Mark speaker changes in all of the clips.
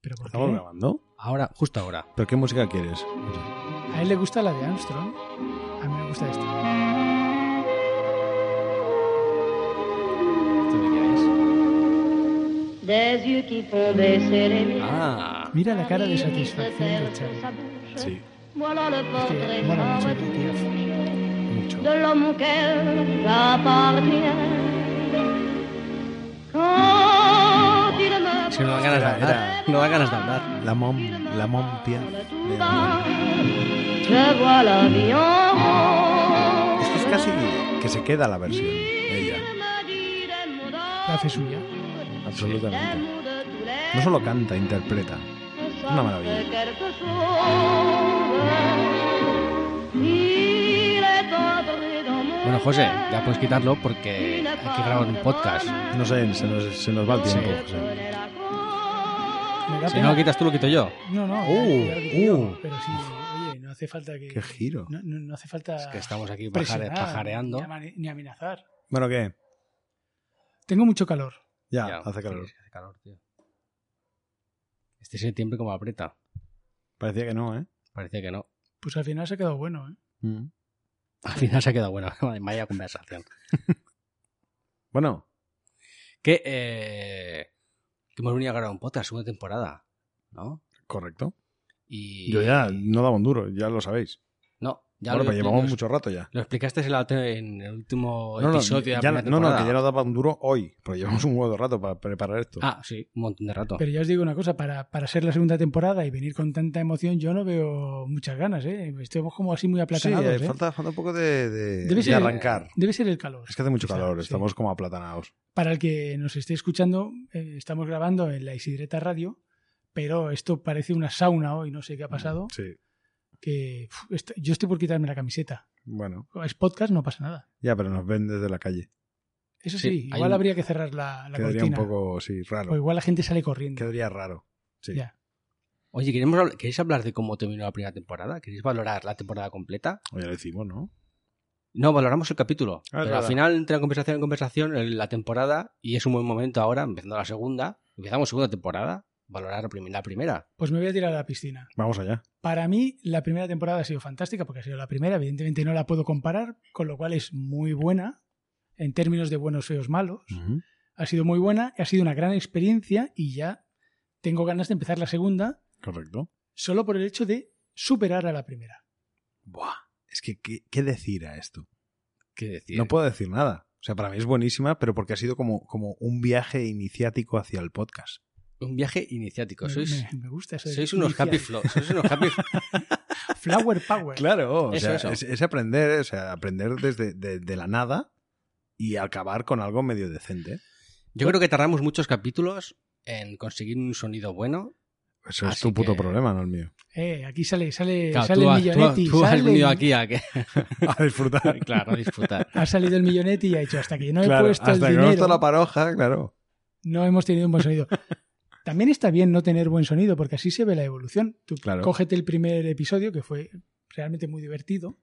Speaker 1: ¿Pero por
Speaker 2: ¿Estamos
Speaker 1: qué?
Speaker 2: grabando?
Speaker 3: Ahora, justo ahora.
Speaker 2: ¿Pero qué música quieres?
Speaker 1: A él le gusta la de Armstrong. A mí me gusta esta.
Speaker 3: ¿Esto de qué es?
Speaker 4: Des yeux qui font baisser les miens.
Speaker 3: Ah,
Speaker 1: Mira la cara de satisfacción de Charlie.
Speaker 2: Sí.
Speaker 4: Voilà le portrait
Speaker 1: mola mucho,
Speaker 4: favorite
Speaker 2: Mucho.
Speaker 4: de l'homme auquel j'appartiens. Quand il me
Speaker 3: si no da ganas de hablar. No da ganas de hablar.
Speaker 2: La mom, la mom tía.
Speaker 4: tout bas, je vois la vie en rose.
Speaker 2: Esto es casi que se queda la versión de ella.
Speaker 4: Il me dit des mots
Speaker 1: La hace suya.
Speaker 4: des
Speaker 2: Absolutamente.
Speaker 4: mots de tous les
Speaker 2: No solo canta, interpreta. una maravilla.
Speaker 4: de quelque chose. Il est entré dans mon
Speaker 3: Bueno, José, ya puedes quitarlo porque hay que grabar un podcast.
Speaker 2: No sé, se nos, se nos va el tiempo. José.
Speaker 1: Me da
Speaker 3: Si no
Speaker 1: pena.
Speaker 3: lo quitas tú, lo quito yo.
Speaker 1: No, no.
Speaker 2: Uh,
Speaker 1: ya lo quito yo,
Speaker 2: uh.
Speaker 1: Pero sí, oye, no hace falta que.
Speaker 2: Qué giro.
Speaker 1: No, no- no hace falta.
Speaker 3: Es que estamos aquí
Speaker 1: presionar,
Speaker 3: pajare- pajareando.
Speaker 1: Ni, ama- ni amenazar.
Speaker 2: Bueno, ¿qué?
Speaker 1: Tengo mucho calor.
Speaker 2: Ya,
Speaker 3: Ya,
Speaker 2: hace
Speaker 3: sí,
Speaker 2: calor.
Speaker 3: hace calor, tío. Este septiembre como aprieta.
Speaker 2: Parecía que no, ¿eh?
Speaker 3: Parecía que no.
Speaker 1: Pues al final se ha quedado bueno, ¿eh?
Speaker 2: Mm.
Speaker 3: Al final se ha quedado buena. Vaya conversación.
Speaker 2: Bueno,
Speaker 3: Que, eh, que hemos venido a grabar un podcast, segunda temporada, ¿no?
Speaker 2: correcto.
Speaker 3: Y,
Speaker 2: Yo ya no daba un duro, ya lo sabéis.
Speaker 3: No, ya
Speaker 2: bueno,
Speaker 3: lo,
Speaker 2: pero llevamos
Speaker 3: lo-
Speaker 2: mucho rato ya.
Speaker 3: Lo explicaste en, la- en el último
Speaker 2: No, no,
Speaker 3: episodio de la
Speaker 2: ya-
Speaker 3: primera
Speaker 2: no, no,
Speaker 3: temporada.
Speaker 2: que ya no daba un duro hoy, pero llevamos un huevo de rato para preparar esto.
Speaker 3: Ah, sí, un montón de rato.
Speaker 1: Pero ya os digo una cosa, para, para ser la segunda temporada y venir con tanta emoción, yo no veo muchas ganas, ¿eh? Estamos como así muy
Speaker 2: sí,
Speaker 1: aplatanados,
Speaker 2: eh,
Speaker 1: ¿eh?
Speaker 2: falta, falta un poco de, de-
Speaker 1: Debe
Speaker 2: de
Speaker 1: ser-
Speaker 2: arrancar.
Speaker 1: Debe ser el calor.
Speaker 2: Es que hace mucho
Speaker 1: Está,
Speaker 2: calor,
Speaker 1: sí.
Speaker 2: estamos como aplatanados.
Speaker 1: Para el que nos esté escuchando, eh, estamos grabando en la Isidreta Radio, pero esto parece una sauna hoy, no sé
Speaker 2: Mm.
Speaker 1: qué ha pasado.
Speaker 2: Sí,
Speaker 1: Que uf, esto- yo estoy por quitarme la camiseta.
Speaker 2: bueno,
Speaker 1: Es podcast, no pasa nada.
Speaker 2: ya, pero nos ven desde la calle.
Speaker 1: Eso sí,
Speaker 3: Sí, hay
Speaker 1: igual
Speaker 3: un-
Speaker 1: habría que cerrar la, la
Speaker 2: Quedaría
Speaker 1: cortina.
Speaker 2: un poco, sí,
Speaker 1: O
Speaker 2: raro.
Speaker 1: igual la gente sale corriendo.
Speaker 2: Quedaría raro. Sí.
Speaker 1: Ya.
Speaker 3: Oye, ¿queremos, habl- ¿queréis hablar de cómo terminó la primera temporada? ¿Queréis valorar la temporada completa?
Speaker 2: O ya lo hicimos, ¿no?
Speaker 3: No, valoramos el capítulo.
Speaker 2: Ah, es
Speaker 3: pero al
Speaker 2: verdad.
Speaker 3: final, entre conversación en conversación, el- la temporada, y es un buen momento ahora, empezando la segunda, empezamos segunda temporada, valorar la prim- la primera.
Speaker 1: Pues me voy a tirar a la piscina.
Speaker 2: Vamos allá.
Speaker 1: Para mí, la primera temporada ha sido fantástica porque ha sido la primera. Evidentemente no la puedo comparar, con lo cual es muy buena en términos de buenos, feos, malos.
Speaker 2: Mm.
Speaker 1: Ha sido muy buena, ha sido una gran experiencia y ya tengo ganas de empezar la segunda
Speaker 2: Correcto.
Speaker 1: solo por el hecho de superar a la primera.
Speaker 2: Buah, es que, ¿qué, qué decir a esto?
Speaker 3: ¿Qué decir?
Speaker 2: No puedo decir nada. O sea, para mí es buenísima, pero porque ha sido como, como un viaje iniciático hacia el podcast.
Speaker 3: Un viaje iniciático.
Speaker 1: Me-
Speaker 3: Sois,
Speaker 1: me, me gusta eso. de
Speaker 3: sois unos happy
Speaker 1: iniciar.
Speaker 3: flow. Sois unos happy
Speaker 1: Flower Power.
Speaker 2: Claro, o
Speaker 3: Eso,
Speaker 2: sea,
Speaker 3: eso.
Speaker 2: Es, es aprender, o sea, aprender desde de, de la nada y acabar con algo medio decente.
Speaker 3: Yo creo que tardamos muchos capítulos en conseguir un sonido bueno.
Speaker 2: Eso es
Speaker 3: Así
Speaker 2: tu puto
Speaker 3: que-
Speaker 2: problema, no el mío.
Speaker 1: Eh, aquí sale, sale,
Speaker 3: Claro,
Speaker 1: sale el
Speaker 3: tú, has, tú has-
Speaker 1: millonetti.
Speaker 3: tú has
Speaker 1: sale-
Speaker 3: venido aquí a que,
Speaker 2: A disfrutar.
Speaker 3: claro, a disfrutar.
Speaker 1: Ha salido el millonetti y ha dicho hasta que no he
Speaker 2: Claro,
Speaker 1: puesto el
Speaker 2: hasta que no
Speaker 1: dinero.
Speaker 2: está la paroja, claro.
Speaker 1: no hemos tenido un buen sonido. También está bien no tener buen sonido, porque así se ve la evolución. Tú
Speaker 2: Claro.
Speaker 1: cógete el primer episodio, que fue realmente muy divertido,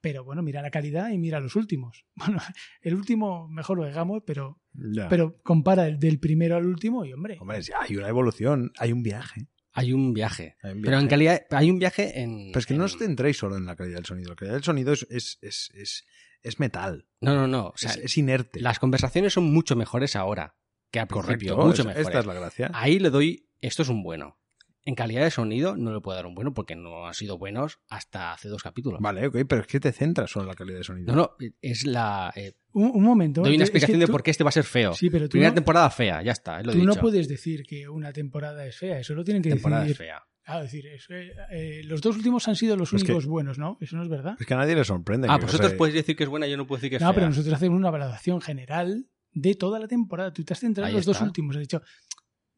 Speaker 1: pero bueno, mira la calidad y mira los últimos. Bueno, el último mejor lo dejamos, pero,
Speaker 2: Ya.
Speaker 1: pero compara el del primero al último y hombre,
Speaker 2: Hombre, sí, hay una evolución, hay un viaje.
Speaker 3: Hay un viaje.
Speaker 2: hay un
Speaker 3: Pero en
Speaker 2: viaje.
Speaker 3: calidad, hay un viaje en.
Speaker 2: Pero es que
Speaker 3: en-
Speaker 2: no os centréis solo en la calidad del sonido. La calidad del sonido es, es, es, es, es metal,
Speaker 3: No, no, no. O sea,
Speaker 2: es, es inerte.
Speaker 3: las conversaciones son mucho mejores ahora que al principio. Mucho eh. Ah,
Speaker 2: es-
Speaker 3: mejores.
Speaker 2: Esta es la gracia.
Speaker 3: Ahí le doy. Esto es un bueno. En calidad de sonido no le puedo dar un bueno porque no han sido buenos hasta hace dos capítulos.
Speaker 2: Vale, ok, pero es que te centras solo en la calidad de sonido.
Speaker 3: No, no, es la. eh,
Speaker 1: un, un momento. Es
Speaker 3: doy
Speaker 1: que
Speaker 3: una explicación de
Speaker 1: tú-
Speaker 3: por qué este va a ser feo.
Speaker 1: Sí, pero tú,
Speaker 3: Primera
Speaker 1: no,
Speaker 3: temporada fea, ya está, eh, lo he
Speaker 1: tú no
Speaker 3: dicho.
Speaker 1: puedes decir que una temporada es fea, eso lo tienen que
Speaker 3: temporada
Speaker 1: decir.
Speaker 3: fea.
Speaker 1: Claro, decir, eso, eh, eh, los dos últimos han sido los
Speaker 2: Es que-
Speaker 1: únicos buenos, ¿no? Eso no es verdad.
Speaker 2: Es que a nadie le sorprende.
Speaker 3: Ah,
Speaker 2: que
Speaker 3: vosotros
Speaker 2: José-
Speaker 3: podéis decir que es buena, yo no puedo decir que es
Speaker 1: eh, No,
Speaker 3: fea.
Speaker 1: pero nosotros hacemos una valoración general de toda la temporada. Tú te has centrado en
Speaker 3: Ahí
Speaker 1: los dos
Speaker 3: está.
Speaker 1: últimos. Has dicho,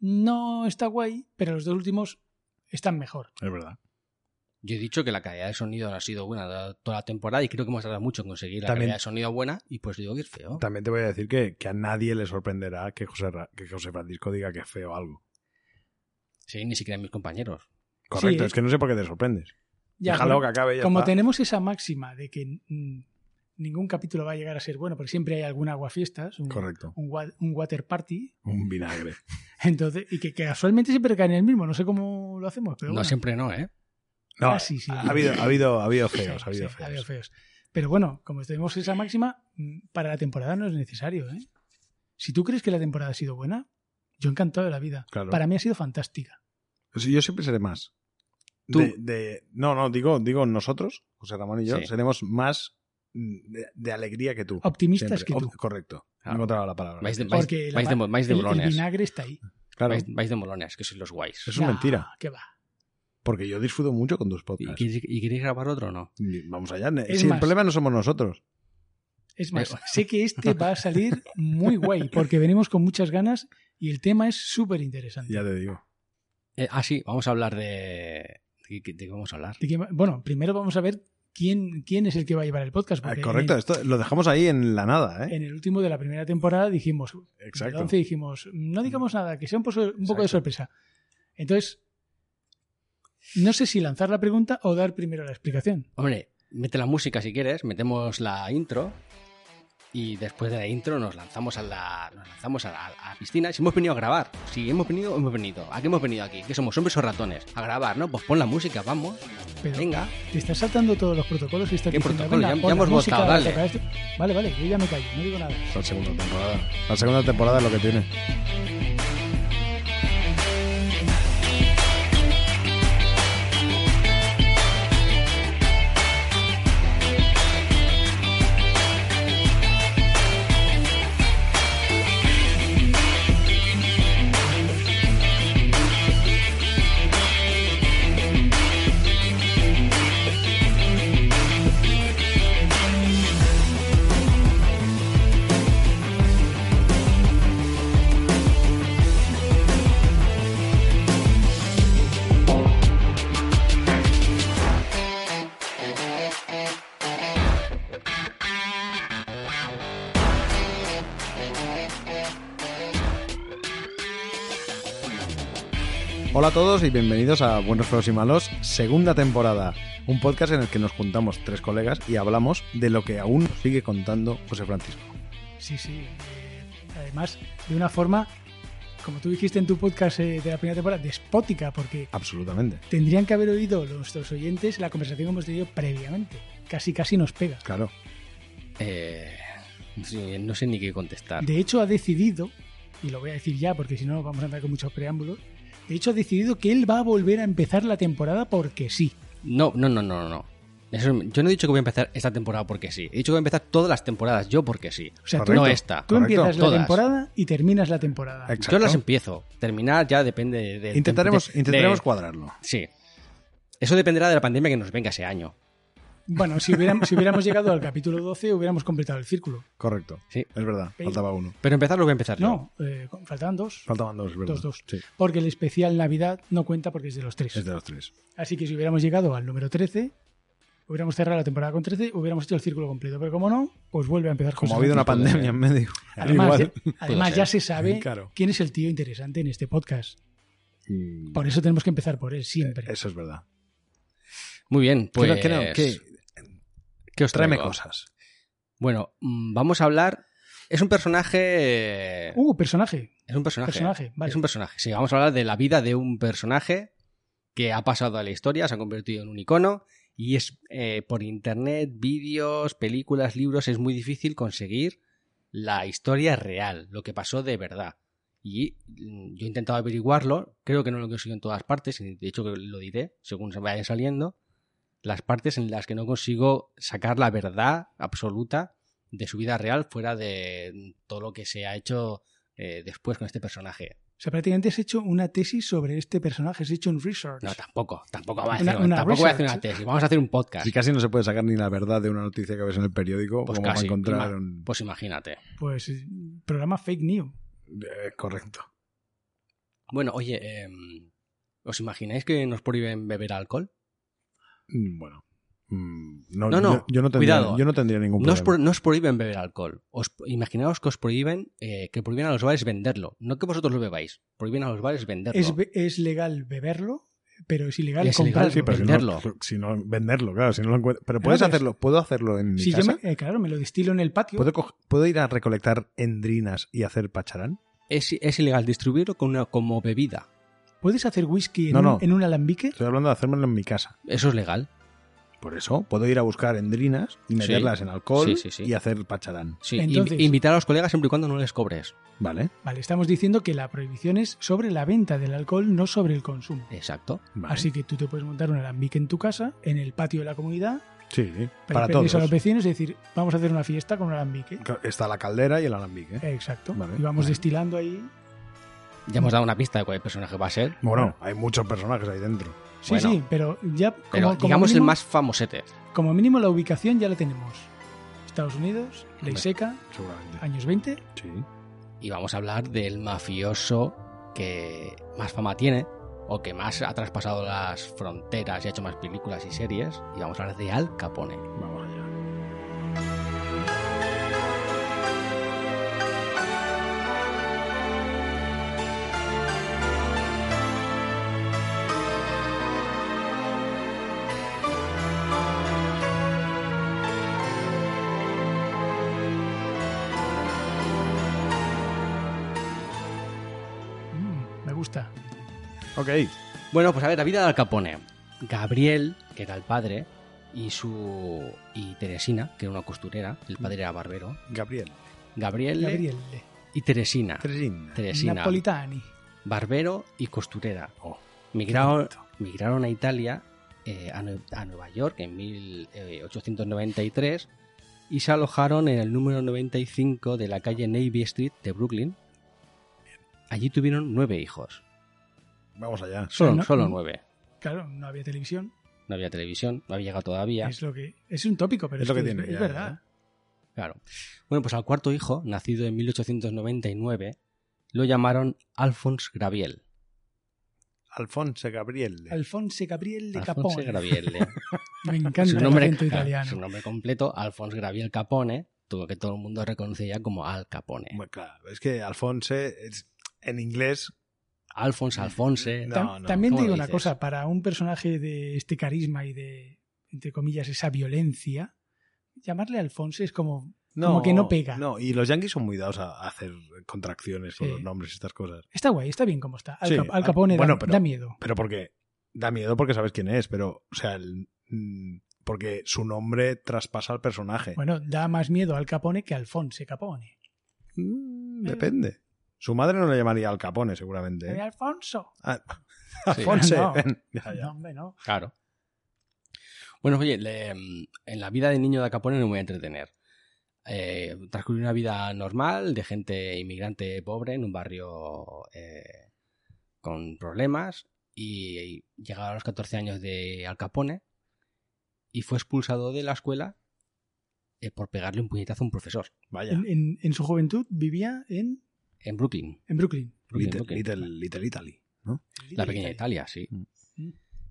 Speaker 1: no está guay, pero los dos últimos están mejor.
Speaker 2: Es verdad.
Speaker 3: Yo he dicho que la calidad de sonido no ha sido buena toda- toda la temporada y creo que hemos tardado mucho en conseguir la
Speaker 2: También-
Speaker 3: calidad de sonido buena y pues digo que es feo.
Speaker 2: También te voy a decir que, que a nadie le sorprenderá que José, Ra- que José Francisco diga que es feo algo.
Speaker 3: Sí, ni siquiera mis compañeros.
Speaker 2: Correcto,
Speaker 1: Sí.
Speaker 2: es que no sé por qué te sorprendes.
Speaker 1: Ya,
Speaker 2: Déjalo
Speaker 1: bueno,
Speaker 2: que acabe y ya
Speaker 1: como
Speaker 2: está.
Speaker 1: tenemos esa máxima de que mm, ningún capítulo va a llegar a ser bueno, porque siempre hay algún aguafiestas, un,
Speaker 2: Correcto.
Speaker 1: un, wa- un water party,
Speaker 2: Un vinagre.
Speaker 1: entonces, y que, que casualmente siempre cae en el mismo. No sé cómo lo hacemos, pero
Speaker 3: No,
Speaker 1: bueno.
Speaker 3: siempre no, ¿eh?
Speaker 2: No,
Speaker 1: Ah, sí, sí.
Speaker 2: ha, habido, ha, habido, ha habido
Speaker 1: Sí,
Speaker 2: feos, ha habido
Speaker 1: sí,
Speaker 2: feos.
Speaker 1: feos. Pero bueno, como tenemos esa máxima, mm, para la temporada no es necesario. ¿eh? Si tú crees que la temporada ha sido buena, yo encantado de la vida.
Speaker 2: Claro.
Speaker 1: Para mí ha sido fantástica.
Speaker 2: O sea, Pues Yo siempre seré más.
Speaker 3: Tú.
Speaker 2: De, de- no, no, digo, digo nosotros, José Ramón y yo,
Speaker 3: Sí.
Speaker 2: seremos más mm, de, de alegría que tú.
Speaker 1: Optimistas
Speaker 2: Siempre.
Speaker 1: que tú.
Speaker 2: Op- correcto. No
Speaker 3: Claro.
Speaker 2: he encontrado la palabra.
Speaker 3: Vais de, vais,
Speaker 1: Porque la
Speaker 3: vais de, mo- vais de
Speaker 1: el- el,
Speaker 3: molones.
Speaker 1: vinagre está ahí.
Speaker 2: Claro,
Speaker 3: Vais, vais de molones, que sois los guays.
Speaker 2: eso es mentira.
Speaker 1: Que va.
Speaker 2: Porque yo disfruto mucho con tus
Speaker 3: ¿Y,
Speaker 2: podcasts.
Speaker 3: queréis- y queréis grabar otro o no?
Speaker 2: Y Vamos allá. ne-
Speaker 1: Es
Speaker 2: si
Speaker 1: más.
Speaker 2: el problema no somos nosotros.
Speaker 1: Es más, sé que este va a salir muy guay porque venimos con muchas ganas y el tema es súper interesante.
Speaker 2: Ya te digo.
Speaker 3: Eh, ah, sí, vamos a hablar de... ¿De, qué- de qué vamos a hablar?
Speaker 1: De que- Bueno, primero vamos a ver quién, quién es el que va a llevar el podcast.
Speaker 2: Ah,
Speaker 1: porque
Speaker 2: correcto,
Speaker 1: En,
Speaker 2: esto lo dejamos ahí en la nada, ¿eh?
Speaker 1: en el último de la primera temporada dijimos,
Speaker 2: Exacto.
Speaker 1: Entonces dijimos, no digamos nada, que sea un, poso- un poco
Speaker 3: Exacto.
Speaker 1: de sorpresa. Entonces, no sé si lanzar la pregunta o dar primero la explicación.
Speaker 3: Hombre, mete la música si quieres, metemos la intro y después de la intro nos lanzamos a la, nos lanzamos a la, a la piscina. Si hemos venido a grabar, si hemos venido, hemos venido. ¿A qué hemos venido aquí? ¿Que somos hombres o ratones? A grabar, ¿no? Pues pon la música, vamos.
Speaker 1: Pero
Speaker 3: Venga.
Speaker 1: te estás saltando todos los protocolos y estás
Speaker 3: ¿Qué
Speaker 1: diciendo,
Speaker 3: protocolo?
Speaker 1: venga,
Speaker 3: Ya-
Speaker 1: pon la
Speaker 3: ya hemos
Speaker 1: música,
Speaker 3: votado,
Speaker 1: la
Speaker 3: dale.
Speaker 1: toca esto. Vale, vale, yo ya me callo, no digo nada.
Speaker 2: La segunda temporada. La segunda temporada es lo que tiene. Hola a todos y bienvenidos a Buenos Feos y Malos, segunda temporada. Un podcast en el que nos juntamos tres colegas y hablamos de lo que aún nos sigue contando José Francisco.
Speaker 1: Sí, sí. eh, Además, de una forma, como tú dijiste en tu podcast eh, de la primera temporada, despótica, porque
Speaker 2: Absolutamente.
Speaker 1: tendrían que haber oído nuestros oyentes la conversación que hemos tenido previamente. Casi, casi nos pega.
Speaker 2: Claro.
Speaker 3: Eh, sí, no sé ni qué contestar.
Speaker 1: De hecho, ha decidido, y lo voy a decir ya porque si no vamos a andar con muchos preámbulos, de hecho ha decidido que él va a volver a empezar la temporada porque sí.
Speaker 3: No, no, no, no, no. Eso- yo no he dicho que voy a empezar esta temporada porque sí. He dicho que voy a empezar todas las temporadas yo porque sí.
Speaker 1: O sea, tú,
Speaker 2: Correcto.
Speaker 3: no esta.
Speaker 1: tú
Speaker 2: correcto,
Speaker 1: empiezas la
Speaker 3: todas.
Speaker 1: temporada y terminas la temporada.
Speaker 2: Exacto.
Speaker 3: Yo las empiezo. Terminar ya depende de- del
Speaker 2: Intentaremos,
Speaker 3: tem- de-
Speaker 2: intentaremos
Speaker 3: de-
Speaker 2: cuadrarlo.
Speaker 3: sí. Eso dependerá de la pandemia que nos venga ese año.
Speaker 1: Bueno, si hubiéramos, si hubiéramos llegado al capítulo 12 hubiéramos completado el círculo.
Speaker 2: Correcto.
Speaker 3: Sí.
Speaker 2: Es verdad.
Speaker 1: Sí.
Speaker 2: Faltaba uno.
Speaker 3: Pero empezar lo voy a empezar yo.
Speaker 1: No, eh, faltaban dos,
Speaker 2: Faltaban dos, es verdad.
Speaker 1: Dos, dos.
Speaker 2: Sí.
Speaker 1: porque el especial Navidad no cuenta porque es de los tres.
Speaker 2: Es de los tres.
Speaker 1: Así que si hubiéramos llegado al número 13, hubiéramos cerrado la temporada con 13, hubiéramos hecho el círculo completo. Pero como no, pues vuelve a empezar
Speaker 2: Como
Speaker 1: José
Speaker 2: ha habido una
Speaker 3: puede
Speaker 2: pandemia
Speaker 3: ser.
Speaker 2: en medio.
Speaker 1: Además, ¿eh?
Speaker 2: Igual.
Speaker 1: ya, además
Speaker 3: ser.
Speaker 1: ya se sabe
Speaker 2: Claro.
Speaker 1: quién es el tío interesante en este podcast.
Speaker 2: Mm,
Speaker 1: Por eso tenemos que empezar por él siempre.
Speaker 2: Eso es verdad.
Speaker 3: Muy bien, pues.
Speaker 2: Que no- que no, que-
Speaker 3: ¿qué os
Speaker 2: tráeme
Speaker 3: traigo?
Speaker 2: cosas.
Speaker 3: Bueno, mm, vamos a hablar. Es un personaje.
Speaker 1: Uh, personaje.
Speaker 3: es un personaje.
Speaker 1: personaje, vale.
Speaker 3: Es un personaje. Sí, vamos a hablar de la vida de un personaje que ha pasado a la historia, se ha convertido en un icono. Y es eh, por internet, vídeos, películas, libros, es muy difícil conseguir la historia real, lo que pasó de verdad. Y mm, yo he intentado averiguarlo, creo que no lo consigo en todas partes, y de hecho que lo diré según se me vayan saliendo, las partes en las que no consigo sacar la verdad absoluta de su vida real fuera de todo lo que se ha hecho eh, después con este personaje.
Speaker 1: O sea, prácticamente has hecho una tesis sobre este personaje, has hecho un research.
Speaker 3: No, tampoco, tampoco, vamos a
Speaker 1: Una-
Speaker 3: hacer-
Speaker 1: una
Speaker 3: tampoco voy a hacer
Speaker 1: research.
Speaker 3: una tesis, vamos a hacer un podcast.
Speaker 2: Si casi no se puede sacar ni la verdad de una noticia que ves en el periódico,
Speaker 3: Pues
Speaker 2: como va a
Speaker 3: casi,
Speaker 2: encontrar
Speaker 3: ima-
Speaker 2: un-
Speaker 3: Pues imagínate.
Speaker 1: Pues eh, programa fake news.
Speaker 2: Eh, correcto.
Speaker 3: Bueno, oye, em, ¿os imagináis que nos prohíben beber alcohol?
Speaker 2: Mm, Bueno. Mm, No,
Speaker 3: No, no,
Speaker 2: Yo, yo no tendría,
Speaker 3: cuidado.
Speaker 2: yo no tendría ningún
Speaker 3: No
Speaker 2: problema.
Speaker 3: os, pro- no os prohíben beber alcohol. Os, imaginaos que os prohíben, eh, que prohíben a los bares venderlo. No que vosotros lo bebáis, prohíben a los bares venderlo.
Speaker 1: ¿Es, be- es legal beberlo? pero es ilegal
Speaker 3: Es
Speaker 1: comprar.
Speaker 3: ilegal,
Speaker 2: Sí, pero si no-
Speaker 3: Venderlo.
Speaker 2: Si no, venderlo, claro. Si no lo encuentro- pero puedes
Speaker 1: Claro, pero-
Speaker 2: hacerlo, puedo hacerlo en mi
Speaker 1: Si yo
Speaker 2: casa.
Speaker 1: me- eh, claro, me lo destilo en el patio.
Speaker 2: ¿Puedo, cog- ¿Puedo ir a recolectar endrinas y hacer pacharán?
Speaker 3: Es, es ilegal distribuirlo con una, como bebida.
Speaker 1: ¿Puedes hacer whisky en,
Speaker 2: No,
Speaker 1: un,
Speaker 2: no.
Speaker 1: en un alambique?
Speaker 2: Estoy hablando de hacérmelo en mi casa.
Speaker 3: Eso es legal.
Speaker 2: Por eso, puedo ir a buscar endrinas y meterlas en alcohol
Speaker 3: Sí, sí, sí.
Speaker 2: y hacer pacharán.
Speaker 3: Sí,
Speaker 1: Entonces-
Speaker 3: invi- invitar a los colegas siempre y cuando no les cobres.
Speaker 2: ¿Vale?
Speaker 1: Vale, estamos diciendo que la prohibición es sobre la venta del alcohol, no sobre el consumo.
Speaker 3: Exacto.
Speaker 2: Vale.
Speaker 1: Así que tú te puedes montar un alambique en tu casa, en el patio de la comunidad,
Speaker 2: Sí,
Speaker 1: pedir
Speaker 2: para
Speaker 1: permiso
Speaker 2: todos.
Speaker 1: a los vecinos y decir, vamos a hacer una fiesta con un alambique.
Speaker 2: Está la caldera y el alambique.
Speaker 1: Eh, Exacto.
Speaker 2: Vale,
Speaker 1: y vamos
Speaker 2: vale.
Speaker 1: destilando ahí.
Speaker 3: Ya hemos dado una pista de cuál personaje va a ser.
Speaker 2: Bueno, hay muchos personajes ahí dentro.
Speaker 1: Sí,
Speaker 3: Bueno.
Speaker 1: sí, pero ya como,
Speaker 3: Pero
Speaker 1: como
Speaker 3: digamos el
Speaker 1: mínimo-
Speaker 3: más famosete.
Speaker 1: como mínimo la ubicación ya la tenemos. Estados Unidos, ley
Speaker 2: Hombre.
Speaker 1: seca,
Speaker 2: Seguramente.
Speaker 1: años 20.
Speaker 2: Sí.
Speaker 3: Y vamos a hablar del mafioso que más fama tiene o que más ha traspasado las fronteras y ha hecho más películas y series. Y vamos a hablar de Al Capone.
Speaker 2: Vamos allá.
Speaker 1: Mm, me gusta.
Speaker 2: Ok.
Speaker 3: Bueno, pues a ver, la vida de Al Capone. Gabriel, que era el padre, y su y Teresina, que era una costurera, el padre era barbero.
Speaker 2: Gabriel.
Speaker 3: Gabriel,
Speaker 1: Gabriel,
Speaker 3: y Teresina.
Speaker 2: Teresina.
Speaker 3: Teresina,
Speaker 1: Napolitani.
Speaker 3: barbero y costurera.
Speaker 2: Oh,
Speaker 3: migraron, migraron a Italia, eh, a, Nue- a Nueva York en eh, 1893 y se alojaron en el número 95 de la calle Navy Street de Brooklyn. Allí tuvieron nueve hijos.
Speaker 2: Vamos allá.
Speaker 3: Solo,
Speaker 1: no- Mm.
Speaker 3: solo nueve.
Speaker 1: Claro, no había televisión.
Speaker 3: No había televisión, no había llegado todavía.
Speaker 1: Es lo que es un tópico, pero es,
Speaker 2: Es lo que
Speaker 1: es-
Speaker 2: tiene,
Speaker 1: Es
Speaker 2: ya,
Speaker 1: verdad.
Speaker 3: Claro. Bueno, pues al cuarto hijo, nacido en 1899, lo llamaron Alphonse Graviel.
Speaker 2: Alfonso Gabriel.
Speaker 1: Alfonso Gabriel de
Speaker 3: Alphonse
Speaker 1: Capone.
Speaker 3: Graviel.
Speaker 1: Me
Speaker 3: su
Speaker 1: encanta el
Speaker 3: nombre,
Speaker 1: acento
Speaker 3: claro,
Speaker 1: italiano.
Speaker 3: su nombre completo, Alphonse Graviel Capone, tuvo que todo el mundo reconoce ya como Al Capone.
Speaker 2: Bueno, claro, es que Alfonso es- en inglés.
Speaker 3: Alphonse, Alphonse.
Speaker 2: No.
Speaker 1: Tam- También te
Speaker 3: ¿Cómo
Speaker 1: digo
Speaker 3: lo
Speaker 1: una
Speaker 3: dices?
Speaker 1: cosa, para un personaje de este carisma y de, entre comillas, esa violencia, llamarle Alfonso es como, Como que no pega.
Speaker 2: No, y los yankees son muy dados a a hacer contracciones con
Speaker 1: Sí.
Speaker 2: los nombres y estas cosas.
Speaker 1: está guay, está bien como está. Al,
Speaker 2: Sí,
Speaker 1: Cap- Al
Speaker 3: ah,
Speaker 2: al-
Speaker 1: Capone da-
Speaker 2: bueno,
Speaker 1: da,
Speaker 2: pero-
Speaker 1: miedo.
Speaker 2: Pero porque da miedo porque sabes quién es, pero, o sea, el- mm, porque su nombre traspasa al personaje.
Speaker 1: Bueno, da más miedo al Capone que a Alfonso Capone.
Speaker 2: Mm, depende. Su madre no le llamaría Al Capone, seguramente.
Speaker 1: Eh,
Speaker 2: ¿eh?
Speaker 1: Alfonso.
Speaker 2: Ah,
Speaker 3: Sí.
Speaker 2: Alfonso.
Speaker 1: No.
Speaker 3: Ah,
Speaker 2: Ya, ya.
Speaker 1: No, hombre, no.
Speaker 3: Claro. Bueno, oye, le- mm, en la vida de niño de Al Capone no me voy a entretener. Eh, transcurrió una vida normal de gente inmigrante pobre en un barrio eh, con problemas y, y llegaba a los 14 años de Al Capone y fue expulsado de la escuela eh, por pegarle un puñetazo a un profesor
Speaker 2: Vaya.
Speaker 1: En, en- en su juventud vivía en,
Speaker 3: en Brooklyn.
Speaker 1: en Brooklyn.
Speaker 3: Brooklyn,
Speaker 2: Little,
Speaker 3: Brooklyn.
Speaker 2: Little- Little Italy. ¿no?
Speaker 3: La pequeña Italia, sí.
Speaker 1: Mm.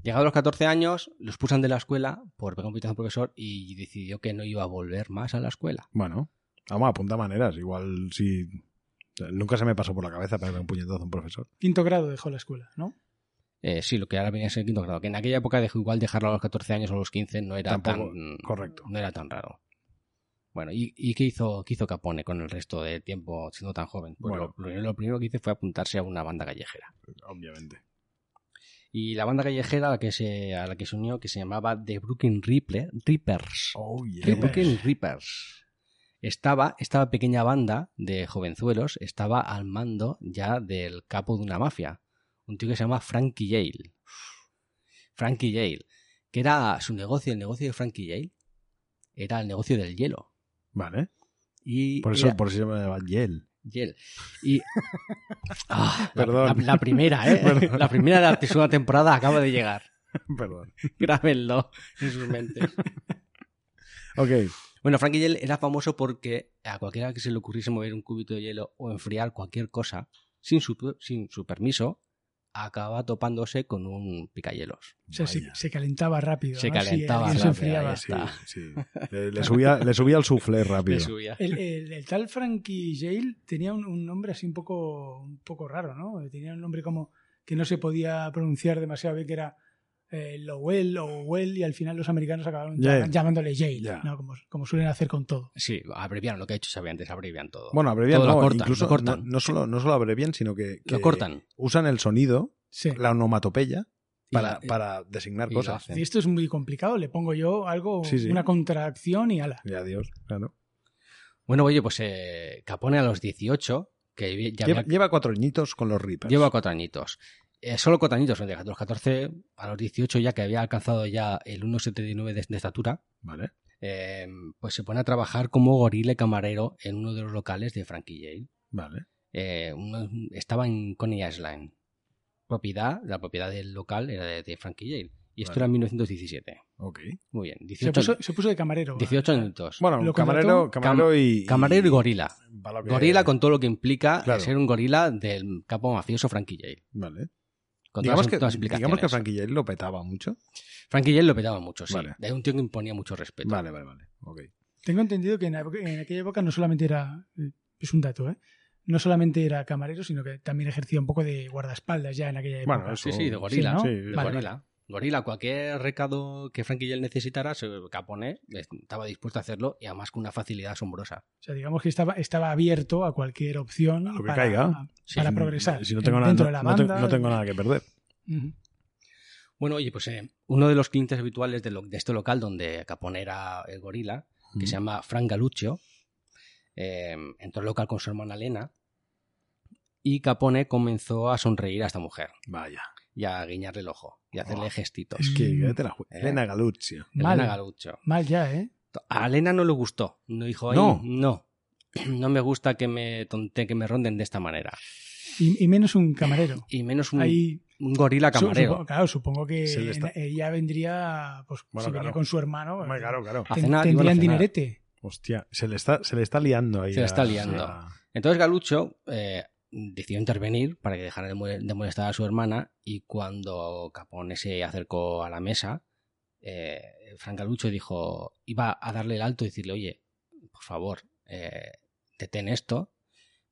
Speaker 3: Llegado a los 14 años, lo expulsan de la escuela por pegar un puñetazo al profesor y decidió que no iba a volver más a la escuela.
Speaker 2: Bueno, vamos, apunta maneras. Igual si. Nunca se me pasó por la cabeza pegarle un puñetazo a un profesor.
Speaker 1: Quinto grado dejó la escuela, ¿no?
Speaker 3: Eh, sí, lo que ahora viene a ser quinto grado, que en aquella época dejó igual dejarlo a los 14 años o a los 15 no era,
Speaker 2: Tampoco,
Speaker 3: tan,
Speaker 2: correcto.
Speaker 3: no era tan raro. Bueno, ¿y, y qué, hizo, qué hizo Capone con el resto de tiempo siendo tan joven? Pues
Speaker 2: Bueno.
Speaker 3: lo, primero- lo primero que hizo fue apuntarse a una banda callejera.
Speaker 2: Obviamente.
Speaker 3: Y la banda callejera a la que se, a la que se unió, que se llamaba The Brooklyn Ripple- Rippers.
Speaker 2: Oh,
Speaker 3: The
Speaker 2: yeah.
Speaker 3: Brooklyn Reapers. Estaba, esta pequeña banda de jovenzuelos estaba al mando ya del capo de una mafia, un tío que se llama Frankie Yale. Frankie Yale, que era su negocio, el negocio de Frankie Yale, era el negocio del hielo.
Speaker 2: Vale.
Speaker 3: Y
Speaker 2: Por eso,
Speaker 3: era
Speaker 2: por eso se me llama Yel.
Speaker 3: hiel. Y. Ah, la-
Speaker 2: Perdón.
Speaker 3: La, la primera, ¿eh?
Speaker 2: Perdón.
Speaker 3: La primera de la segunda temporada acaba de llegar.
Speaker 2: Perdón.
Speaker 3: Grábenlo en sus mentes.
Speaker 2: Ok.
Speaker 3: Bueno, Frankie Yell era famoso porque a cualquiera que se le ocurriese mover un cúbito de hielo o enfriar cualquier cosa sin su, sin su permiso, acaba topándose con un picayelos.
Speaker 1: O sea, se,
Speaker 2: Vaya.
Speaker 1: se calentaba rápido.
Speaker 3: Se
Speaker 1: ¿no?
Speaker 3: calentaba
Speaker 1: Si alguien se enfriaba.
Speaker 3: rápido, ahí
Speaker 2: Sí,
Speaker 3: está.
Speaker 2: sí. Le, le subía, le subía el soufflé rápido.
Speaker 3: Le subía.
Speaker 1: El, el- el tal Frankie Yale tenía un, un nombre así un poco, un poco raro, ¿no? Tenía un nombre como que no se podía pronunciar demasiado bien, que era eh, Lowell o Well, y al final los americanos acabaron
Speaker 2: Yeah.
Speaker 1: llam- llamándole Yale,
Speaker 2: Yeah.
Speaker 1: ¿no? como, como suelen hacer con todo.
Speaker 3: Sí, abreviaron lo que he hecho Xavi antes, abrevian todo.
Speaker 2: Bueno, abrevian,
Speaker 3: Todo lo
Speaker 2: no,
Speaker 3: cortan,
Speaker 2: incluso
Speaker 3: lo cortan.
Speaker 2: No, no solo, no solo abrevian, sino que,
Speaker 3: lo
Speaker 2: que
Speaker 3: cortan.
Speaker 2: usan el sonido,
Speaker 1: Sí.
Speaker 2: la onomatopeya,
Speaker 3: Y
Speaker 2: para,
Speaker 3: la-
Speaker 2: para designar
Speaker 3: y lo
Speaker 2: cosas. ¿eh?
Speaker 3: hacen.
Speaker 1: Y esto es muy complicado, le pongo yo algo,
Speaker 2: Sí, sí.
Speaker 1: una contracción y ala.
Speaker 2: Y adiós, claro.
Speaker 3: Bueno, oye, pues eh, Capone a los 18, que ya
Speaker 2: Lleva,
Speaker 3: había-
Speaker 2: lleva cuatro añitos con los Reapers.
Speaker 3: lleva cuatro añitos. Eh, solo cuatro añitos, de los 14 a los 18 ya que había alcanzado ya el 1,79 de, de estatura,
Speaker 2: Vale.
Speaker 3: eh, pues se pone a trabajar como gorila y camarero en uno de los locales de Frankie Yale.
Speaker 2: Vale.
Speaker 3: Eh, uno- estaba en Coney Island. Propiedad, la propiedad del local era de, de Frankie Yale. Y esto
Speaker 2: Vale.
Speaker 3: era en 1917.
Speaker 2: Ok.
Speaker 3: Muy bien.
Speaker 1: Se
Speaker 3: 18,
Speaker 1: puso, se puso de camarero.
Speaker 3: 18 añitos.
Speaker 2: Bueno,
Speaker 1: Lo
Speaker 2: camarero,
Speaker 1: contrató-
Speaker 2: camarero y,
Speaker 3: Camarero y gorila.
Speaker 2: para lo que-
Speaker 3: Gorila con todo lo que implica
Speaker 2: Claro.
Speaker 3: ser un gorila del capo mafioso Frankie Yale.
Speaker 2: Vale.
Speaker 3: Con
Speaker 2: Digamos
Speaker 3: todas,
Speaker 2: que,
Speaker 3: todas las
Speaker 2: digamos que
Speaker 3: implicaciones.
Speaker 2: Frankie Yale lo petaba mucho.
Speaker 3: Frankie Yale lo petaba mucho, sí.
Speaker 2: Vale.
Speaker 3: Era un tío que imponía mucho respeto.
Speaker 2: Vale, vale, vale. Ok.
Speaker 1: Tengo entendido que en, la época- en aquella época no solamente era, es un dato, ¿eh? no solamente era camarero, sino que también ejercía un poco de guardaespaldas ya en aquella época.
Speaker 2: Bueno,
Speaker 3: Sí,
Speaker 2: eso-
Speaker 3: sí, de gorila.
Speaker 1: Sí, ¿no?
Speaker 2: Sí,
Speaker 3: De
Speaker 1: Vale,
Speaker 3: gorila. Gorila, cualquier recado que Frankie Yale necesitara, se- Capone estaba dispuesto a hacerlo y además con una facilidad asombrosa.
Speaker 1: O sea, digamos que estaba, estaba abierto a cualquier opción
Speaker 2: A lo que
Speaker 1: para,
Speaker 2: caiga.
Speaker 3: Sí.
Speaker 1: para
Speaker 2: Si-
Speaker 1: progresar.
Speaker 2: Si no tengo, nada,
Speaker 1: dentro
Speaker 2: no,
Speaker 1: de la
Speaker 2: no te-
Speaker 1: banda.
Speaker 2: no tengo nada que perder.
Speaker 1: Ujú.
Speaker 3: Bueno, oye, pues eh, uno de los clientes habituales de, lo- de este local donde Capone era el gorila, que se llama Frank Galuccio, eh, entró al local con su hermana Elena y Capone comenzó a sonreír a esta mujer
Speaker 2: Mm, Vaya.
Speaker 3: y a guiñarle el ojo y a hacerle
Speaker 2: Oh.
Speaker 3: gestitos.
Speaker 2: Es que ya te la jue-
Speaker 3: Eh.
Speaker 2: Elena Galuccio.
Speaker 3: Elena
Speaker 1: Mal.
Speaker 3: Galuccio.
Speaker 1: Mal ya, ¿eh?
Speaker 3: A Elena no le gustó. No dijo, "Ay,
Speaker 2: No.
Speaker 3: no. No me gusta que me tonte, que me ronden de esta manera.
Speaker 1: Y, y menos un camarero.
Speaker 3: Y menos un,
Speaker 1: Ahí,
Speaker 3: un gorila
Speaker 1: su-
Speaker 3: camarero.
Speaker 1: supongo- claro, supongo que
Speaker 2: Se le está-
Speaker 1: en- ella vendría, pues,
Speaker 2: Bueno,
Speaker 1: si venía
Speaker 2: claro.
Speaker 1: con su hermano, eh,
Speaker 2: Hombre, claro, claro.
Speaker 3: A
Speaker 1: ten-
Speaker 3: cenar, iban a
Speaker 1: tendrían
Speaker 3: cenar.
Speaker 1: dinerete.
Speaker 2: Hostia, se le está, se le está liando ahí.
Speaker 3: Se le
Speaker 2: a-
Speaker 3: está liando.
Speaker 2: a-
Speaker 3: Entonces Galucho eh, decidió intervenir para que dejara de mole- de molestar a su hermana y cuando Capone se acercó a la mesa, eh, Frank Galucho dijo, iba a darle el alto y decirle, oye, por favor, eh, detén esto.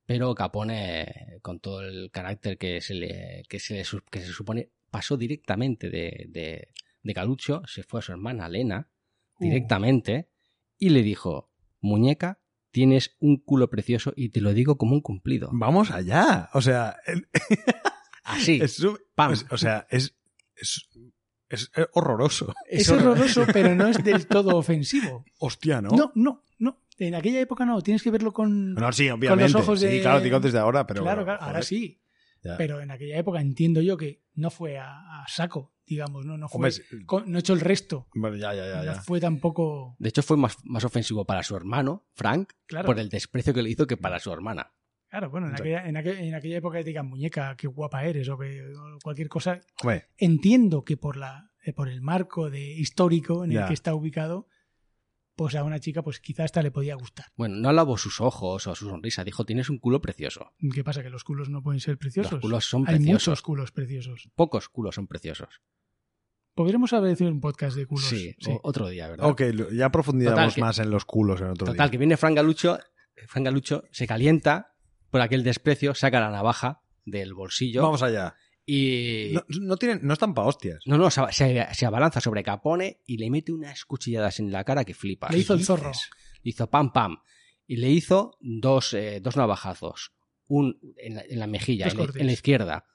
Speaker 3: Pero Capone, con todo el carácter que se le, que se, le su- que se supone, pasó directamente de, de, de Galucho, se fue a su hermana Elena,
Speaker 1: Uh.
Speaker 3: directamente, y le dijo, muñeca, tienes un culo precioso y te lo digo como un cumplido.
Speaker 2: Vamos allá. O sea, el-
Speaker 3: Así.
Speaker 2: es, sub-
Speaker 3: pam.
Speaker 2: es- o sea, es, es, es horroroso.
Speaker 1: Es horroroso, pero no es del todo ofensivo.
Speaker 2: Hostia, ¿no?
Speaker 1: No, no, no. En aquella época no. Tienes que verlo con.
Speaker 2: No, sí, obviamente.
Speaker 1: ojos de-
Speaker 2: Sí, claro, digo desde ahora, pero.
Speaker 1: claro, claro,
Speaker 2: joder,
Speaker 1: ahora sí.
Speaker 2: ya.
Speaker 1: Pero en aquella época entiendo yo que no fue a, a saco, digamos, no, no fue.
Speaker 2: Hombre, es-
Speaker 1: con- no echó el resto.
Speaker 2: bueno, ya, ya, ya. ya.
Speaker 1: No fue tampoco.
Speaker 3: De hecho, fue más, más ofensivo para su hermano, Frank,
Speaker 1: Claro,
Speaker 3: por el desprecio que le hizo que para su hermana.
Speaker 1: claro bueno, en
Speaker 2: Exacto.
Speaker 1: aquella, en, aquel- en aquella época que te digan muñeca, qué guapa eres o, que, o cualquier cosa.
Speaker 2: Hombre,
Speaker 1: Entiendo que por, la, eh, por el marco de histórico en el
Speaker 2: Ya.
Speaker 1: que está ubicado, pues a una chica, pues quizás hasta le podía gustar.
Speaker 3: Bueno, no alabó sus ojos o su sonrisa, dijo, tienes un culo precioso.
Speaker 1: ¿Qué pasa? Que los culos no pueden ser preciosos.
Speaker 3: Los culos son
Speaker 1: Hay
Speaker 3: preciosos.
Speaker 1: muchos culos preciosos.
Speaker 3: Pocos culos son preciosos.
Speaker 1: Podríamos haber hecho un podcast de culos.
Speaker 3: sí, Oh,
Speaker 1: sí.
Speaker 3: o- otro día, ¿verdad?
Speaker 2: ok, lo- ya profundizamos
Speaker 3: Total, que-
Speaker 2: más en los culos en otro
Speaker 3: Total,
Speaker 2: día.
Speaker 3: que viene Frank Galucho, Frank Galucho se calienta por aquel desprecio, saca la navaja del bolsillo
Speaker 2: Vamos allá.
Speaker 3: y...
Speaker 2: No, no tienen, no están pa' hostias.
Speaker 3: No, no, se, se- se abalanza sobre Capone y le mete unas cuchilladas en la cara que flipas.
Speaker 1: Le hizo el zorro.
Speaker 3: Le hizo pam, pam. Y le hizo dos, eh, dos navajazos. Un en la, en la mejilla,
Speaker 1: Dos
Speaker 3: en la,
Speaker 1: cortes.
Speaker 3: en la izquierda.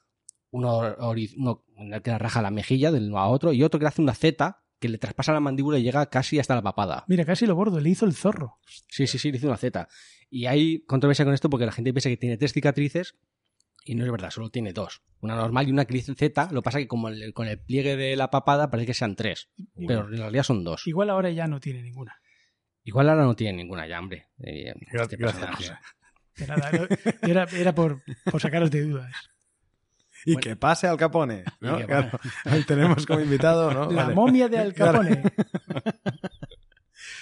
Speaker 3: Uno, ori- uno en el que le raja la mejilla del uno a otro y otro que le hace una Z que le traspasa la mandíbula y llega casi hasta la papada.
Speaker 1: Mira, casi lo bordo, le hizo el zorro.
Speaker 3: Sí, sí, sí, le hizo una Z. Y hay controversia con esto porque la gente piensa que tiene tres cicatrices y no es verdad, solo tiene dos. Una normal y una que le dice Z. Lo que pasa es que como el- con el pliegue de la papada parece que sean tres, pero en realidad son dos.
Speaker 1: Igual ahora ya no tiene ninguna.
Speaker 3: Igual ahora no tiene ninguna ya, hombre. Eh,
Speaker 2: Gra-
Speaker 3: este
Speaker 2: gracias,
Speaker 3: personaje.
Speaker 2: José.
Speaker 1: De nada, no- era, era por, por sacaros de dudas.
Speaker 2: Y
Speaker 3: Bueno.
Speaker 2: que pase al Capone. ¿no?
Speaker 3: Y que-
Speaker 2: Claro, ahí tenemos como invitado,
Speaker 3: Ah,
Speaker 2: ¿no?
Speaker 1: La
Speaker 2: Vale,
Speaker 1: momia de Al Capone.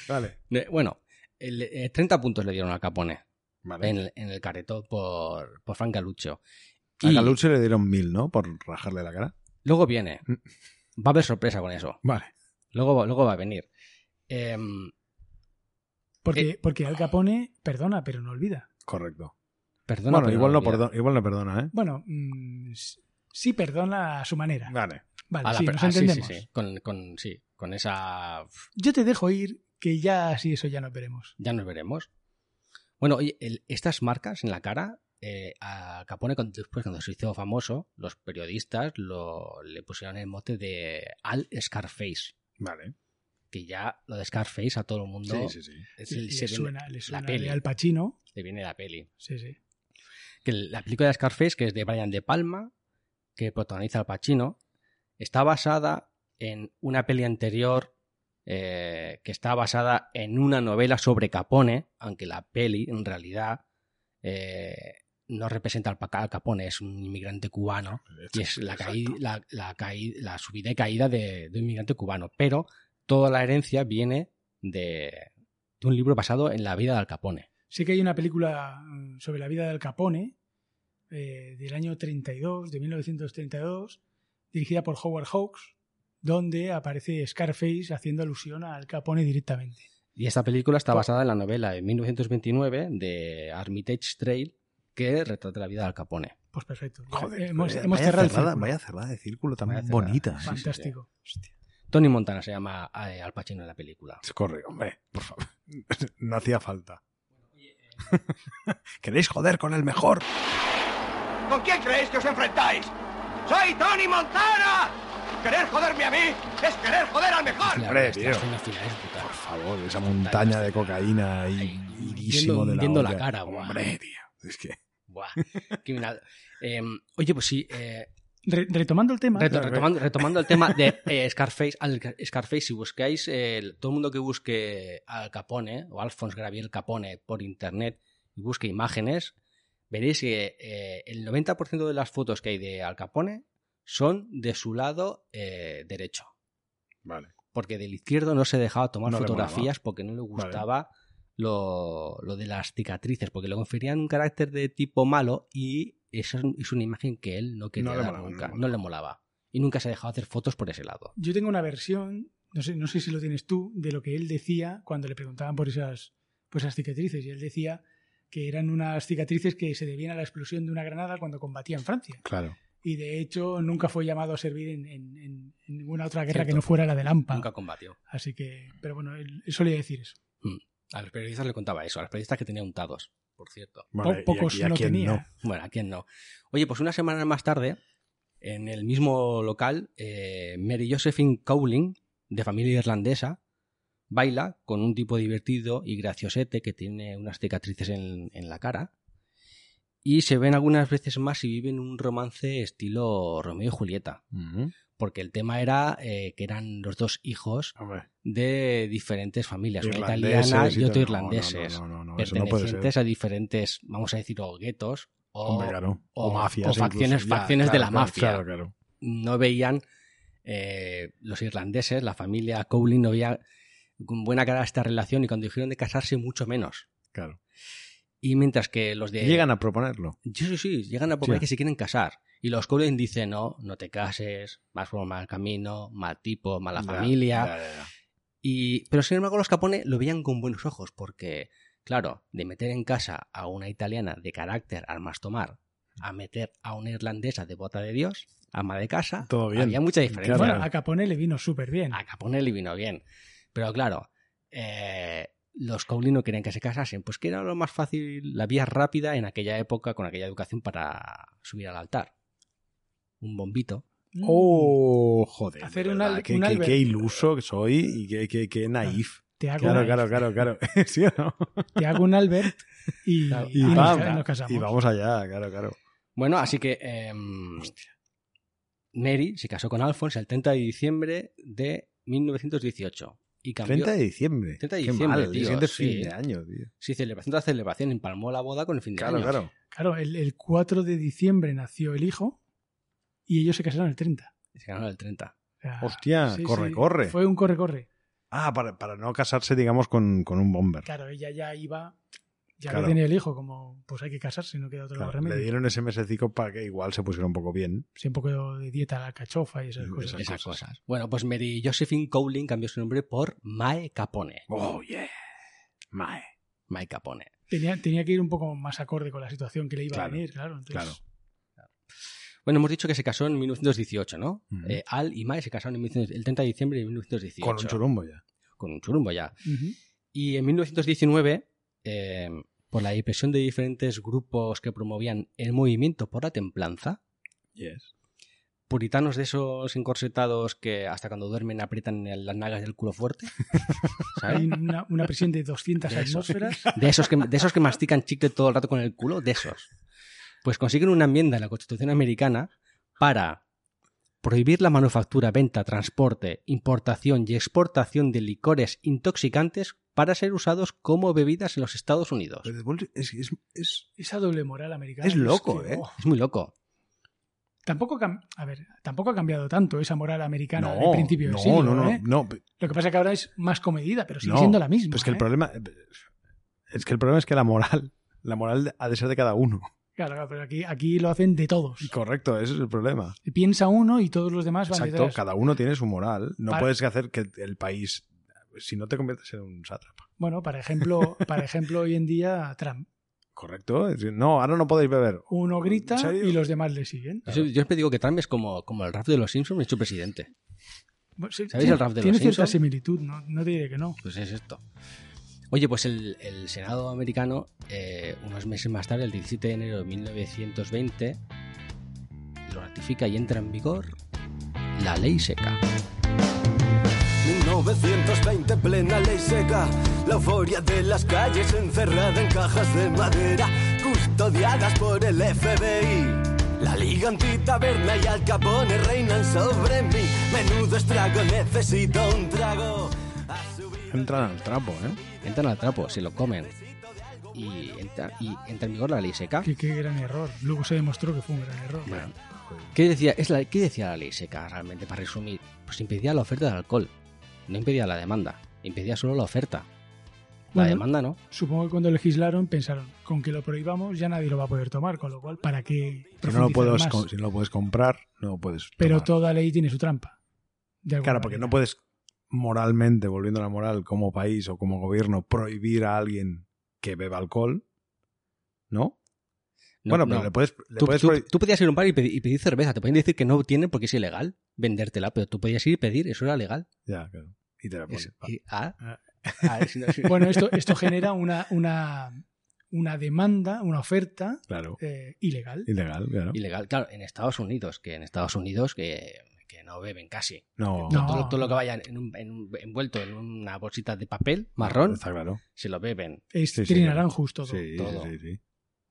Speaker 2: vale.
Speaker 3: Eh, Bueno, el- eh, 30 puntos le dieron a Capone
Speaker 2: vale.
Speaker 3: en el, en el careto por, por Frank Galucho.
Speaker 2: A
Speaker 3: Y
Speaker 2: Galuccio Mm. le dieron mil, ¿no? Por rajarle la cara.
Speaker 3: luego viene. Va a haber sorpresa con eso.
Speaker 2: Vale.
Speaker 3: Luego, luego va a venir. Em,
Speaker 1: Porque,
Speaker 3: Eh,
Speaker 1: porque Al Capone perdona, pero no olvida.
Speaker 2: Correcto.
Speaker 3: perdona,
Speaker 2: bueno,
Speaker 3: pero
Speaker 2: igual, no
Speaker 3: olvida.
Speaker 2: perdona, igual no perdona, ¿eh?
Speaker 1: Bueno, mm, s- Sí perdona a su manera.
Speaker 2: Vale.
Speaker 1: Vale,
Speaker 3: A la
Speaker 1: sí,
Speaker 3: per-
Speaker 1: nos
Speaker 3: ah, sí, sí,
Speaker 1: entendemos.
Speaker 3: sí. Con, con- sí, con esa.
Speaker 1: Yo te dejo ir, que ya así eso ya nos veremos.
Speaker 3: Ya nos veremos. Bueno, oye, el- estas marcas en la cara, eh, a Capone, cuando, después, cuando se hizo famoso, los periodistas lo, le pusieron el mote de Al Scarface.
Speaker 2: Vale.
Speaker 3: Que ya lo de Scarface a todo el mundo
Speaker 2: Sí, sí, sí.
Speaker 3: es
Speaker 1: Sí,
Speaker 3: el-
Speaker 1: le,
Speaker 3: se viene-
Speaker 1: suena, le suena de
Speaker 3: peli.
Speaker 1: Al Pacino.
Speaker 3: le viene la peli.
Speaker 1: Sí, sí.
Speaker 3: que la película de Scarface, que es de Brian De Palma, que protagoniza al Pacino, está basada en una peli anterior eh, que está basada en una novela sobre Capone, aunque la peli en realidad eh, no representa al Paca- al Capone, es un inmigrante cubano y es la,
Speaker 2: Exacto.
Speaker 3: caí- la, la caí- la subida y caída de, de un inmigrante cubano, pero toda la herencia viene de, de un libro basado en la vida de Al Capone.
Speaker 1: Sí que hay una película mm, sobre la vida de Al Capone eh, del año 32, de 1932, dirigida por Howard Hawks, donde aparece Scarface haciendo alusión a Al Capone directamente.
Speaker 3: Y esta película está
Speaker 1: Por-
Speaker 3: basada en la novela de 1929 de Armitage Trail que retrata la vida de Al Capone.
Speaker 1: Pues perfecto. Ya
Speaker 2: Joder,
Speaker 1: hemos
Speaker 3: eh,
Speaker 2: vaya-
Speaker 1: hemos
Speaker 2: vaya
Speaker 1: cerrado el
Speaker 2: cerrada,
Speaker 1: círculo.
Speaker 2: Vaya cerrada de círculo
Speaker 3: Vaya
Speaker 2: también
Speaker 3: cerrada.
Speaker 2: bonita. ¿eh?
Speaker 3: Sí, sí, sí.
Speaker 1: Fantástico.
Speaker 3: Tony Montana se llama eh, Al Pacino en la película.
Speaker 2: Corre, hombre, por favor. No hacía falta. ¿Queréis joder con el mejor?
Speaker 5: ¿Con quién creéis que os enfrentáis? ¡Soy Tony Montana! Querer joderme a mí es querer joder al mejor.
Speaker 3: La-
Speaker 2: hombre,
Speaker 3: la
Speaker 2: tío.
Speaker 3: escena final es brutal.
Speaker 2: Por favor, esa montaña de cocaína y
Speaker 3: Ay,
Speaker 2: irísimo de la
Speaker 3: hundiendo la
Speaker 2: olla.
Speaker 3: cara, guau.
Speaker 2: Hombre, tío. Es que.
Speaker 3: Buah, criminal. Eh, oye, pues sí, eh,
Speaker 1: Re- retomando el tema,
Speaker 3: reto- retomando, retomando el tema de eh, Scarface, al Scarface, si buscáis, eh, el- todo el mundo que busque Al Capone o Alphonse Gravier Capone por internet y busque imágenes, veréis que eh, el 90% de las fotos que hay de Al Capone son de su lado eh, derecho,
Speaker 2: Vale.
Speaker 3: porque del izquierdo no se dejaba tomar
Speaker 2: No le
Speaker 3: fotografías
Speaker 2: molaba.
Speaker 3: porque no le gustaba lo, lo de las cicatrices, porque le conferían un carácter de tipo malo y esa es, es una imagen que él no quería
Speaker 2: No le
Speaker 3: dar
Speaker 2: molaba,
Speaker 3: nunca,
Speaker 2: no
Speaker 3: no,
Speaker 2: le
Speaker 3: le molaba. Y nunca se dejaba hacer fotos por ese lado.
Speaker 1: yo tengo una versión, no sé, no sé si lo tienes tú, de lo que él decía cuando le preguntaban por esas, por esas cicatrices. Y él decía que eran unas cicatrices que se debían a la explosión de una granada cuando combatía en Francia.
Speaker 2: Claro.
Speaker 1: y de hecho nunca fue llamado a servir en, en- en- en ninguna otra guerra
Speaker 3: Cierto.
Speaker 1: que no fuera la de Lampa.
Speaker 3: Nunca combatió.
Speaker 1: Así que, pero bueno, él, él solía decir eso.
Speaker 3: A los periodistas le contaba eso, a los periodistas que tenía untados, por cierto.
Speaker 2: Vale,
Speaker 1: Po-
Speaker 2: y a-
Speaker 1: pocos
Speaker 2: y a
Speaker 1: no
Speaker 2: quién
Speaker 1: tenía.
Speaker 3: Bueno, ¿a quién no? Oye, pues una semana más tarde, en el mismo local, eh, Mary Josephine Cowling, de familia irlandesa, baila con un tipo divertido y graciosete que tiene unas cicatrices en, en la cara. Y se ven algunas veces más y viven un romance estilo Romeo y Julieta.
Speaker 2: Ujú.
Speaker 3: Porque el tema era eh, que eran los dos hijos
Speaker 2: Hombre,
Speaker 3: de diferentes familias, una
Speaker 2: irlandeses
Speaker 3: italiana
Speaker 2: y
Speaker 3: y otro
Speaker 2: tal.
Speaker 3: irlandeses,
Speaker 2: No, no, no, no, no, eso no puede ser.
Speaker 3: pertenecientes a diferentes, vamos a decir, o guetos, o
Speaker 2: Hombre, claro.
Speaker 3: o-
Speaker 2: mafias.
Speaker 3: o
Speaker 2: incluso.
Speaker 3: facciones- facciones de la
Speaker 2: claro,
Speaker 3: mafia.
Speaker 2: Claro, claro.
Speaker 3: no veían eh, los irlandeses, la familia Cowling no veía con buena cara esta relación y cuando dijeron de casarse mucho menos.
Speaker 2: claro.
Speaker 3: Y mientras que los de...
Speaker 2: Llegan a proponerlo.
Speaker 3: Sí, sí, sí, llegan a proponer
Speaker 2: Sí.
Speaker 3: que se quieren casar. Y los Cowling dicen, no, no te cases, vas por mal camino, mal tipo, mala
Speaker 2: Ya,
Speaker 3: familia.
Speaker 2: ya, ya, ya.
Speaker 3: Y, pero sin embargo los Capone lo veían con buenos ojos porque, claro, de meter en casa a una italiana de carácter al más tomar a meter a una irlandesa de bota de Dios, ama de casa,
Speaker 2: Todo bien.
Speaker 3: había mucha diferencia.
Speaker 2: Claro.
Speaker 1: Bueno, a Capone le vino súper bien.
Speaker 3: A Capone le vino bien. Pero claro, eh, los Cowling no querían que se casasen, pues que era lo más fácil, la vía rápida en aquella época, con aquella educación para subir al altar. Un bombito.
Speaker 1: Mm.
Speaker 2: Oh, joder.
Speaker 1: Hacer
Speaker 2: de
Speaker 1: un
Speaker 2: verdad,
Speaker 1: al-
Speaker 2: qué,
Speaker 1: un
Speaker 2: qué-
Speaker 1: Albert. Ah,
Speaker 2: qué iluso que soy y qué, qué, qué naif.
Speaker 1: te, hago
Speaker 2: Claro,
Speaker 1: un,
Speaker 2: claro, claro, claro. ¿Sí o no?
Speaker 1: te hago un Albert y,
Speaker 3: Claro,
Speaker 1: y
Speaker 2: Y,
Speaker 1: nos,
Speaker 2: pam,
Speaker 1: nos casamos.
Speaker 2: y vamos allá, claro, claro.
Speaker 3: Bueno, así que em, Mary se casó con Alphonse el 30 de diciembre de 1918. Y cambió,
Speaker 2: 30 de diciembre.
Speaker 3: 30 de
Speaker 2: Qué
Speaker 3: diciembre,
Speaker 2: mal, el
Speaker 3: tío,
Speaker 2: siguiente
Speaker 3: sí.
Speaker 2: fin de año, tío.
Speaker 3: Sí, celebración tras celebración, empalmó la boda con el fin de
Speaker 2: Claro,
Speaker 3: año.
Speaker 2: claro.
Speaker 1: Claro, el, el 4 de diciembre nació el hijo y ellos se casaron el 30.
Speaker 3: Y Se ganaron el 30.
Speaker 1: O sea,
Speaker 2: Hostia,
Speaker 1: sí,
Speaker 2: corre,
Speaker 1: sí,
Speaker 2: corre.
Speaker 1: Fue un corre-corre.
Speaker 2: Ah, para, para no casarse, digamos, con, con un bomber.
Speaker 1: Claro, ella ya iba, ya
Speaker 2: Claro.
Speaker 1: que tenía el hijo, como pues hay que casarse, no queda otro
Speaker 2: Claro,
Speaker 1: remedio.
Speaker 2: le dieron ese mesecico para que igual se pusiera un poco bien.
Speaker 1: Sí, un poco de dieta a la cachofa y esas
Speaker 2: Mm,
Speaker 1: cosas.
Speaker 2: esas
Speaker 3: Esas
Speaker 2: cosas.
Speaker 3: cosas. Bueno, pues Mary Josephine Cowling cambió su nombre por Mae Capone.
Speaker 2: Oh, yeah. Mae.
Speaker 3: Mae Capone.
Speaker 1: Tenía, tenía que ir un poco más acorde con la situación que le iba
Speaker 2: Claro,
Speaker 1: a venir, claro. Entonces,
Speaker 2: claro.
Speaker 3: Bueno, hemos dicho que se casó en 1918, ¿no?
Speaker 2: Ujú.
Speaker 3: Eh, Al y Mai se casaron en 1918, el 30 de diciembre de 1918.
Speaker 2: Con un churumbo ya.
Speaker 3: Con un churumbo ya.
Speaker 1: Ujú.
Speaker 3: Y en 1919, eh, por la impresión de diferentes grupos que promovían el movimiento por la templanza,
Speaker 2: Yes.
Speaker 3: puritanos de esos encorsetados que hasta cuando duermen aprietan el- las nalgas del culo fuerte,
Speaker 1: Hay
Speaker 3: ¿sabes?
Speaker 1: una, una presión de 200
Speaker 3: Eso.
Speaker 1: atmósferas.
Speaker 3: De esos, que, de esos que mastican chicle todo el rato con el culo, de esos. Pues consiguen una enmienda en la Constitución americana para prohibir la manufactura, venta, transporte, importación y exportación de licores intoxicantes para ser usados como bebidas en los Estados Unidos.
Speaker 2: Pero Bull- es, es- es-
Speaker 1: Esa doble moral americana.
Speaker 2: Es loco, ¿eh?
Speaker 3: Es muy
Speaker 1: oh,
Speaker 3: loco.
Speaker 1: tampoco, cam- a ver, tampoco ha cambiado tanto esa moral americana
Speaker 2: no,
Speaker 1: de principio de
Speaker 2: no,
Speaker 1: siglo,
Speaker 2: no, no,
Speaker 1: ¿eh?
Speaker 2: no, pe-
Speaker 1: Lo que pasa es que ahora es más comedida, pero sigue
Speaker 2: no.
Speaker 1: siendo la misma.
Speaker 2: Pero es que el
Speaker 1: ¿eh?
Speaker 2: problema es que el problema es que la moral, la moral ha de ser de cada uno.
Speaker 1: Claro, claro, pero aquí, aquí lo hacen de todos.
Speaker 2: Correcto, ese es el problema.
Speaker 1: Y Piensa uno y todos los demás van
Speaker 2: Exacto,
Speaker 1: detrás.
Speaker 2: cada uno tiene su moral. No
Speaker 1: Para-
Speaker 2: puedes hacer que el país si no te conviertes en un sátrapa.
Speaker 1: Bueno, para ejemplo, para ejemplo, hoy en día Trump.
Speaker 2: Correcto, es decir, no, ahora no podéis beber.
Speaker 1: Uno grita
Speaker 2: ¿En serio?
Speaker 1: y los demás le siguen.
Speaker 3: Yo- Yo siempre digo que Trump es como, como el rap de los Simpsons hecho presidente.
Speaker 1: Bueno, sí,
Speaker 3: ¿Sabéis
Speaker 1: sí,
Speaker 3: el rap de los
Speaker 1: Tiene cierta
Speaker 3: Simpson?
Speaker 1: similitud, no, no te diré que no.
Speaker 3: Pues es esto. Oye, pues el, el Senado americano, eh, unos meses más tarde, el 17 de enero de 1920, lo ratifica y entra en vigor la ley seca.
Speaker 6: 1920 plena ley seca, la euforia de las calles encerrada en cajas de madera, custodiadas por el FBI. La liga antitaberna y Al Capone reinan sobre mí. Menudo estrago, necesito un trago. Ha subido-
Speaker 2: Entran al trapo, ¿eh?
Speaker 3: Entran al trapo, se lo comen. Y entra, y entra en vigor la ley seca.
Speaker 1: Qué, qué gran error. Luego se demostró que fue un gran error.
Speaker 3: Bueno, ¿qué, decía, es la, ¿Qué decía la ley seca realmente, para resumir? Pues impedía la oferta del alcohol, no impedía la demanda, impedía solo la oferta. La
Speaker 1: Bueno.
Speaker 3: demanda no.
Speaker 1: Supongo que cuando legislaron pensaron, con que lo prohibamos ya nadie lo va a poder tomar, con lo cual, ¿para qué?
Speaker 2: Si no lo
Speaker 1: profundizar
Speaker 2: puedes,
Speaker 1: más?
Speaker 2: com- si no lo puedes comprar, no lo puedes.
Speaker 1: Pero
Speaker 2: tomar.
Speaker 1: toda ley tiene su trampa. De alguna
Speaker 2: Claro, porque no
Speaker 1: manera.
Speaker 2: puedes moralmente, volviendo a la moral, como país o como gobierno, prohibir a alguien que beba alcohol, ¿no?
Speaker 3: No,
Speaker 2: bueno, pero
Speaker 3: no.
Speaker 2: le puedes, le
Speaker 3: Tú,
Speaker 2: puedes
Speaker 3: tú-
Speaker 2: prohi-
Speaker 3: tú podías ir a un bar y pedi- y pedir, cerveza. Te podían decir que no tienen porque es ilegal vendértela, pero tú podías ir y pedir, eso era legal.
Speaker 2: Ya, claro. Y te la pones.
Speaker 3: Es-
Speaker 2: Va.
Speaker 3: y- ah, ah, es- no, es-
Speaker 1: Bueno, esto, esto genera una, una, una demanda, una oferta
Speaker 2: Claro.
Speaker 1: eh, ilegal.
Speaker 2: Ilegal, claro.
Speaker 3: ilegal. Claro, en Estados Unidos, que en Estados Unidos que, que no beben casi.
Speaker 2: No.
Speaker 1: No.
Speaker 3: Todo, todo lo que vaya en un- en un- envuelto en una bolsita de papel marrón,
Speaker 2: Está claro.
Speaker 3: se lo beben.
Speaker 1: Es
Speaker 2: Sí, sí,
Speaker 1: trinaranjus todo. Ah,
Speaker 2: Sí,
Speaker 3: todo.
Speaker 2: sí, sí, sí.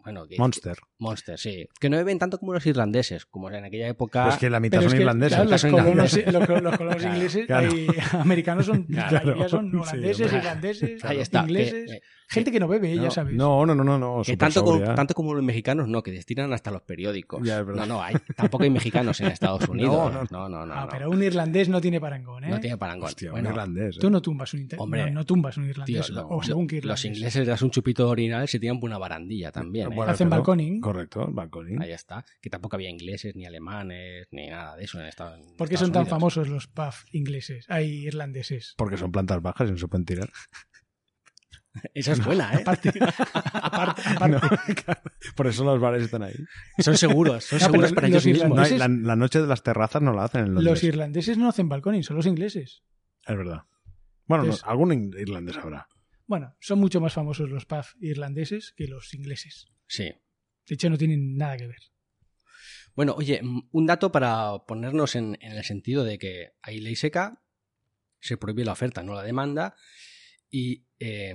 Speaker 3: Bueno, que-
Speaker 2: Monster.
Speaker 3: Monster, sí. Que no beben tanto como los irlandeses, como en aquella época.
Speaker 2: Pero es que la mitad
Speaker 1: Pero es
Speaker 2: son
Speaker 1: que,
Speaker 2: irlandeses.
Speaker 1: claro, los
Speaker 3: son
Speaker 1: colonos,
Speaker 3: irlandeses.
Speaker 1: los col- los colonos
Speaker 3: Claro,
Speaker 1: ingleses,
Speaker 2: claro.
Speaker 1: ahí, americanos son, la
Speaker 2: Claro.
Speaker 1: mayoría son
Speaker 2: Sí,
Speaker 1: holandeses,
Speaker 2: hombre.
Speaker 1: irlandeses,
Speaker 3: Ahí está. que-
Speaker 1: ingleses.
Speaker 3: eh,
Speaker 1: gente que no bebe,
Speaker 2: no,
Speaker 1: ya sabes.
Speaker 2: No, no, no, no. no
Speaker 3: Que
Speaker 2: súper
Speaker 3: tanto como,
Speaker 2: sobria.
Speaker 3: tanto como los mexicanos, no, que destinan hasta los periódicos.
Speaker 2: Ya, es verdad.
Speaker 3: no, no, hay, tampoco hay mexicanos en Estados Unidos. No, no, no. no,
Speaker 1: Ah, pero un irlandés no tiene parangón, ¿eh?
Speaker 3: No tiene parangón.
Speaker 2: Hostia,
Speaker 3: Bueno,
Speaker 2: un irlandés. ¿eh?
Speaker 1: Tú no tumbas un, inter-
Speaker 3: Hombre,
Speaker 1: no, no tumbas un
Speaker 3: tío,
Speaker 1: irlandés.
Speaker 3: lo-
Speaker 1: o según qué irlandés.
Speaker 3: los ingleses das un chupito de orinal y se tiran por una barandilla también. ¿eh?
Speaker 2: Mm, Bueno,
Speaker 1: Hacen
Speaker 2: pero-
Speaker 1: balconing.
Speaker 2: Correcto, balconing.
Speaker 3: Ahí está. Que tampoco había ingleses, ni alemanes, ni nada de eso en Estados Unidos.
Speaker 1: ¿Por qué son tan famosos los pub ingleses? Hay irlandeses.
Speaker 2: Porque son plantas bajas y no se pueden tirar.
Speaker 3: Esa es buena, ¿eh?
Speaker 1: Aparte, aparte.
Speaker 2: No, claro. Por eso los bares están ahí.
Speaker 3: Son seguros, son
Speaker 1: No, Ah, pero
Speaker 3: seguros para ellos
Speaker 1: los
Speaker 3: mismos.
Speaker 2: No hay-
Speaker 1: Entonces-
Speaker 2: la, la noche de las terrazas no la hacen en Londres.
Speaker 1: los irlandeses no hacen balconing, son los ingleses.
Speaker 2: Es verdad. Bueno, no,
Speaker 1: Entonces-
Speaker 2: algún in- irlandés habrá.
Speaker 1: Bueno, son mucho más famosos los pub irlandeses que los ingleses.
Speaker 3: Sí.
Speaker 1: De hecho, no tienen nada que ver.
Speaker 3: Bueno, oye, mm, un dato para ponernos en, en el sentido de que hay ley seca, se prohíbe la oferta, no la demanda, y eh,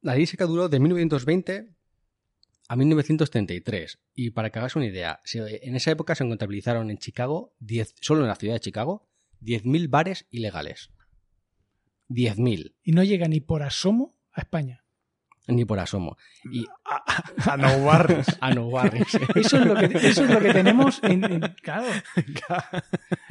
Speaker 3: la ley seca duró de 1920 a 1933. Y para que hagas una idea, se- en esa época se contabilizaron en Chicago, 10 solo en la ciudad de Chicago, 10.000 bares ilegales. 10.000,
Speaker 1: Y no llega ni por asomo a España.
Speaker 3: ni por asomo. Y
Speaker 2: A Ah, no barres.
Speaker 3: a no barres.
Speaker 1: Eso es lo que, eso es lo que tenemos en, en- Claro.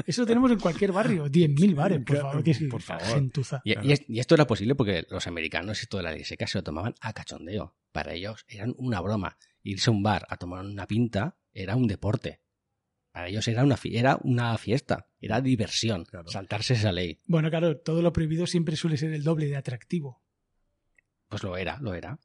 Speaker 1: Eso tenemos en cualquier barrio. 10.000 bares, por
Speaker 2: Claro,
Speaker 1: favor. Que sí,
Speaker 2: por favor.
Speaker 1: gentuza.
Speaker 3: Y,
Speaker 2: Claro.
Speaker 3: y es- y esto era posible porque los americanos esto de la ley seca se lo tomaban a cachondeo. Para ellos eran una broma. Irse a un bar a tomar una pinta era un deporte. Para ellos era una, fi- era una fiesta, era diversión,
Speaker 2: Claro.
Speaker 3: saltarse esa ley.
Speaker 1: Bueno, claro, todo lo prohibido siempre suele ser el doble de atractivo.
Speaker 3: Pues lo era, lo era.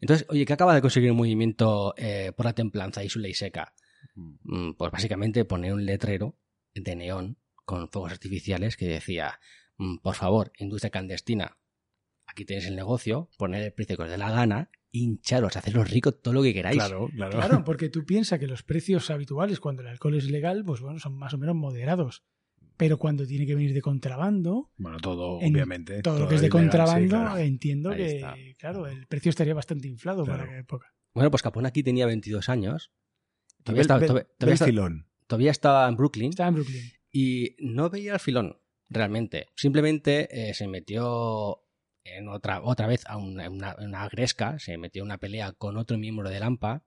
Speaker 3: Entonces, oye, ¿qué acaba de conseguir el movimiento eh, por la templanza y su ley seca? Mm, Pues básicamente poner un letrero de neón con fuegos artificiales que decía, mm, por favor, industria clandestina, aquí tenéis el negocio, poner el precio que os dé la gana, hincharos, haceros ricos todo lo que queráis.
Speaker 2: Claro, claro.
Speaker 1: Claro, porque tú piensas que los precios habituales cuando el alcohol es legal, pues bueno, son más o menos moderados. Pero cuando tiene que venir de contrabando,
Speaker 2: Bueno, todo,
Speaker 1: En
Speaker 2: obviamente.
Speaker 1: todo lo que es de
Speaker 2: ilegal, sí,
Speaker 1: contrabando,
Speaker 2: claro.
Speaker 1: entiendo
Speaker 3: Ahí
Speaker 1: que,
Speaker 3: está.
Speaker 1: claro, el precio estaría bastante inflado
Speaker 2: Claro.
Speaker 1: para la época.
Speaker 3: Bueno, pues Capone aquí tenía 22 años. Todavía
Speaker 2: Ve-
Speaker 3: estaba,
Speaker 2: ve-
Speaker 3: todavía-
Speaker 2: ve
Speaker 3: todavía
Speaker 2: el
Speaker 3: estaba-
Speaker 2: filón.
Speaker 3: todavía estaba en Brooklyn
Speaker 1: Estaba en Brooklyn.
Speaker 3: y no veía el filón, realmente. Simplemente eh, se metió en otra, otra vez a una, una- una gresca, se metió en una pelea con otro miembro del AMPA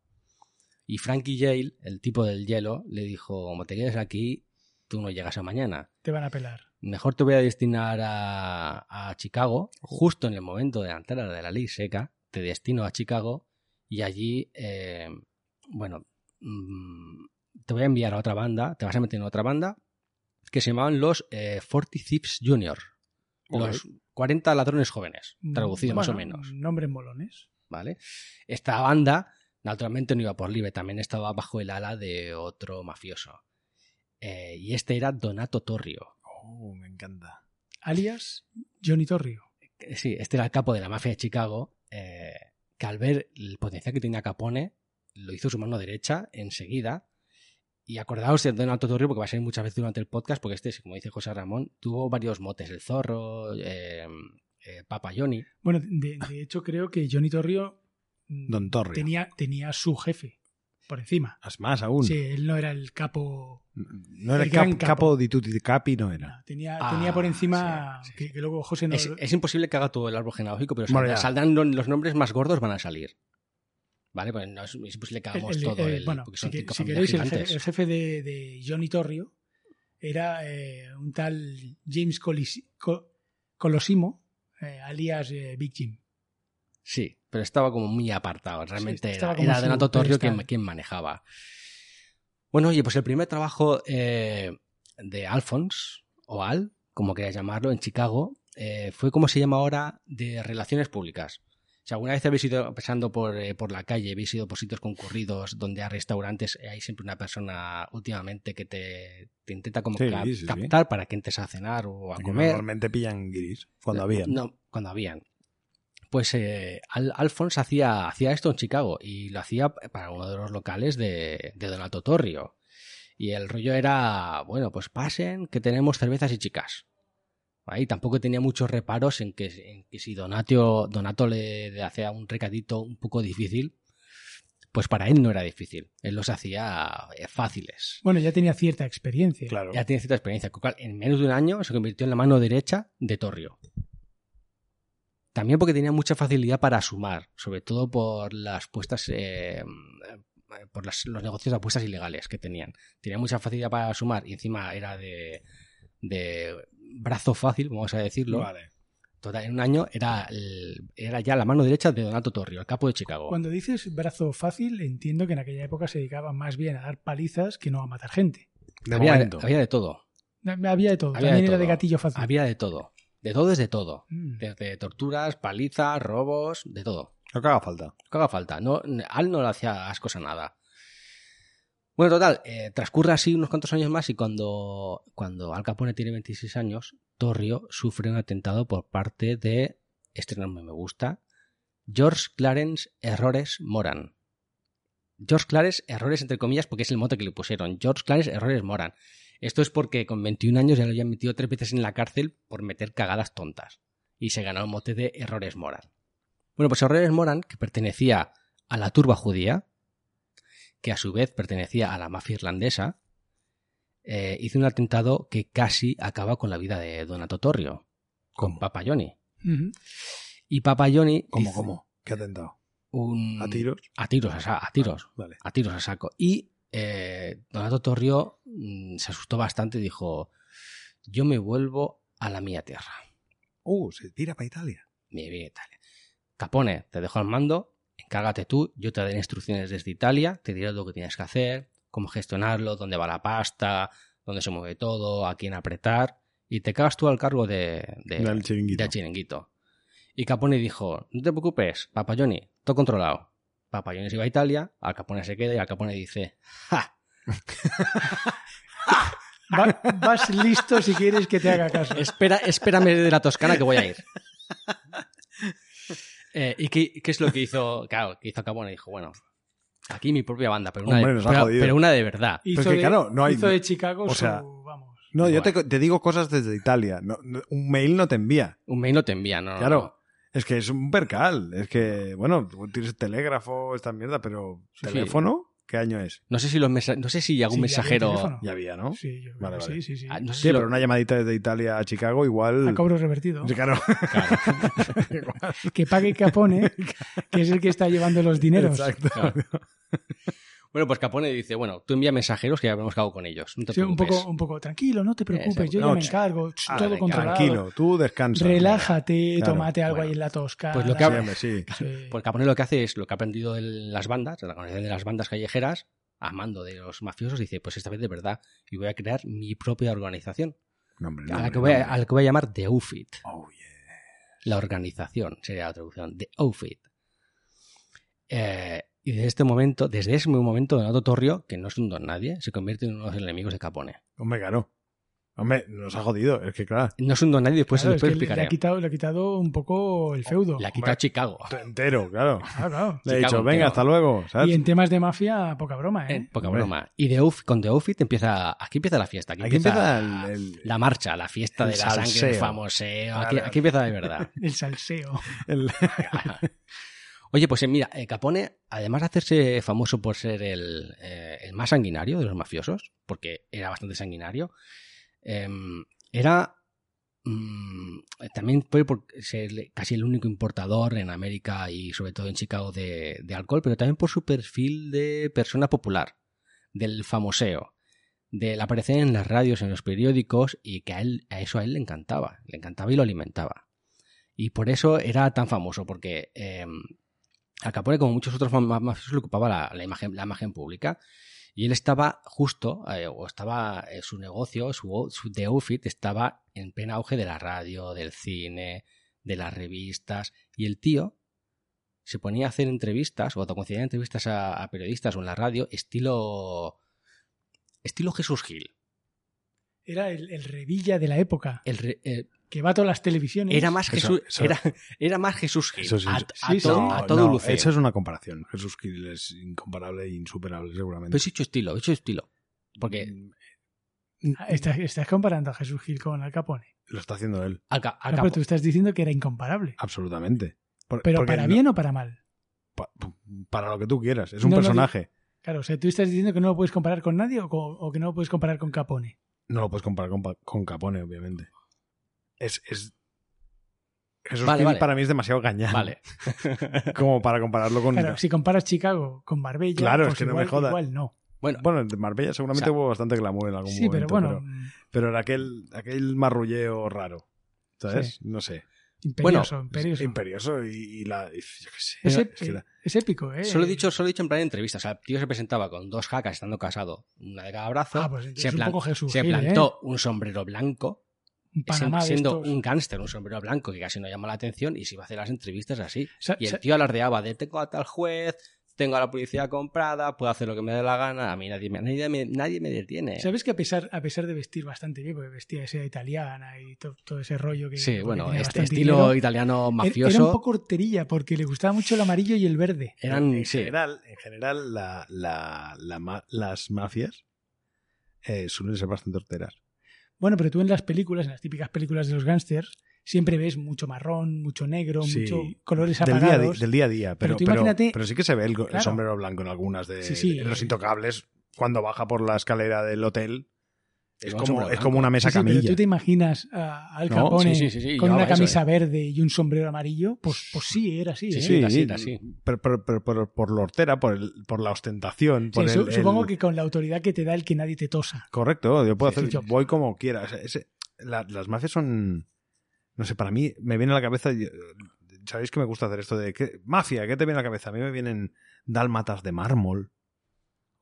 Speaker 3: y Frankie Yale, el tipo del hielo, le dijo, como te quedes aquí, tú no llegas a mañana.
Speaker 1: Te van a pelar.
Speaker 3: Mejor te voy a destinar a, a Chicago, justo en el momento de la entrada de la ley seca, te destino a Chicago y allí, eh, bueno, mm, te voy a enviar a otra banda, te vas a meter en otra banda que se llamaban los eh, 40 Thieves Junior, los 40 ladrones jóvenes, traducido más o
Speaker 1: Mm, Bueno,
Speaker 3: menos.
Speaker 1: Nombres molones.
Speaker 3: ¿vale? Esta banda, naturalmente, no iba por libre, también estaba bajo el ala de otro mafioso. Eh, y este era Donato Torrio.
Speaker 2: Oh, me encanta.
Speaker 1: Alias Johnny Torrio.
Speaker 3: Eh, sí, este era el capo de la mafia de Chicago, eh, que al ver el potencial que tenía Capone, lo hizo su mano derecha enseguida. Y acordaos de Donato Torrio, porque va a ser muchas veces durante el podcast, porque este, como dice José Ramón, tuvo varios motes, el zorro, eh, eh, Papa Johnny.
Speaker 1: Bueno, de, de hecho creo que Johnny Torrio mm,
Speaker 2: Don Torrio.
Speaker 1: tenía, tenía su jefe por encima.
Speaker 2: Es más aún.
Speaker 1: Sí, él no era el capo.
Speaker 2: No era
Speaker 1: El
Speaker 2: cap-
Speaker 1: gran
Speaker 2: capo.
Speaker 1: capo.
Speaker 2: di tutti capi, no era.
Speaker 1: no, tenía,
Speaker 3: Ah,
Speaker 1: tenía por encima
Speaker 3: sí, sí,
Speaker 1: que,
Speaker 3: sí.
Speaker 1: que luego José no.
Speaker 3: Es, es imposible que haga todo el árbol genealógico, pero
Speaker 2: Bueno,
Speaker 3: saldrá-
Speaker 2: ya.
Speaker 3: saldrán lo- los nombres más gordos van a salir. ¿Vale? Pues no es, es imposible que
Speaker 1: el-
Speaker 3: hagamos
Speaker 1: el-
Speaker 3: todo
Speaker 1: el-
Speaker 3: el.
Speaker 1: bueno,
Speaker 3: porque
Speaker 1: si,
Speaker 3: son
Speaker 1: que-
Speaker 3: cinco
Speaker 1: si
Speaker 3: familias
Speaker 1: queréis, el
Speaker 3: gigantes.
Speaker 1: jefe, el jefe de, de Johnny Torrio era eh, un tal James Colisi- Co- Colosimo, eh, alias eh, Big Jim.
Speaker 3: Sí, pero estaba como muy apartado. Realmente
Speaker 1: Sí,
Speaker 3: era,
Speaker 1: estaba como
Speaker 3: era
Speaker 1: su
Speaker 3: Donato Torrio
Speaker 1: pedestal.
Speaker 3: quien, quien manejaba. Bueno, oye, pues el primer trabajo eh, de Alphonse, o Al, como queráis llamarlo, en Chicago, eh, fue como se llama ahora, de relaciones públicas. Si alguna vez habéis ido pasando por, eh, por la calle, habéis ido por sitios concurridos donde hay restaurantes, eh, hay siempre una persona últimamente que te, te intenta como
Speaker 2: Sí,
Speaker 3: ca-
Speaker 2: sí, sí.
Speaker 3: captar para que entres a cenar o a
Speaker 2: Porque
Speaker 3: comer.
Speaker 2: Normalmente pillan guiris cuando habían.
Speaker 3: Eh, No, cuando habían. Pues eh, Al- Alphonse hacía, hacía esto en Chicago y lo hacía para uno de los locales de, de Donato Torrio. Y el rollo era, bueno, pues pasen, que tenemos cervezas y chicas. Ahí tampoco tenía muchos reparos en que, en que si Donatio, Donato le, le hacía un recadito un poco difícil, pues para él no era difícil. Él los hacía eh, fáciles.
Speaker 1: Bueno, ya tenía cierta experiencia.
Speaker 2: Claro.
Speaker 3: Ya tiene cierta experiencia, con lo cual en menos de un año se convirtió en la mano derecha de Torrio. También porque tenía mucha facilidad para sumar, sobre todo por las puestas, eh, por las- los negocios de apuestas ilegales que tenían. Tenía mucha facilidad para sumar y encima era de, de brazo fácil, vamos a decirlo.
Speaker 2: Vale.
Speaker 3: Total, en un año era, el- era ya la mano derecha de Donato Torrio, el capo de Chicago.
Speaker 1: Cuando dices brazo fácil, entiendo que en aquella época se dedicaba más bien a dar palizas que no a matar gente.
Speaker 2: De
Speaker 3: había,
Speaker 2: momento.
Speaker 3: había de todo,
Speaker 1: Había de todo,
Speaker 3: Había
Speaker 1: también
Speaker 3: de
Speaker 1: era de
Speaker 3: todo.
Speaker 1: gatillo fácil.
Speaker 3: había de todo. De todo es de todo.
Speaker 1: Mm.
Speaker 3: Desde torturas, palizas, robos, de todo.
Speaker 2: Lo que haga falta.
Speaker 3: Lo que haga falta. No, Al no le hacía ascos a nada. Bueno, total, eh, transcurre así unos cuantos años más y cuando, cuando Al Capone tiene 26 años, Torrio sufre un atentado por parte de, este nombre me gusta, George Clarence Errores Moran. George Clarence Errores entre comillas porque es el mote que le pusieron. George Clarence Errores Moran. Esto es porque con 21 años ya lo habían metido tres veces en la cárcel por meter cagadas tontas. Y se ganó el mote de Errores Moran. Bueno, pues Errores Moran, que pertenecía a la turba judía, que a su vez pertenecía a la mafia irlandesa, eh, hizo un atentado que casi acaba con la vida de Donato Torrio, con Papa Johnny.
Speaker 1: Ujú.
Speaker 3: Y Papa Johnny.
Speaker 2: ¿Cómo,
Speaker 3: hizo
Speaker 2: cómo? ¿Qué atentado?
Speaker 3: un-
Speaker 2: ¿A tiros?
Speaker 3: A tiros, a, sa- a Mm, tiros.
Speaker 2: Vale.
Speaker 3: A tiros a saco. Y eh, Donato Torrio mm, se asustó bastante y dijo: Yo me vuelvo a la mía tierra.
Speaker 2: Uh, se tira para Italia.
Speaker 3: Mi vida, Italia. Capone, te dejo al mando, encárgate tú, yo te daré instrucciones desde Italia, te diré lo que tienes que hacer, cómo gestionarlo, dónde va la pasta, dónde se mueve todo, a quién apretar, y te cagas tú al cargo de, Eh, de-
Speaker 2: Del chiringuito.
Speaker 3: del chiringuito. Y Capone dijo, no te preocupes, Papayoni, todo controlado. Papayoni se va a Italia, Al Capone se queda y Al Capone dice, ¡ja!
Speaker 1: Va- vas listo si quieres que te haga caso.
Speaker 3: Espera, espérame de la Toscana que voy a ir. Eh, ¿Y qué, qué es lo que hizo? Claro, que hizo Cabona. Dijo, bueno, aquí mi propia banda, pero una,
Speaker 2: Hombre,
Speaker 3: de,
Speaker 2: nos ha
Speaker 3: pero,
Speaker 2: jodido.
Speaker 3: pero una de verdad.
Speaker 1: Hizo,
Speaker 2: es que,
Speaker 1: de,
Speaker 2: claro, no hay-
Speaker 1: hizo de Chicago
Speaker 2: o sea,
Speaker 1: su- vamos.
Speaker 2: No, yo te, te digo cosas desde Italia. No- no- un mail no te envía.
Speaker 3: Un mail no te envía, ¿no? no, no.
Speaker 2: Claro. Es que es un percal. Es que, bueno, tú tienes telégrafo, esta mierda, pero
Speaker 3: Sí, sí.
Speaker 2: teléfono, ¿qué año es?
Speaker 3: No sé si los mesa- no sé si algún
Speaker 1: Sí,
Speaker 3: mensajero.
Speaker 1: había teléfono.
Speaker 2: Ya había, ¿no? Sí,
Speaker 1: Sí, yo creo
Speaker 2: Vale,
Speaker 1: que sí,
Speaker 2: vale.
Speaker 1: sí, sí.
Speaker 3: Ah, no sé si lo-
Speaker 2: pero una llamadita desde Italia a Chicago igual...
Speaker 1: A cobro revertido.
Speaker 2: Sí, Claro.
Speaker 1: Que pague Capone, que es el que está llevando los dineros.
Speaker 2: Exacto.
Speaker 3: Claro. Bueno, pues Capone dice, bueno, tú envía mensajeros que ya habremos acabado con ellos. No te
Speaker 1: Sí, un,
Speaker 3: preocupes.
Speaker 1: poco, un poco tranquilo, no te preocupes,
Speaker 3: Exacto.
Speaker 1: yo ya
Speaker 2: No,
Speaker 1: me
Speaker 2: ch-
Speaker 1: encargo, ch,
Speaker 2: Ah,
Speaker 1: todo
Speaker 2: venga,
Speaker 1: controlado.
Speaker 2: Tranquilo, tú descansa.
Speaker 1: Relájate,
Speaker 2: Claro,
Speaker 1: tómate algo
Speaker 2: bueno.
Speaker 1: ahí en la tosca.
Speaker 3: Pues lo que
Speaker 2: Sí,
Speaker 3: hab-
Speaker 2: hombre, sí.
Speaker 1: Sí.
Speaker 3: Pues Capone lo que hace es lo que ha aprendido de las bandas, de la organización de las bandas callejeras, a mando de los mafiosos, dice, pues esta vez de verdad, y voy a crear mi propia organización,
Speaker 2: No, hombre,
Speaker 3: a,
Speaker 2: no,
Speaker 3: la que voy
Speaker 2: hombre,
Speaker 3: a,
Speaker 2: no,
Speaker 3: a la que voy a llamar The Outfit.
Speaker 2: hombre. Oh, yeah.
Speaker 3: La organización sería la traducción, The Outfit. Eh, y desde este momento, desde ese momento, Donato Torrio, que no es un don nadie, se convierte en uno de los enemigos de Capone.
Speaker 2: Hombre, claro. Hombre, nos ha jodido. Es que, claro,
Speaker 3: No es un don nadie,
Speaker 2: pues
Speaker 1: Claro,
Speaker 3: después se
Speaker 1: es que
Speaker 3: lo
Speaker 1: le- le,
Speaker 3: explicaré.
Speaker 1: ha quitado, le ha quitado un poco
Speaker 2: Oh,
Speaker 1: el feudo.
Speaker 3: Le ha quitado Chicago.
Speaker 2: entero, claro.
Speaker 1: Claro, claro.
Speaker 2: Le he
Speaker 3: Chicago
Speaker 2: dicho, venga,
Speaker 3: entero.
Speaker 2: hasta luego. ¿sabes?
Speaker 1: Y en temas de mafia, poca broma, ¿eh?
Speaker 3: Eh, poca
Speaker 2: Hombre.
Speaker 3: broma. Y The Outfit- con The Outfit empieza, aquí empieza la fiesta. Aquí,
Speaker 2: Aquí empieza
Speaker 3: empieza,
Speaker 2: el- el-
Speaker 3: la marcha, la fiesta
Speaker 2: el
Speaker 3: de la sangre, el
Speaker 2: salseo.
Speaker 3: famoseo. Aquí,
Speaker 2: Claro.
Speaker 3: aquí empieza de verdad.
Speaker 1: El salseo.
Speaker 2: el-
Speaker 3: Oye, pues eh, mira, eh, Capone, además de hacerse famoso por ser el, eh, el más sanguinario de los mafiosos, porque era bastante sanguinario, em, era mm, también fue por ser le- casi el único importador en América y sobre todo en Chicago de, de alcohol, pero también por su perfil de persona popular, del famoseo, del aparecer en las radios, en los periódicos y que a él a eso a él le encantaba, le encantaba y lo alimentaba. Y por eso era tan famoso, porque em, Al Capone, como muchos otros ma- ma- mafiosos, le ocupaba la, la imagen, la imagen pública. Y él estaba justo, eh, o estaba eh, su negocio, su, o- su The Outfit, estaba en pleno auge de la radio, del cine, de las revistas. Y el tío se ponía a hacer entrevistas, o concedía entrevistas a, a periodistas o en la radio, estilo. estilo Jesús Gil.
Speaker 1: Era el, el revilla de la época,
Speaker 3: El re- eh,
Speaker 1: que va a todas las televisiones.
Speaker 3: era, más
Speaker 2: Eso-
Speaker 3: Jesús,
Speaker 2: eso-
Speaker 3: era, era más Jesús Gil.
Speaker 2: Eso sí,
Speaker 3: a,
Speaker 2: eso-
Speaker 3: a
Speaker 1: sí, sí.
Speaker 3: todo,
Speaker 1: No,
Speaker 3: a todo
Speaker 2: no,
Speaker 3: lucer.
Speaker 2: Esa es una comparación. Jesús Gil es incomparable e insuperable, seguramente. Mm,
Speaker 3: Pero es hecho estilo, hecho estilo. Pues
Speaker 1: Mm.
Speaker 3: Porque
Speaker 1: Ah, Estás, estás comparando a Jesús Gil con Al Capone.
Speaker 2: Lo está haciendo él,
Speaker 3: Al, Ca- al
Speaker 1: No,
Speaker 3: Capo-
Speaker 1: pero tú estás diciendo que era incomparable.
Speaker 2: absolutamente. Por-
Speaker 1: Pero
Speaker 2: porque
Speaker 1: para
Speaker 2: no-
Speaker 1: bien o para mal.
Speaker 2: pa- para lo que tú quieras. Es un
Speaker 1: No, no,
Speaker 2: personaje.
Speaker 1: Claro, o sea, tú estás diciendo que no lo puedes comparar con nadie o, co- o que no lo puedes comparar con Capone.
Speaker 2: No lo puedes comparar con, pa- con Capone, obviamente. Es. es... Jesús
Speaker 3: Vale,
Speaker 2: Gil
Speaker 3: vale.
Speaker 2: para mí es demasiado gañán.
Speaker 3: Vale.
Speaker 2: Como para compararlo con.
Speaker 1: Claro, si comparas Chicago con Marbella,
Speaker 2: Claro, es
Speaker 1: pues
Speaker 2: que no
Speaker 1: igual-
Speaker 2: me jodas.
Speaker 1: Igual no.
Speaker 3: Bueno,
Speaker 2: Bueno, en Marbella seguramente
Speaker 3: O sea,
Speaker 2: hubo bastante glamour en algún
Speaker 1: Sí, pero
Speaker 2: momento.
Speaker 1: bueno,
Speaker 2: Pero, pero era aquel, aquel marrulleo raro. ¿Sabes? No sé.
Speaker 1: imperioso,
Speaker 3: bueno,
Speaker 1: imperioso.
Speaker 2: Imperioso y, y la. y yo qué sé.
Speaker 1: es,
Speaker 2: Es
Speaker 1: ép-
Speaker 3: eh,
Speaker 2: que la-
Speaker 1: es épico, ¿eh?
Speaker 3: solo he dicho, solo he dicho en plan de entrevista. O sea, el tío se presentaba con dos jacas estando casado, una de cada brazo.
Speaker 1: Ah, pues entonces
Speaker 3: se
Speaker 1: un
Speaker 3: plan-
Speaker 1: poco Jesús
Speaker 3: se
Speaker 1: Gil, ¿eh?
Speaker 3: plantó un sombrero blanco,
Speaker 1: Un
Speaker 3: sen-
Speaker 1: Panamá de
Speaker 3: siendo
Speaker 1: estos.
Speaker 3: un gángster, un sombrero blanco que casi no llama la atención y se iba a hacer las entrevistas así.
Speaker 1: Sa-
Speaker 3: Y el
Speaker 1: sa-
Speaker 3: tío alardeaba de tengo a tal juez, tengo a la policía comprada, puedo hacer lo que me dé la gana, a mí nadie me, nadie me, nadie me detiene.
Speaker 1: ¿Sabes que a pesar, a pesar de vestir bastante bien, porque vestía esa italiana y to- todo ese rollo que.
Speaker 3: sí,
Speaker 1: porque
Speaker 3: bueno,
Speaker 1: tenía
Speaker 3: este
Speaker 1: bastante
Speaker 3: estilo
Speaker 1: dinero, er-
Speaker 3: italiano mafioso.
Speaker 1: Era un poco horterilla porque le gustaba mucho el amarillo y el verde.
Speaker 3: eran,
Speaker 2: en
Speaker 3: sí,
Speaker 2: general, en general la, la- la ma- las mafias eh, suelen ser bastante horteras.
Speaker 1: Bueno, pero tú en las películas, en las típicas películas de los gángsters, siempre ves mucho marrón, mucho negro,
Speaker 2: Sí,
Speaker 1: mucho colores
Speaker 2: del día, a
Speaker 1: apagados.
Speaker 2: di- del día a día. Pero,
Speaker 1: Pero tú
Speaker 2: pero-
Speaker 1: imagínate-
Speaker 2: pero sí que se ve el, go- el
Speaker 1: Claro.
Speaker 2: sombrero blanco en algunas de
Speaker 1: Sí, sí.
Speaker 2: en los intocables cuando baja por la escalera del hotel. Es
Speaker 3: Lleva un
Speaker 2: como,
Speaker 3: sombrero
Speaker 2: es como una
Speaker 1: Sí,
Speaker 2: mesa
Speaker 1: sí, pero
Speaker 2: camilla.
Speaker 1: tú te imaginas a Al
Speaker 2: No,
Speaker 1: Capone
Speaker 3: sí, sí, sí, sí,
Speaker 1: con
Speaker 3: yo
Speaker 1: una
Speaker 3: hago eso,
Speaker 1: camisa verde y un sombrero amarillo, pues, pues sí, era así.
Speaker 3: Sí,
Speaker 1: ¿eh?
Speaker 3: sí, era así, era así.
Speaker 2: Pero, pero- pero- pero por la hortera, por, el- por la ostentación.
Speaker 1: Sí,
Speaker 2: por
Speaker 1: su-
Speaker 2: el-
Speaker 1: supongo
Speaker 2: el-
Speaker 1: que con la autoridad que te da el que nadie te tosa.
Speaker 2: Correcto, yo puedo
Speaker 1: Sí,
Speaker 2: hacer,
Speaker 1: sí, sí.
Speaker 2: voy como quiera. O sea, ese- la- las mafias son, no sé, para mí me viene a la cabeza, yo- sabéis que me gusta hacer esto de, ¿qué, mafia, ¿qué te viene a la cabeza? A mí me vienen dálmatas de mármol,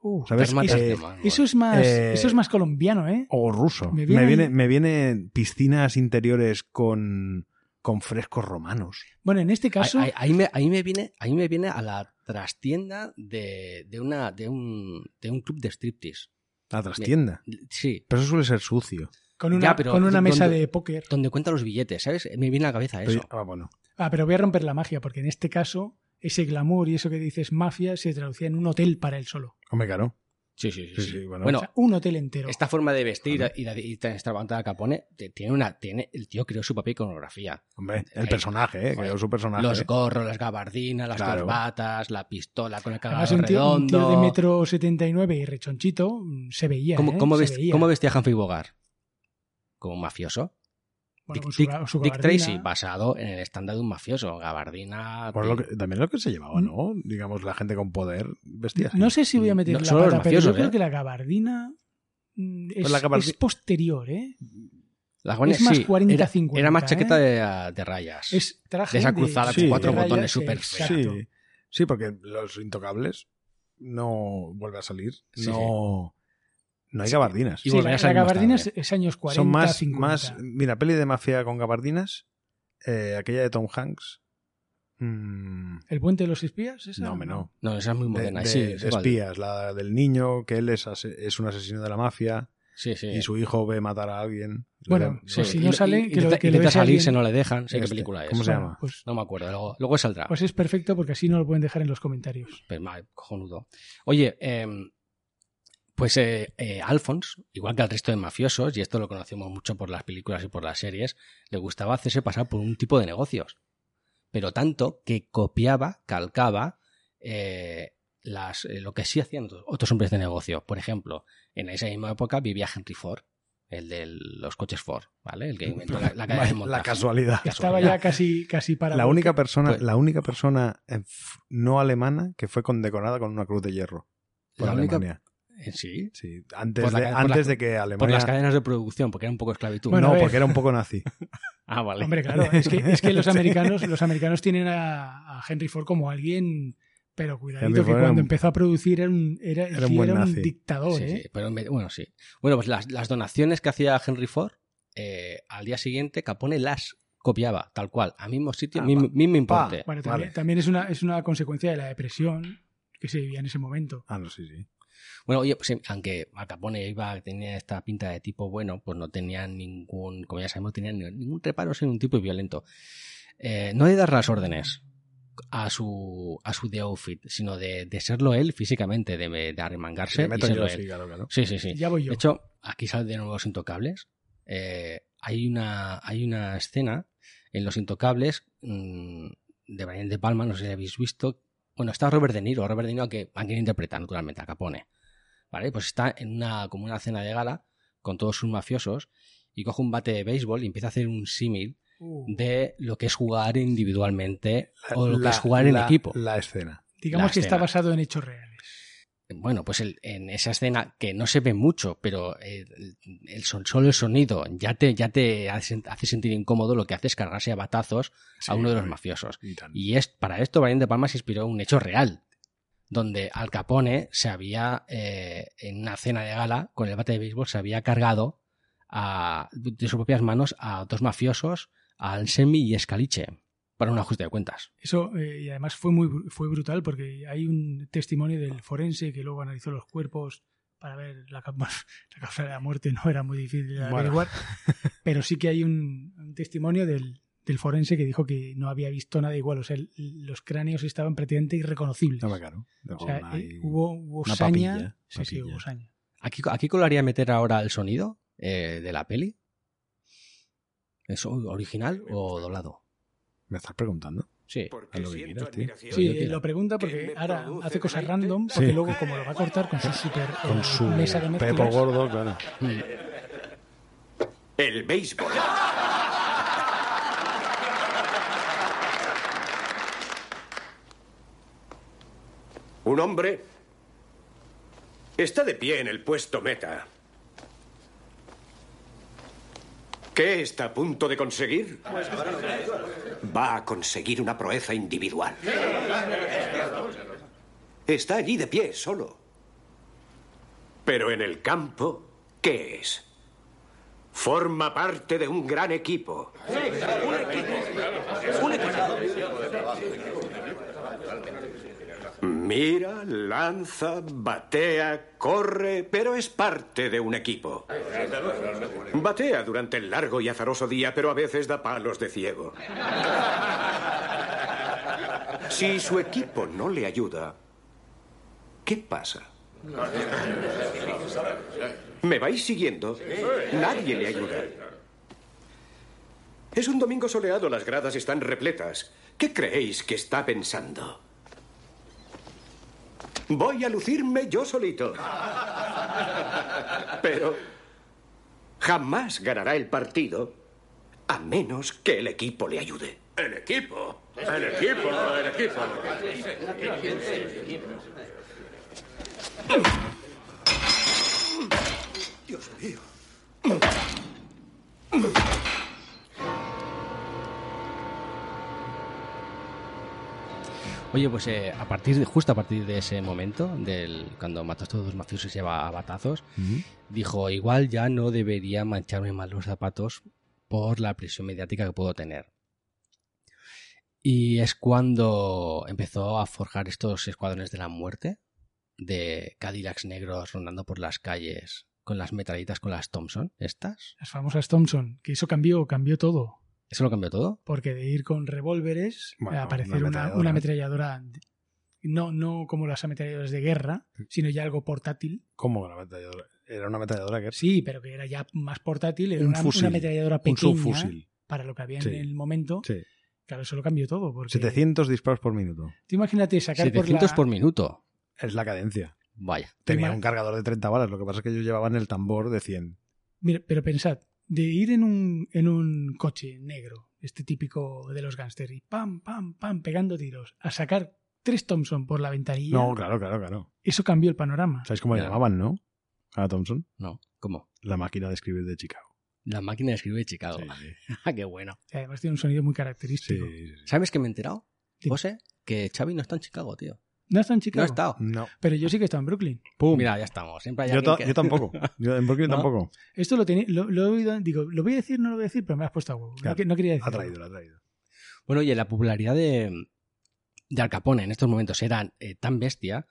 Speaker 1: Uh,
Speaker 2: ¿sabes?
Speaker 3: Dálmatas
Speaker 2: Eh,
Speaker 3: de mármol.
Speaker 1: eso, es más,
Speaker 2: Eh,
Speaker 1: eso es más colombiano, ¿eh?
Speaker 2: o ruso. Me
Speaker 1: Me
Speaker 2: viene,
Speaker 1: viene-
Speaker 2: me viene, piscinas interiores con, con frescos romanos.
Speaker 1: Bueno, en este caso,
Speaker 3: Ahí, ahí- ahí me, ahí me viene, ahí me viene a la trastienda de, de una, de, un, de un club de striptease.
Speaker 2: La trastienda.
Speaker 3: Sí.
Speaker 2: Pero eso suele ser sucio.
Speaker 1: Con
Speaker 3: Ya,
Speaker 1: una,
Speaker 3: pero
Speaker 1: con una mesa
Speaker 3: ¿dónde-
Speaker 1: de póker.
Speaker 3: Donde cuenta los billetes, ¿sabes? Me viene a la cabeza
Speaker 2: Pero
Speaker 3: eso.
Speaker 2: yo- ah, bueno.
Speaker 1: Ah, pero voy a romper la magia, porque en este caso, ese glamour y eso que dices mafia se traducía en un hotel para él solo.
Speaker 2: Hombre, claro.
Speaker 3: Sí, sí, sí.
Speaker 2: Sí,
Speaker 3: sí.
Speaker 2: sí, bueno.
Speaker 3: bueno,
Speaker 1: O sea, un hotel entero.
Speaker 3: esta forma de vestir y de- y tan extravagante Capone te- tiene una. Tiene, el tío creó su propia iconografía.
Speaker 2: Hombre, el
Speaker 3: Ahí.
Speaker 2: personaje, ¿eh?
Speaker 3: Joder.
Speaker 2: Creó su personaje.
Speaker 3: Los gorros, las gabardinas, las
Speaker 2: Claro.
Speaker 3: corbatas, la pistola con el
Speaker 1: Además,
Speaker 3: cagado
Speaker 1: un tío, un tío
Speaker 3: redondo.
Speaker 1: de metro 79 y rechonchito mm, se veía.
Speaker 3: ¿Cómo,
Speaker 1: ¿eh?
Speaker 3: cómo
Speaker 1: Se
Speaker 3: vest-
Speaker 1: veía.
Speaker 3: cómo vestía Humphrey Bogart? Como un mafioso.
Speaker 1: Bueno,
Speaker 3: Dick,
Speaker 1: con su
Speaker 3: Dick-
Speaker 1: ga- su
Speaker 3: Dick
Speaker 1: gabardina.
Speaker 3: Tracy, basado en el estándar de un mafioso.
Speaker 2: Bueno,
Speaker 3: Gabardina. tic-
Speaker 2: Pues lo que- también lo que se llevaba, ¿no? Digamos, la gente con poder vestía así.
Speaker 1: Mm. No sé si voy a meter
Speaker 3: No,
Speaker 1: la
Speaker 3: solo los
Speaker 1: pata, pero yo
Speaker 3: mafiosos,
Speaker 1: creo
Speaker 3: ¿eh?
Speaker 1: que la gabardina mm, es,
Speaker 2: Pues la gabardi-
Speaker 1: es posterior, ¿eh?
Speaker 3: La gabardina,
Speaker 1: es más
Speaker 3: sí,
Speaker 1: 40,
Speaker 3: era,
Speaker 1: 50,
Speaker 3: Era más chaqueta
Speaker 1: ¿eh?
Speaker 3: de, de rayas.
Speaker 1: Es traje
Speaker 3: De esa cruzada
Speaker 2: con cuatro
Speaker 1: rayas,
Speaker 3: botones
Speaker 1: sí,
Speaker 3: súper
Speaker 1: exacto.
Speaker 2: Sí, sí, porque los intocables no vuelve a salir.
Speaker 3: Sí,
Speaker 2: no, no hay gabardinas.
Speaker 3: Y
Speaker 1: Sí,
Speaker 3: volverás
Speaker 1: la,
Speaker 3: al
Speaker 1: la
Speaker 3: mismo
Speaker 1: gabardina es,
Speaker 3: estado,
Speaker 1: es años 40,
Speaker 2: Son más,
Speaker 1: 50.
Speaker 2: más. Mira, peli de mafia con gabardinas. eh, aquella de Tom Hanks. mm,
Speaker 1: ¿El puente de los espías? esa?
Speaker 2: no, hombre, no.
Speaker 3: No, esa es muy
Speaker 2: De,
Speaker 3: moderna.
Speaker 2: de-
Speaker 3: sí,
Speaker 2: de
Speaker 3: sí, vale.
Speaker 2: espías, la del niño, que él es, ase- es un asesino de la mafia
Speaker 3: Sí, sí.
Speaker 2: y su hijo ve matar a alguien.
Speaker 1: Bueno,
Speaker 2: Le-
Speaker 3: Sí,
Speaker 1: pues
Speaker 2: le-
Speaker 1: si
Speaker 3: y-
Speaker 1: no
Speaker 3: y-
Speaker 1: sale,
Speaker 3: y
Speaker 1: que lo-
Speaker 3: intenta-
Speaker 1: que lo
Speaker 3: intenta
Speaker 1: ves a alguien-
Speaker 3: salirse, no le dejan. Sí, qué
Speaker 2: Este,
Speaker 3: película es.
Speaker 2: ¿cómo se
Speaker 1: Bueno,
Speaker 2: llama?
Speaker 1: Pues,
Speaker 3: No me acuerdo. Luego, luego saldrá.
Speaker 1: pues es perfecto porque así no lo pueden dejar en los comentarios.
Speaker 3: Pues mal, cojonudo. Oye, em, pues eh, eh, Alphonse, igual que al resto de mafiosos, y esto lo conocemos mucho por las películas y por las series, le gustaba hacerse pasar por un tipo de negocios. Pero tanto que copiaba, calcaba eh, las, eh, lo que sí hacían otros, otros hombres de negocio. Por ejemplo, en esa misma época vivía Henry Ford, el de los coches Ford, ¿vale? El que inventó la, la cadena de
Speaker 2: la
Speaker 3: montaje.
Speaker 2: casualidad.
Speaker 1: Estaba
Speaker 3: Casualidad.
Speaker 1: ya casi, casi para.
Speaker 2: La única persona,
Speaker 3: Pues-
Speaker 2: la única persona eh, f- no alemana que fue condecorada con una cruz de hierro por
Speaker 3: La única-
Speaker 2: Alemania.
Speaker 3: Eh, Sí,
Speaker 2: Sí, antes,
Speaker 3: Por la
Speaker 2: de,
Speaker 3: ca- por
Speaker 2: antes
Speaker 3: la-
Speaker 2: de que Alemania.
Speaker 3: por las cadenas de producción, porque era un poco esclavitud.
Speaker 1: Bueno, a
Speaker 2: no,
Speaker 1: ver.
Speaker 2: porque era un poco nazi.
Speaker 3: Ah, vale.
Speaker 1: Hombre, claro, es que, es que los americanos, los americanos tienen a, a Henry Ford como alguien, pero cuidadito
Speaker 2: Henry
Speaker 1: que
Speaker 2: Ford era
Speaker 1: cuando
Speaker 2: un-
Speaker 1: empezó a producir era un, era,
Speaker 2: Era un
Speaker 1: sí,
Speaker 2: buen
Speaker 1: era un
Speaker 2: nazi.
Speaker 1: dictador,
Speaker 3: Sí,
Speaker 1: ¿eh?
Speaker 3: sí, pero en vez- bueno, sí. Bueno, pues las, las donaciones que hacía Henry Ford, eh, al día siguiente Capone las copiaba, tal cual, al mismo sitio,
Speaker 2: Ah,
Speaker 3: mismo,
Speaker 2: pa-
Speaker 3: mismo importe.
Speaker 1: Bueno, también,
Speaker 2: Vale.
Speaker 1: también es, una, es una consecuencia de la depresión que se vivía en ese momento.
Speaker 2: Ah, no, sí, sí.
Speaker 3: Bueno, oye, pues, eh, aunque a Capone iba, tenía esta pinta de tipo bueno, pues no tenía ningún, como ya sabemos, tenía ni- ningún reparo en un tipo violento. Eh, no de dar las órdenes a su a su de outfit, sino de, de serlo él físicamente, de, de arremangarse
Speaker 2: Me
Speaker 3: y
Speaker 2: meto
Speaker 3: serlo
Speaker 2: yo,
Speaker 3: él.
Speaker 2: sí, claro, claro.
Speaker 3: Sí, sí, sí.
Speaker 1: Ya voy yo.
Speaker 3: De hecho, aquí salen de nuevo los intocables. Eh, hay, una, hay una escena en Los Intocables mm, de Brian De Palma, no sé si la habéis visto. Bueno, está Robert De Niro, Robert De Niro que a quien interpreta naturalmente, a Capone. ¿Vale? Pues está en una, como una cena de gala con todos sus mafiosos y coge un bate de béisbol y empieza a hacer un símil
Speaker 1: Uh,
Speaker 3: de lo que es jugar individualmente
Speaker 2: La-
Speaker 3: o lo que
Speaker 2: la-
Speaker 3: es jugar en
Speaker 2: la-
Speaker 3: equipo.
Speaker 2: La escena.
Speaker 1: digamos
Speaker 3: la
Speaker 1: que está
Speaker 3: escena.
Speaker 1: basado en hechos reales.
Speaker 3: Bueno, pues el- en esa escena que no se ve mucho, pero eh, el, el son- solo el sonido ya te, ya te hace, hace sentir incómodo, lo que hace es cargarse a batazos
Speaker 2: Sí,
Speaker 3: a uno de los
Speaker 2: hombre.
Speaker 3: mafiosos.
Speaker 2: Y tan-
Speaker 3: Y es, para esto Brian De Palma se inspiró en un hecho real, donde Al Capone se había, eh, en una cena de gala, con el bate de béisbol, se había cargado a- de sus propias manos a dos mafiosos, a Anselmi y Escaliche, para un ajuste de cuentas.
Speaker 1: Eso, eh, y además fue muy bru- fue brutal porque hay un testimonio del forense que luego analizó los cuerpos para ver la, ca- la causa de la muerte, no era muy difícil de
Speaker 2: Bueno.
Speaker 1: averiguar, pero sí que hay un, un testimonio del, del forense que dijo que no había visto nada igual, o sea, el- los cráneos estaban prácticamente irreconocibles.
Speaker 2: No, hombre, claro.
Speaker 1: o sea,
Speaker 2: Una-
Speaker 1: eh, hubo, hubo
Speaker 2: una
Speaker 1: saña,
Speaker 2: papilla,
Speaker 1: sí, sí,
Speaker 2: papilla.
Speaker 1: hubo
Speaker 5: Eh,
Speaker 1: saña.
Speaker 3: Aquí, aquí colaría meter ahora el sonido eh, de la peli. ¿Es original o doblado?
Speaker 2: ¿Me estás preguntando?
Speaker 3: Sí.
Speaker 5: Porque
Speaker 2: A lo que
Speaker 5: siento
Speaker 2: quieras, tío.
Speaker 5: admiración.
Speaker 1: Sí,
Speaker 3: yo quiero.
Speaker 1: lo pregunta
Speaker 5: Que
Speaker 1: porque
Speaker 5: me
Speaker 1: ahora
Speaker 5: produce este
Speaker 1: hace cosas
Speaker 5: deleite.
Speaker 1: random, porque
Speaker 2: Sí.
Speaker 1: luego como lo va a cortar con su super eh,
Speaker 2: Con su
Speaker 1: mesa de mezclas,
Speaker 2: Pepo Gordo, claro.
Speaker 5: El béisbol. Un hombre está de pie en el puesto meta. ¿Qué está a punto de conseguir? Va a conseguir una proeza individual. Está allí de pie, solo. Pero en el campo, ¿qué es? Forma parte de un gran equipo. Mira, lanza, batea, corre, pero es parte de un equipo. Batea durante el largo y azaroso día, pero a veces da palos de ciego. Si su equipo no le ayuda, ¿qué pasa? ¿Me vais siguiendo? Nadie le ayuda. Es un domingo soleado, las gradas están repletas. ¿Qué creéis que está pensando? Voy a lucirme yo solito. Pero jamás ganará el partido a menos que el equipo le ayude.
Speaker 7: El equipo. El equipo, no, el equipo.
Speaker 3: Oye, pues eh, a partir de, justo a partir de ese momento, del, cuando mató a todos los mafiosos y se va a batazos, dijo, igual ya no debería mancharme más los zapatos por la presión mediática que puedo tener. Y es cuando empezó a forjar estos escuadrones de la muerte, de Cadillacs negros rondando por las calles con las metralletas, con las Thompson, estas.
Speaker 1: Las famosas Thompson, que eso cambió, cambió todo.
Speaker 3: ¿Eso lo cambió todo?
Speaker 1: Porque de ir con revólveres
Speaker 2: Bueno,
Speaker 1: a aparecer
Speaker 2: una
Speaker 1: una, una ametralladora, de- no, no como las ametralladoras de guerra, sino ya algo portátil.
Speaker 2: ¿Cómo la ametralladora? Era una ametralladora que
Speaker 1: Sí, pero que era ya más portátil, era
Speaker 2: Un
Speaker 1: una,
Speaker 2: fusil,
Speaker 1: una ametralladora
Speaker 2: un
Speaker 1: pequeña ¿eh?
Speaker 2: subfusil.
Speaker 1: para lo que había
Speaker 2: Sí.
Speaker 1: en el momento.
Speaker 2: Sí.
Speaker 1: Claro, eso lo cambió todo. Porque
Speaker 2: 700 disparos por minuto.
Speaker 1: Tú imagínate sacar por
Speaker 3: 700
Speaker 1: la...
Speaker 3: por minuto.
Speaker 2: Es la cadencia.
Speaker 3: Vaya.
Speaker 2: Tenía
Speaker 1: Ima-
Speaker 2: un cargador de 30 balas, lo que pasa es que ellos llevaban el tambor de 100.
Speaker 1: Mira, pero pensad, de ir en un, en un coche negro, este típico de los gángsters, y pam, pam, pam, pegando tiros, a sacar tres Thompson por la ventanilla,
Speaker 2: No, claro, claro, claro.
Speaker 1: eso cambió el panorama.
Speaker 2: ¿Sabéis cómo le
Speaker 3: Ya.
Speaker 2: llamaban, no? A Thompson.
Speaker 3: No, ¿cómo?
Speaker 2: La máquina de escribir de Chicago.
Speaker 3: La máquina de escribir de Chicago.
Speaker 2: Sí,
Speaker 3: Ah, qué bueno.
Speaker 1: Y Además tiene un sonido muy
Speaker 2: sí,
Speaker 1: característico.
Speaker 2: sí, sí.
Speaker 3: ¿Sabes que me he enterado?
Speaker 1: Sí.
Speaker 3: José, que Xavi no está en Chicago, tío.
Speaker 1: No está en
Speaker 3: No
Speaker 1: Chicago,
Speaker 3: ha estado.
Speaker 2: No.
Speaker 1: pero yo sí que he estado en Brooklyn.
Speaker 2: Pum.
Speaker 3: Mira, ya estamos. Siempre hay
Speaker 2: yo,
Speaker 3: alguien
Speaker 2: ta-
Speaker 3: que-
Speaker 2: yo tampoco. Yo en Brooklyn
Speaker 3: ¿No?
Speaker 2: tampoco.
Speaker 1: Esto lo, tenía- lo, lo he oído, digo, lo voy a decir, no lo voy a decir, pero me has puesto a huevo. No
Speaker 2: Claro.
Speaker 1: que- No, quería decir.
Speaker 2: Ha traído, la ha traído.
Speaker 3: Bueno, oye, la popularidad de, de Al Capone en estos momentos era eh, tan bestia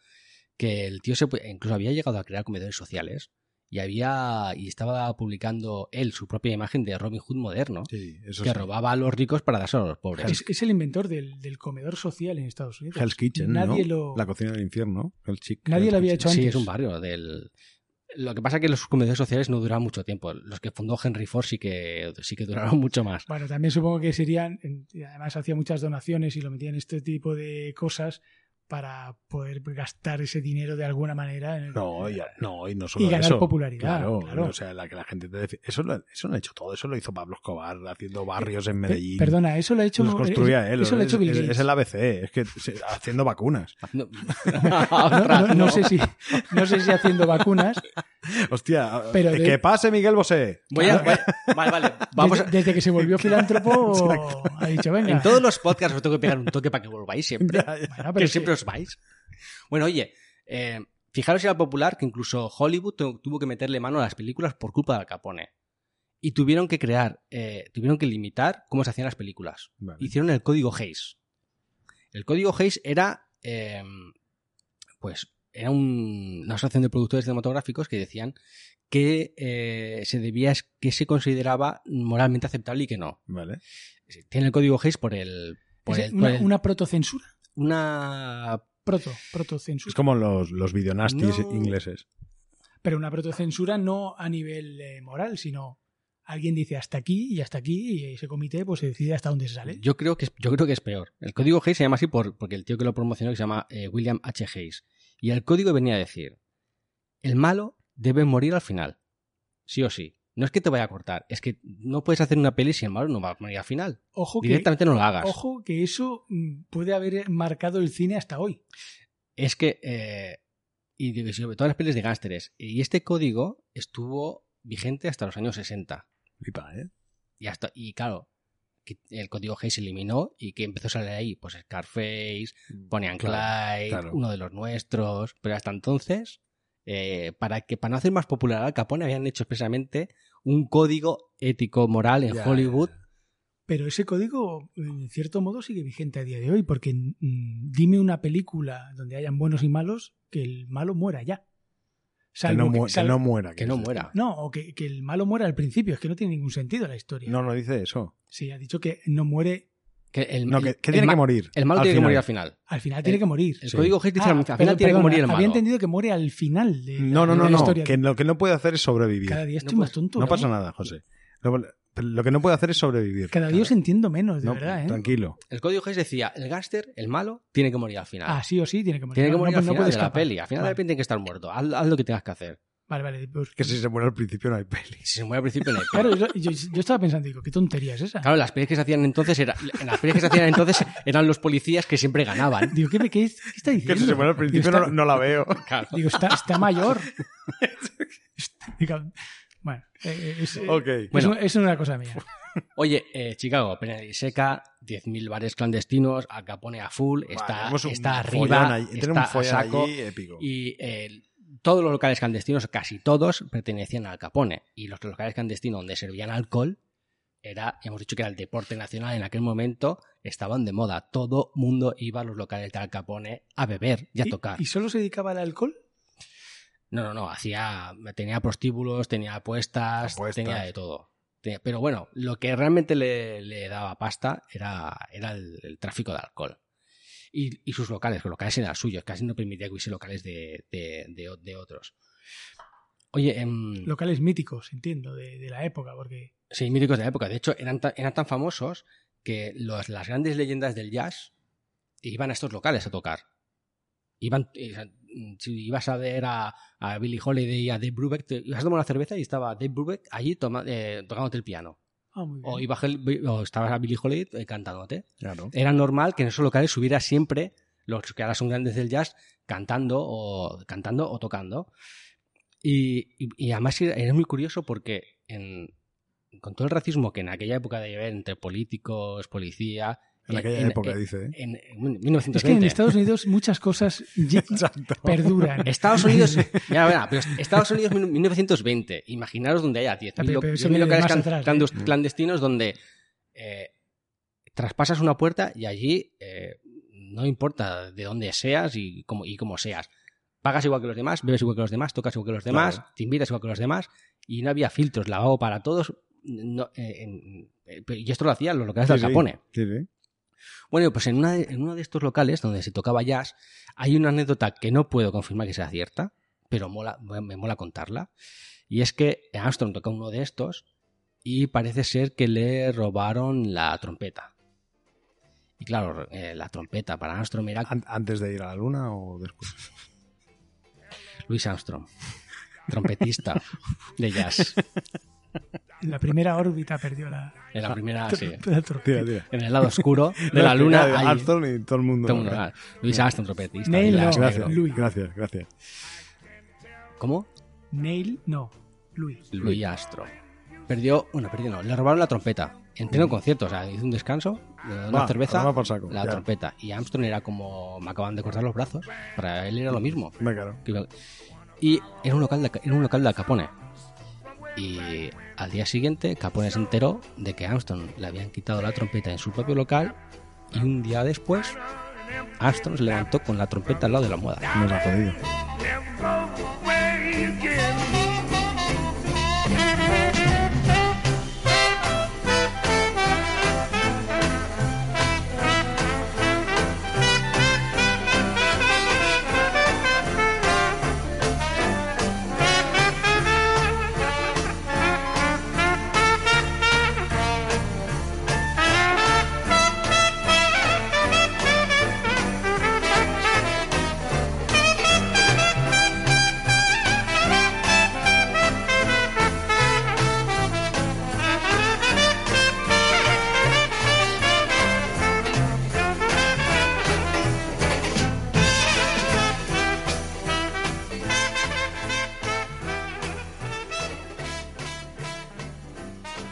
Speaker 3: que el tío se, pu- incluso había llegado a crear comedores sociales y había y estaba publicando él su propia imagen de Robin Hood moderno
Speaker 2: Sí, eso
Speaker 3: que
Speaker 2: sí.
Speaker 3: robaba a los ricos para dárselo a los pobres.
Speaker 1: Es, es el inventor del, del comedor social en Estados Unidos.
Speaker 2: Hell's Kitchen,
Speaker 1: Nadie
Speaker 2: ¿no?
Speaker 1: lo-
Speaker 2: La cocina del infierno. Hell's Chic-
Speaker 1: Nadie
Speaker 2: Hell's
Speaker 1: lo había
Speaker 2: Kitchen.
Speaker 1: hecho
Speaker 3: Sí,
Speaker 1: antes.
Speaker 3: es un barrio del. Lo que pasa es que los comedores sociales no duraron mucho tiempo. Los que fundó Henry Ford sí que, sí que duraron mucho más.
Speaker 1: Bueno, también supongo que serían, en- y además hacía muchas donaciones y lo metían en este tipo de cosas para poder gastar ese dinero de alguna manera. en el- Eh,
Speaker 2: No, y, no, y no solo
Speaker 1: y ganar
Speaker 2: eso.
Speaker 1: popularidad.
Speaker 2: Claro,
Speaker 1: Claro,
Speaker 2: o sea, la que la gente te defi- eso lo, eso lo ha hecho todo, eso lo hizo Pablo Escobar haciendo barrios en
Speaker 1: Pe-
Speaker 2: Medellín.
Speaker 1: Perdona, Eh, eso lo ha hecho eh,
Speaker 2: los construía él.
Speaker 1: Eso lo ha
Speaker 2: es-
Speaker 1: hecho Bill
Speaker 2: es,
Speaker 1: Gates.
Speaker 2: es el ABC, es que se- haciendo vacunas.
Speaker 3: No,
Speaker 1: No,
Speaker 3: Ostras,
Speaker 1: no- no
Speaker 3: no.
Speaker 1: sé si, no sé si haciendo vacunas.
Speaker 2: Hostia,
Speaker 1: Pero
Speaker 2: eh,
Speaker 1: de-
Speaker 2: que pase Miguel Bosé.
Speaker 3: Voy a- voy- Vale, vale. Vamos
Speaker 1: desde,
Speaker 3: a-
Speaker 1: desde que se volvió filántropo, ha dicho, venga.
Speaker 3: En todos los podcasts os tengo que pegar un toque para que volváis siempre.
Speaker 1: Bueno, pero
Speaker 3: que
Speaker 1: es que-
Speaker 3: siempre os vais. Bueno, oye, eh, fijaros si era popular que incluso Hollywood tu- tuvo que meterle mano a las películas por culpa de Al Capone. Y tuvieron que crear, eh, tuvieron que limitar cómo se hacían las películas.
Speaker 2: Vale.
Speaker 3: Hicieron el código Hayes. El código Hayes era, eh, pues, era un- una asociación de productores cinematográficos que decían que eh, se debía, que se consideraba moralmente aceptable y que no.
Speaker 2: Vale.
Speaker 3: Tiene el código Hayes por el, por
Speaker 1: es
Speaker 3: el- por
Speaker 1: una,
Speaker 3: el-
Speaker 1: una protocensura.
Speaker 3: una
Speaker 1: Proto,
Speaker 2: Es
Speaker 1: protocensura.
Speaker 2: como los, los videonastis
Speaker 3: No.
Speaker 2: ingleses.
Speaker 1: Pero una protocensura no a nivel eh, moral, sino alguien dice hasta aquí y hasta aquí y ese comité pues se decide hasta dónde se sale.
Speaker 3: Yo creo que es, yo creo que es peor. El código Hayes se llama así por, porque el tío que lo promocionó que se llama eh, William H. Hayes. Y el código venía a decir: el malo debe morir al final. Sí o sí. No es que te vaya a cortar, es que no puedes hacer una peli si el malo no va a morir al final.
Speaker 1: Ojo que,
Speaker 3: Directamente no lo hagas.
Speaker 1: ojo que eso mm, puede haber marcado el cine hasta hoy.
Speaker 3: Es que. eh, y digo, sobre todas las pelis de gánsteres. Y este código estuvo vigente hasta los años 60.
Speaker 2: Flipa, ¿eh?
Speaker 3: Y, hasta, y claro, que el código Hayes se eliminó y que empezó a salir ahí, pues Scarface, Bonnie and
Speaker 2: Mm, Claro,
Speaker 3: Clyde,
Speaker 2: claro.
Speaker 3: uno de los nuestros, pero hasta entonces, eh, para que para no hacer más popular al Capone habían hecho expresamente un código ético moral en
Speaker 2: Ya,
Speaker 3: Hollywood
Speaker 1: Pero ese código, en cierto modo, sigue vigente a día de hoy, porque mm, dime una película donde hayan buenos y malos, que el malo muera ya.
Speaker 2: Que
Speaker 1: Salvo
Speaker 2: no, mu- que
Speaker 1: salvo-
Speaker 2: no muera.
Speaker 3: Que no muera.
Speaker 1: no, o que, que el malo muera al principio, es que no tiene ningún sentido la historia.
Speaker 2: No, no dice eso.
Speaker 1: Sí, ha dicho que no muere,
Speaker 3: Que el,
Speaker 2: No, que,
Speaker 3: el-
Speaker 2: que
Speaker 3: el
Speaker 2: tiene que
Speaker 3: ma-
Speaker 2: morir.
Speaker 3: El malo
Speaker 2: al
Speaker 3: tiene que
Speaker 2: final.
Speaker 3: morir al final.
Speaker 1: al final tiene que morir.
Speaker 3: El
Speaker 2: Sí.
Speaker 3: código Hex dice,
Speaker 1: Ah,
Speaker 3: al final
Speaker 1: perdón,
Speaker 3: tiene que
Speaker 1: perdón,
Speaker 3: morir el malo.
Speaker 1: Había entendido que muere al final de
Speaker 2: No, no, no,
Speaker 1: de la
Speaker 2: no.
Speaker 1: historia.
Speaker 2: Que lo que no puede hacer es sobrevivir.
Speaker 1: Cada día estoy
Speaker 3: No
Speaker 1: más
Speaker 3: pasa-
Speaker 1: tonto. ¿eh?
Speaker 2: No pasa nada, José. Lo, lo que no puede hacer es sobrevivir.
Speaker 1: Cada día os entiendo menos, de
Speaker 2: No,
Speaker 1: verdad, ¿eh?
Speaker 2: Tranquilo.
Speaker 3: El código Hex decía, el gángster, el malo, tiene que morir al final.
Speaker 1: Ah, sí o sí, tiene que morir.
Speaker 3: tiene que
Speaker 1: No,
Speaker 3: morir
Speaker 1: no,
Speaker 3: al
Speaker 1: no
Speaker 3: final
Speaker 1: puede
Speaker 3: de la
Speaker 1: escapar.
Speaker 3: peli. Al final de la
Speaker 1: vale,
Speaker 3: peli tiene que estar muerto. Haz, haz lo que tengas que hacer.
Speaker 1: vale, vale, pues-
Speaker 2: Que si se muere al principio no hay peli.
Speaker 3: Si se muere al principio, no hay peli.
Speaker 1: Claro, yo, yo- yo estaba pensando, digo, qué tontería es esa.
Speaker 3: Claro, las pelis que se hacían entonces era, en las pelis que se hacían entonces eran los policías que siempre ganaban.
Speaker 1: Digo, ¿qué, me- qué es- qué está diciendo?
Speaker 2: Que si se muere al principio
Speaker 1: Digo,
Speaker 2: no,
Speaker 1: está,
Speaker 2: no la veo.
Speaker 3: Claro.
Speaker 1: digo, está, está mayor. Está- digo, bueno, eh, eh, es, eh,
Speaker 2: Ok.
Speaker 1: es
Speaker 3: Bueno.
Speaker 1: un- es una cosa mía.
Speaker 3: Oye, eh, Chicago, Penal y Seca, 10.000 bares clandestinos, Al Capone a full,
Speaker 2: Vale,
Speaker 3: está,
Speaker 2: tenemos un
Speaker 3: está
Speaker 2: follón
Speaker 3: arriba,
Speaker 2: ahí-
Speaker 3: está
Speaker 2: Tenemos un
Speaker 3: a
Speaker 2: follón
Speaker 3: saco,
Speaker 2: allí épico.
Speaker 3: y eh, todos los locales clandestinos, casi todos, pertenecían a Al Capone. Y los locales clandestinos donde servían alcohol, era, hemos dicho que era el deporte nacional en aquel momento, estaban de moda. Todo mundo iba a los locales de Al Capone a beber y a
Speaker 1: ¿Y-
Speaker 3: tocar.
Speaker 1: ¿Y, solo se dedicaba al alcohol?
Speaker 3: No, no, no, hacía, tenía prostíbulos, tenía apuestas,
Speaker 2: Apuestas.
Speaker 3: tenía de todo. Tenía- pero bueno, lo que realmente le, le daba pasta era, era el, el tráfico de alcohol. Y, y sus locales, que los locales eran suyos, casi no permitía que hubiese locales de, de- de- de otros. Oye, em,
Speaker 1: Locales míticos, entiendo, de, de la época, porque
Speaker 3: sí, míticos de la época. De hecho, eran, tan- eran tan famosos que los- las grandes leyendas del jazz iban a estos locales a tocar. Iban, eh, o sea, mm, si ibas a ver a, a Billie Holiday y a Dave Brubeck, te ibas a tomar una cerveza y estaba Dave Brubeck allí toma- eh, tocándote el piano.
Speaker 1: ah, muy bien.
Speaker 3: O, iba Hel- o estabas a Billie Holiday eh, cantándote.
Speaker 2: Claro.
Speaker 3: Era normal que en esos locales hubiera siempre los que ahora son grandes del jazz cantando o cantando o tocando. Y, y- y además era era muy curioso porque en- con todo el racismo que en aquella época debía haber entre políticos, policía...
Speaker 2: En aquella época, dice. ¿eh?
Speaker 3: En, en
Speaker 1: Es que en
Speaker 3: 1920.
Speaker 1: Estados Unidos muchas cosas ye-
Speaker 2: Exacto.
Speaker 1: perduran.
Speaker 3: Estados Unidos, mira, mira, pero Estados Unidos 1920, imaginaros donde haya 10.000
Speaker 1: Pero-
Speaker 3: lo-
Speaker 1: pero eso
Speaker 3: 10.000
Speaker 1: viene
Speaker 3: locales
Speaker 1: más
Speaker 3: can-
Speaker 1: atrás, ¿eh?
Speaker 3: clandos- clandestinos donde eh, traspasas una puerta y allí eh, no importa de dónde seas y cómo, y cómo seas. Pagas igual que los demás, bebes igual que los demás, tocas igual que los demás,
Speaker 2: Claro.
Speaker 3: te invitas igual que los demás y no había filtros, lavado para todos. no, eh, en- eh, pero- y esto lo hacían los locales
Speaker 2: Sí,
Speaker 3: del
Speaker 2: sí.
Speaker 3: Capone.
Speaker 2: Sí, sí.
Speaker 3: Bueno, pues en, una de- en uno de estos locales donde se tocaba jazz, hay una anécdota que no puedo confirmar que sea cierta, pero mola, me, me mola contarla. Y es que Armstrong tocó uno de estos y parece ser que le robaron la trompeta. Y claro, eh, la trompeta para Armstrong era
Speaker 2: An- ¿Antes de ir a la luna o después?
Speaker 3: Louis Armstrong, trompetista de jazz.
Speaker 1: En la primera órbita perdió la,
Speaker 3: En la primera, Ah, sí,
Speaker 1: la trompeta.
Speaker 2: Tira, tira.
Speaker 3: en el lado oscuro de
Speaker 2: No,
Speaker 3: la
Speaker 2: es que,
Speaker 3: luna.
Speaker 2: claro,
Speaker 3: hay-
Speaker 2: Armstrong y todo el mundo.
Speaker 3: todo el mundo, ah, Louis Armstrong, trompetista. de
Speaker 1: Neil
Speaker 3: jazz,
Speaker 1: no.
Speaker 2: Gracias,
Speaker 3: negro.
Speaker 1: Luis.
Speaker 2: gracias, gracias.
Speaker 3: ¿Cómo?
Speaker 1: Neil, no. Luis.
Speaker 3: Louis Astro. Perdió, bueno, perdió no, le robaron la trompeta. En pleno concierto, o sea, hizo un descanso, le dio una
Speaker 2: Va, a
Speaker 3: cerveza,
Speaker 2: tomar por saco,
Speaker 3: la
Speaker 2: ya.
Speaker 3: trompeta. Y Armstrong era como, me acaban de cortar los brazos, para él era lo mismo.
Speaker 2: Me caro.
Speaker 3: Que- Y era un local de, era un local de Capone. Y al día siguiente, Capone se enteró de que Armstrong le habían quitado la trompeta en su propio local. Y un día después, Armstrong se levantó con la trompeta al lado de la moda.
Speaker 2: Nos ha jodido.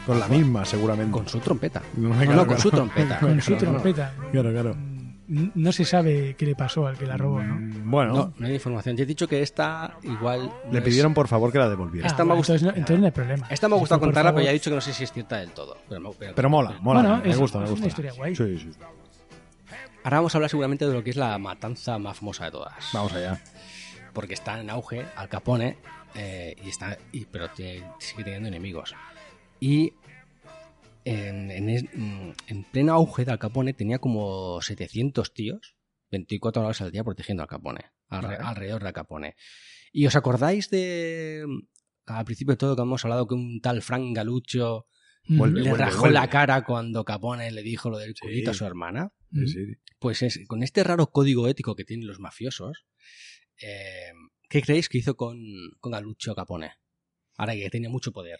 Speaker 2: Con la misma, seguramente.
Speaker 3: Con su trompeta.
Speaker 2: No,
Speaker 3: No,
Speaker 2: claro,
Speaker 3: no, con
Speaker 2: claro.
Speaker 3: su trompeta.
Speaker 1: Con su
Speaker 2: Claro,
Speaker 1: trompeta.
Speaker 2: Claro, claro.
Speaker 1: Mm, n- no se sabe qué le pasó al que la robó, ¿no?
Speaker 2: Bueno,
Speaker 3: No, no hay información. Te he dicho que esta igual.
Speaker 2: le
Speaker 3: no
Speaker 2: pidieron
Speaker 3: es-
Speaker 2: por favor que la devolviera.
Speaker 3: Esta me
Speaker 1: bueno,
Speaker 3: gusta-
Speaker 1: Ah, entonces, no, entonces no hay problema.
Speaker 3: Esta me ha gustado
Speaker 1: Por
Speaker 3: contarla,
Speaker 1: favor.
Speaker 3: pero ya he dicho que no sé si es cierta del todo. Pero me- pero-
Speaker 2: Pero mola, mola.
Speaker 1: Bueno,
Speaker 2: me
Speaker 1: es-
Speaker 2: gusta, me
Speaker 1: es una
Speaker 2: gusta.
Speaker 1: historia guay.
Speaker 2: Sí, sí.
Speaker 3: Ahora vamos a hablar seguramente de lo que es la matanza más famosa de todas.
Speaker 2: Vamos allá.
Speaker 3: Porque está en auge, Al Capone, eh, y está, y- pero te- sigue teniendo enemigos. Y en, en es- mm, en pleno auge de Al Capone tenía como 700 tíos, 24 horas al día protegiendo a Al Capone, alre- alrededor de Al Capone. ¿Y os acordáis de... mm, Al principio de todo que hemos hablado que un tal Frank Galucho
Speaker 1: Mm,
Speaker 2: Vuelve,
Speaker 3: le
Speaker 2: vuelve,
Speaker 3: rajó
Speaker 2: vuelve.
Speaker 3: la cara cuando Capone le dijo lo del culito a su hermana?
Speaker 1: mm.
Speaker 3: Pues es, con este raro código ético que tienen los mafiosos, eh, ¿qué creéis que hizo con, con Galuccio Capone? Ahora que tenía mucho poder.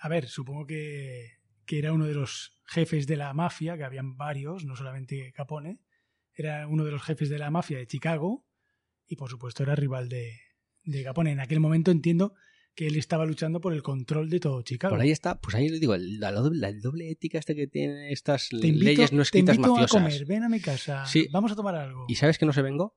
Speaker 1: A ver, supongo que, que era uno de los jefes de la mafia, que habían varios, no solamente Capone. Era uno de los jefes de la mafia de Chicago y, por supuesto, era rival de, de Capone. En aquel momento entiendo que él estaba luchando por el control de todo Chicago.
Speaker 3: Por ahí está, pues ahí le digo, la, doble- la doble ética esta que tienen estas
Speaker 1: te invito,
Speaker 3: leyes no
Speaker 1: te
Speaker 3: escritas
Speaker 1: invito a
Speaker 3: mafiosas.
Speaker 1: comer, ven a mi casa,
Speaker 3: Sí.
Speaker 1: vamos a tomar algo.
Speaker 3: ¿Y sabes que no se vengó?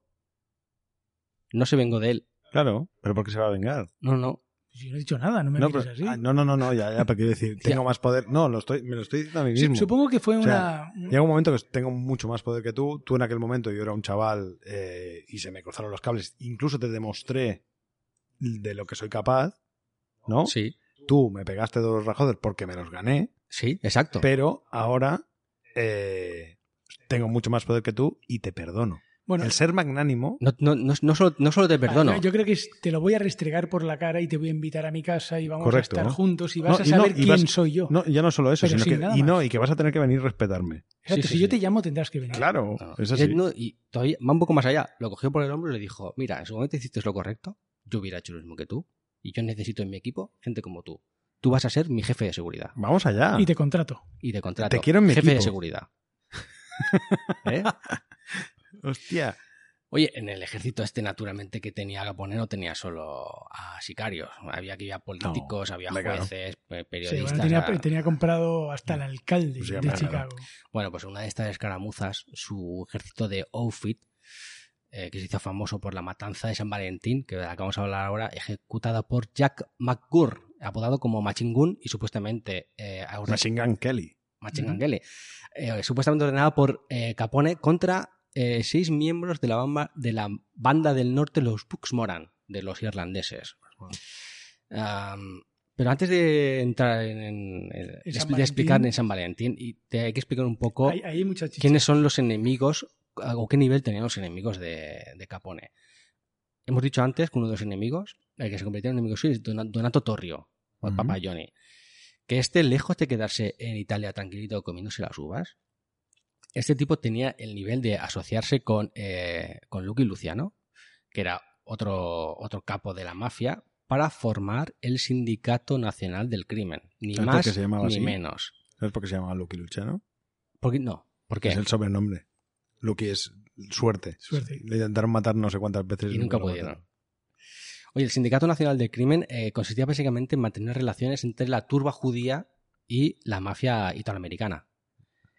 Speaker 3: No se vengó de él.
Speaker 2: Claro, pero porque se va a vengar.
Speaker 3: No, no.
Speaker 1: Pues Yo no he dicho nada, no me
Speaker 2: No,
Speaker 1: mires
Speaker 2: pero-
Speaker 1: así.
Speaker 2: ah, no, no, no, no, ya, ya, pero quiero decir, tengo más poder. No, lo estoy, me lo estoy diciendo a mí
Speaker 1: Su-
Speaker 2: mismo.
Speaker 1: Supongo que fue
Speaker 2: O sea,
Speaker 1: una...
Speaker 2: Llega un momento que tengo mucho más poder que tú. Tú en aquel momento yo era un chaval eh, y se me cruzaron los cables. Incluso te demostré de lo que soy capaz, ¿no?
Speaker 3: Sí,
Speaker 2: Tú me pegaste dos rajones porque me los gané,
Speaker 3: sí, exacto.
Speaker 2: pero ahora eh, tengo mucho más poder que tú y te perdono.
Speaker 1: bueno, ah,
Speaker 2: El ser magnánimo,
Speaker 3: No, no, no, no solo, no solo te perdono.
Speaker 1: Yo creo que es- te lo voy a restregar por la cara y te voy a invitar a mi casa y vamos
Speaker 2: Correcto.
Speaker 1: a estar juntos y vas
Speaker 2: No,
Speaker 1: a
Speaker 2: y no,
Speaker 1: saber
Speaker 2: y
Speaker 1: quién
Speaker 2: vas-
Speaker 1: soy yo.
Speaker 2: no, ya no solo eso,
Speaker 1: Pero
Speaker 2: sino
Speaker 1: sí,
Speaker 2: que,
Speaker 1: nada
Speaker 2: y no,
Speaker 1: más.
Speaker 2: y que vas a tener que venir a respetarme.
Speaker 1: Exacto,
Speaker 3: Sí, sí,
Speaker 1: si yo
Speaker 3: sí.
Speaker 1: te llamo tendrás que venir.
Speaker 2: Claro,
Speaker 3: No,
Speaker 2: es
Speaker 3: no.
Speaker 2: así.
Speaker 3: Y- Ah. no, y todavía va un poco más allá. Lo cogió por el hombro y le dijo, mira, en su momento hiciste lo correcto, yo hubiera hecho lo mismo que tú, y yo necesito en mi equipo gente como tú. Tú vas a ser mi jefe de seguridad
Speaker 2: Vamos allá.
Speaker 1: Y te contrato.
Speaker 3: y de contrato.
Speaker 2: Te quiero en mi
Speaker 3: jefe de
Speaker 2: equipo.
Speaker 3: seguridad. ¿Eh?
Speaker 2: Hostia.
Speaker 3: Oye, en el ejército este, naturalmente, que tenía Capone no tenía solo a sicarios. Había que había políticos, había
Speaker 2: hombre, claro.
Speaker 3: jueces,
Speaker 1: Sí,
Speaker 3: pe-
Speaker 1: bueno,
Speaker 3: periodistas.
Speaker 1: tenía,
Speaker 3: a-
Speaker 1: tenía comprado hasta el alcalde
Speaker 2: Sí,
Speaker 1: de
Speaker 2: hombre, claro.
Speaker 1: Chicago.
Speaker 3: Bueno, pues una de estas escaramuzas, su ejército de Outfit, eh, que se hizo famoso por la matanza de San Valentín, que de la que vamos a hablar ahora, ejecutada por Jack McGurr, apodado como Machine Gun y supuestamente eh, or-
Speaker 2: Machine Gun Kelly.
Speaker 3: Machine Gun Kelly, eh, supuestamente ordenada por eh, Capone contra eh, seis miembros de la, bamba- de la banda del norte, los Buxmoran, de los irlandeses. Am, pero antes de entrar en, en- en-
Speaker 1: En
Speaker 3: de
Speaker 1: San
Speaker 3: explicar
Speaker 1: Valentín.
Speaker 3: en San Valentín, y te hay que explicar un poco
Speaker 1: Ahí, ahí hay mucha chicha.
Speaker 3: quiénes son los enemigos o qué nivel tenían los enemigos de, de Capone. Hemos dicho antes que uno de los enemigos, el que se convirtió en enemigo suyo, es Dona- Donato Torrio, o el
Speaker 2: Ujú.
Speaker 3: Papa Johnny. Que este, lejos de quedarse en Italia tranquilito comiéndose las uvas, este tipo tenía el nivel de asociarse con, eh, con Lucky Luciano, que era otro, otro capo de la mafia, para formar el Sindicato Nacional del Crimen. Ni
Speaker 2: ¿Tanto
Speaker 3: más
Speaker 2: que se llamaba
Speaker 3: ni
Speaker 2: así?
Speaker 3: menos.
Speaker 2: ¿Sabes por qué se llama Lucky Luchano?
Speaker 3: Porque, no, ¿por qué?
Speaker 2: Es el sobrenombre. Lucky es suerte.
Speaker 1: Suerte.
Speaker 2: Le intentaron matar no sé cuántas veces.
Speaker 3: y nunca
Speaker 2: lo
Speaker 3: pudieron.
Speaker 2: mataron.
Speaker 3: Oye, el Sindicato Nacional del Crimen eh, consistía básicamente en mantener relaciones entre la turba judía y la mafia italoamericana.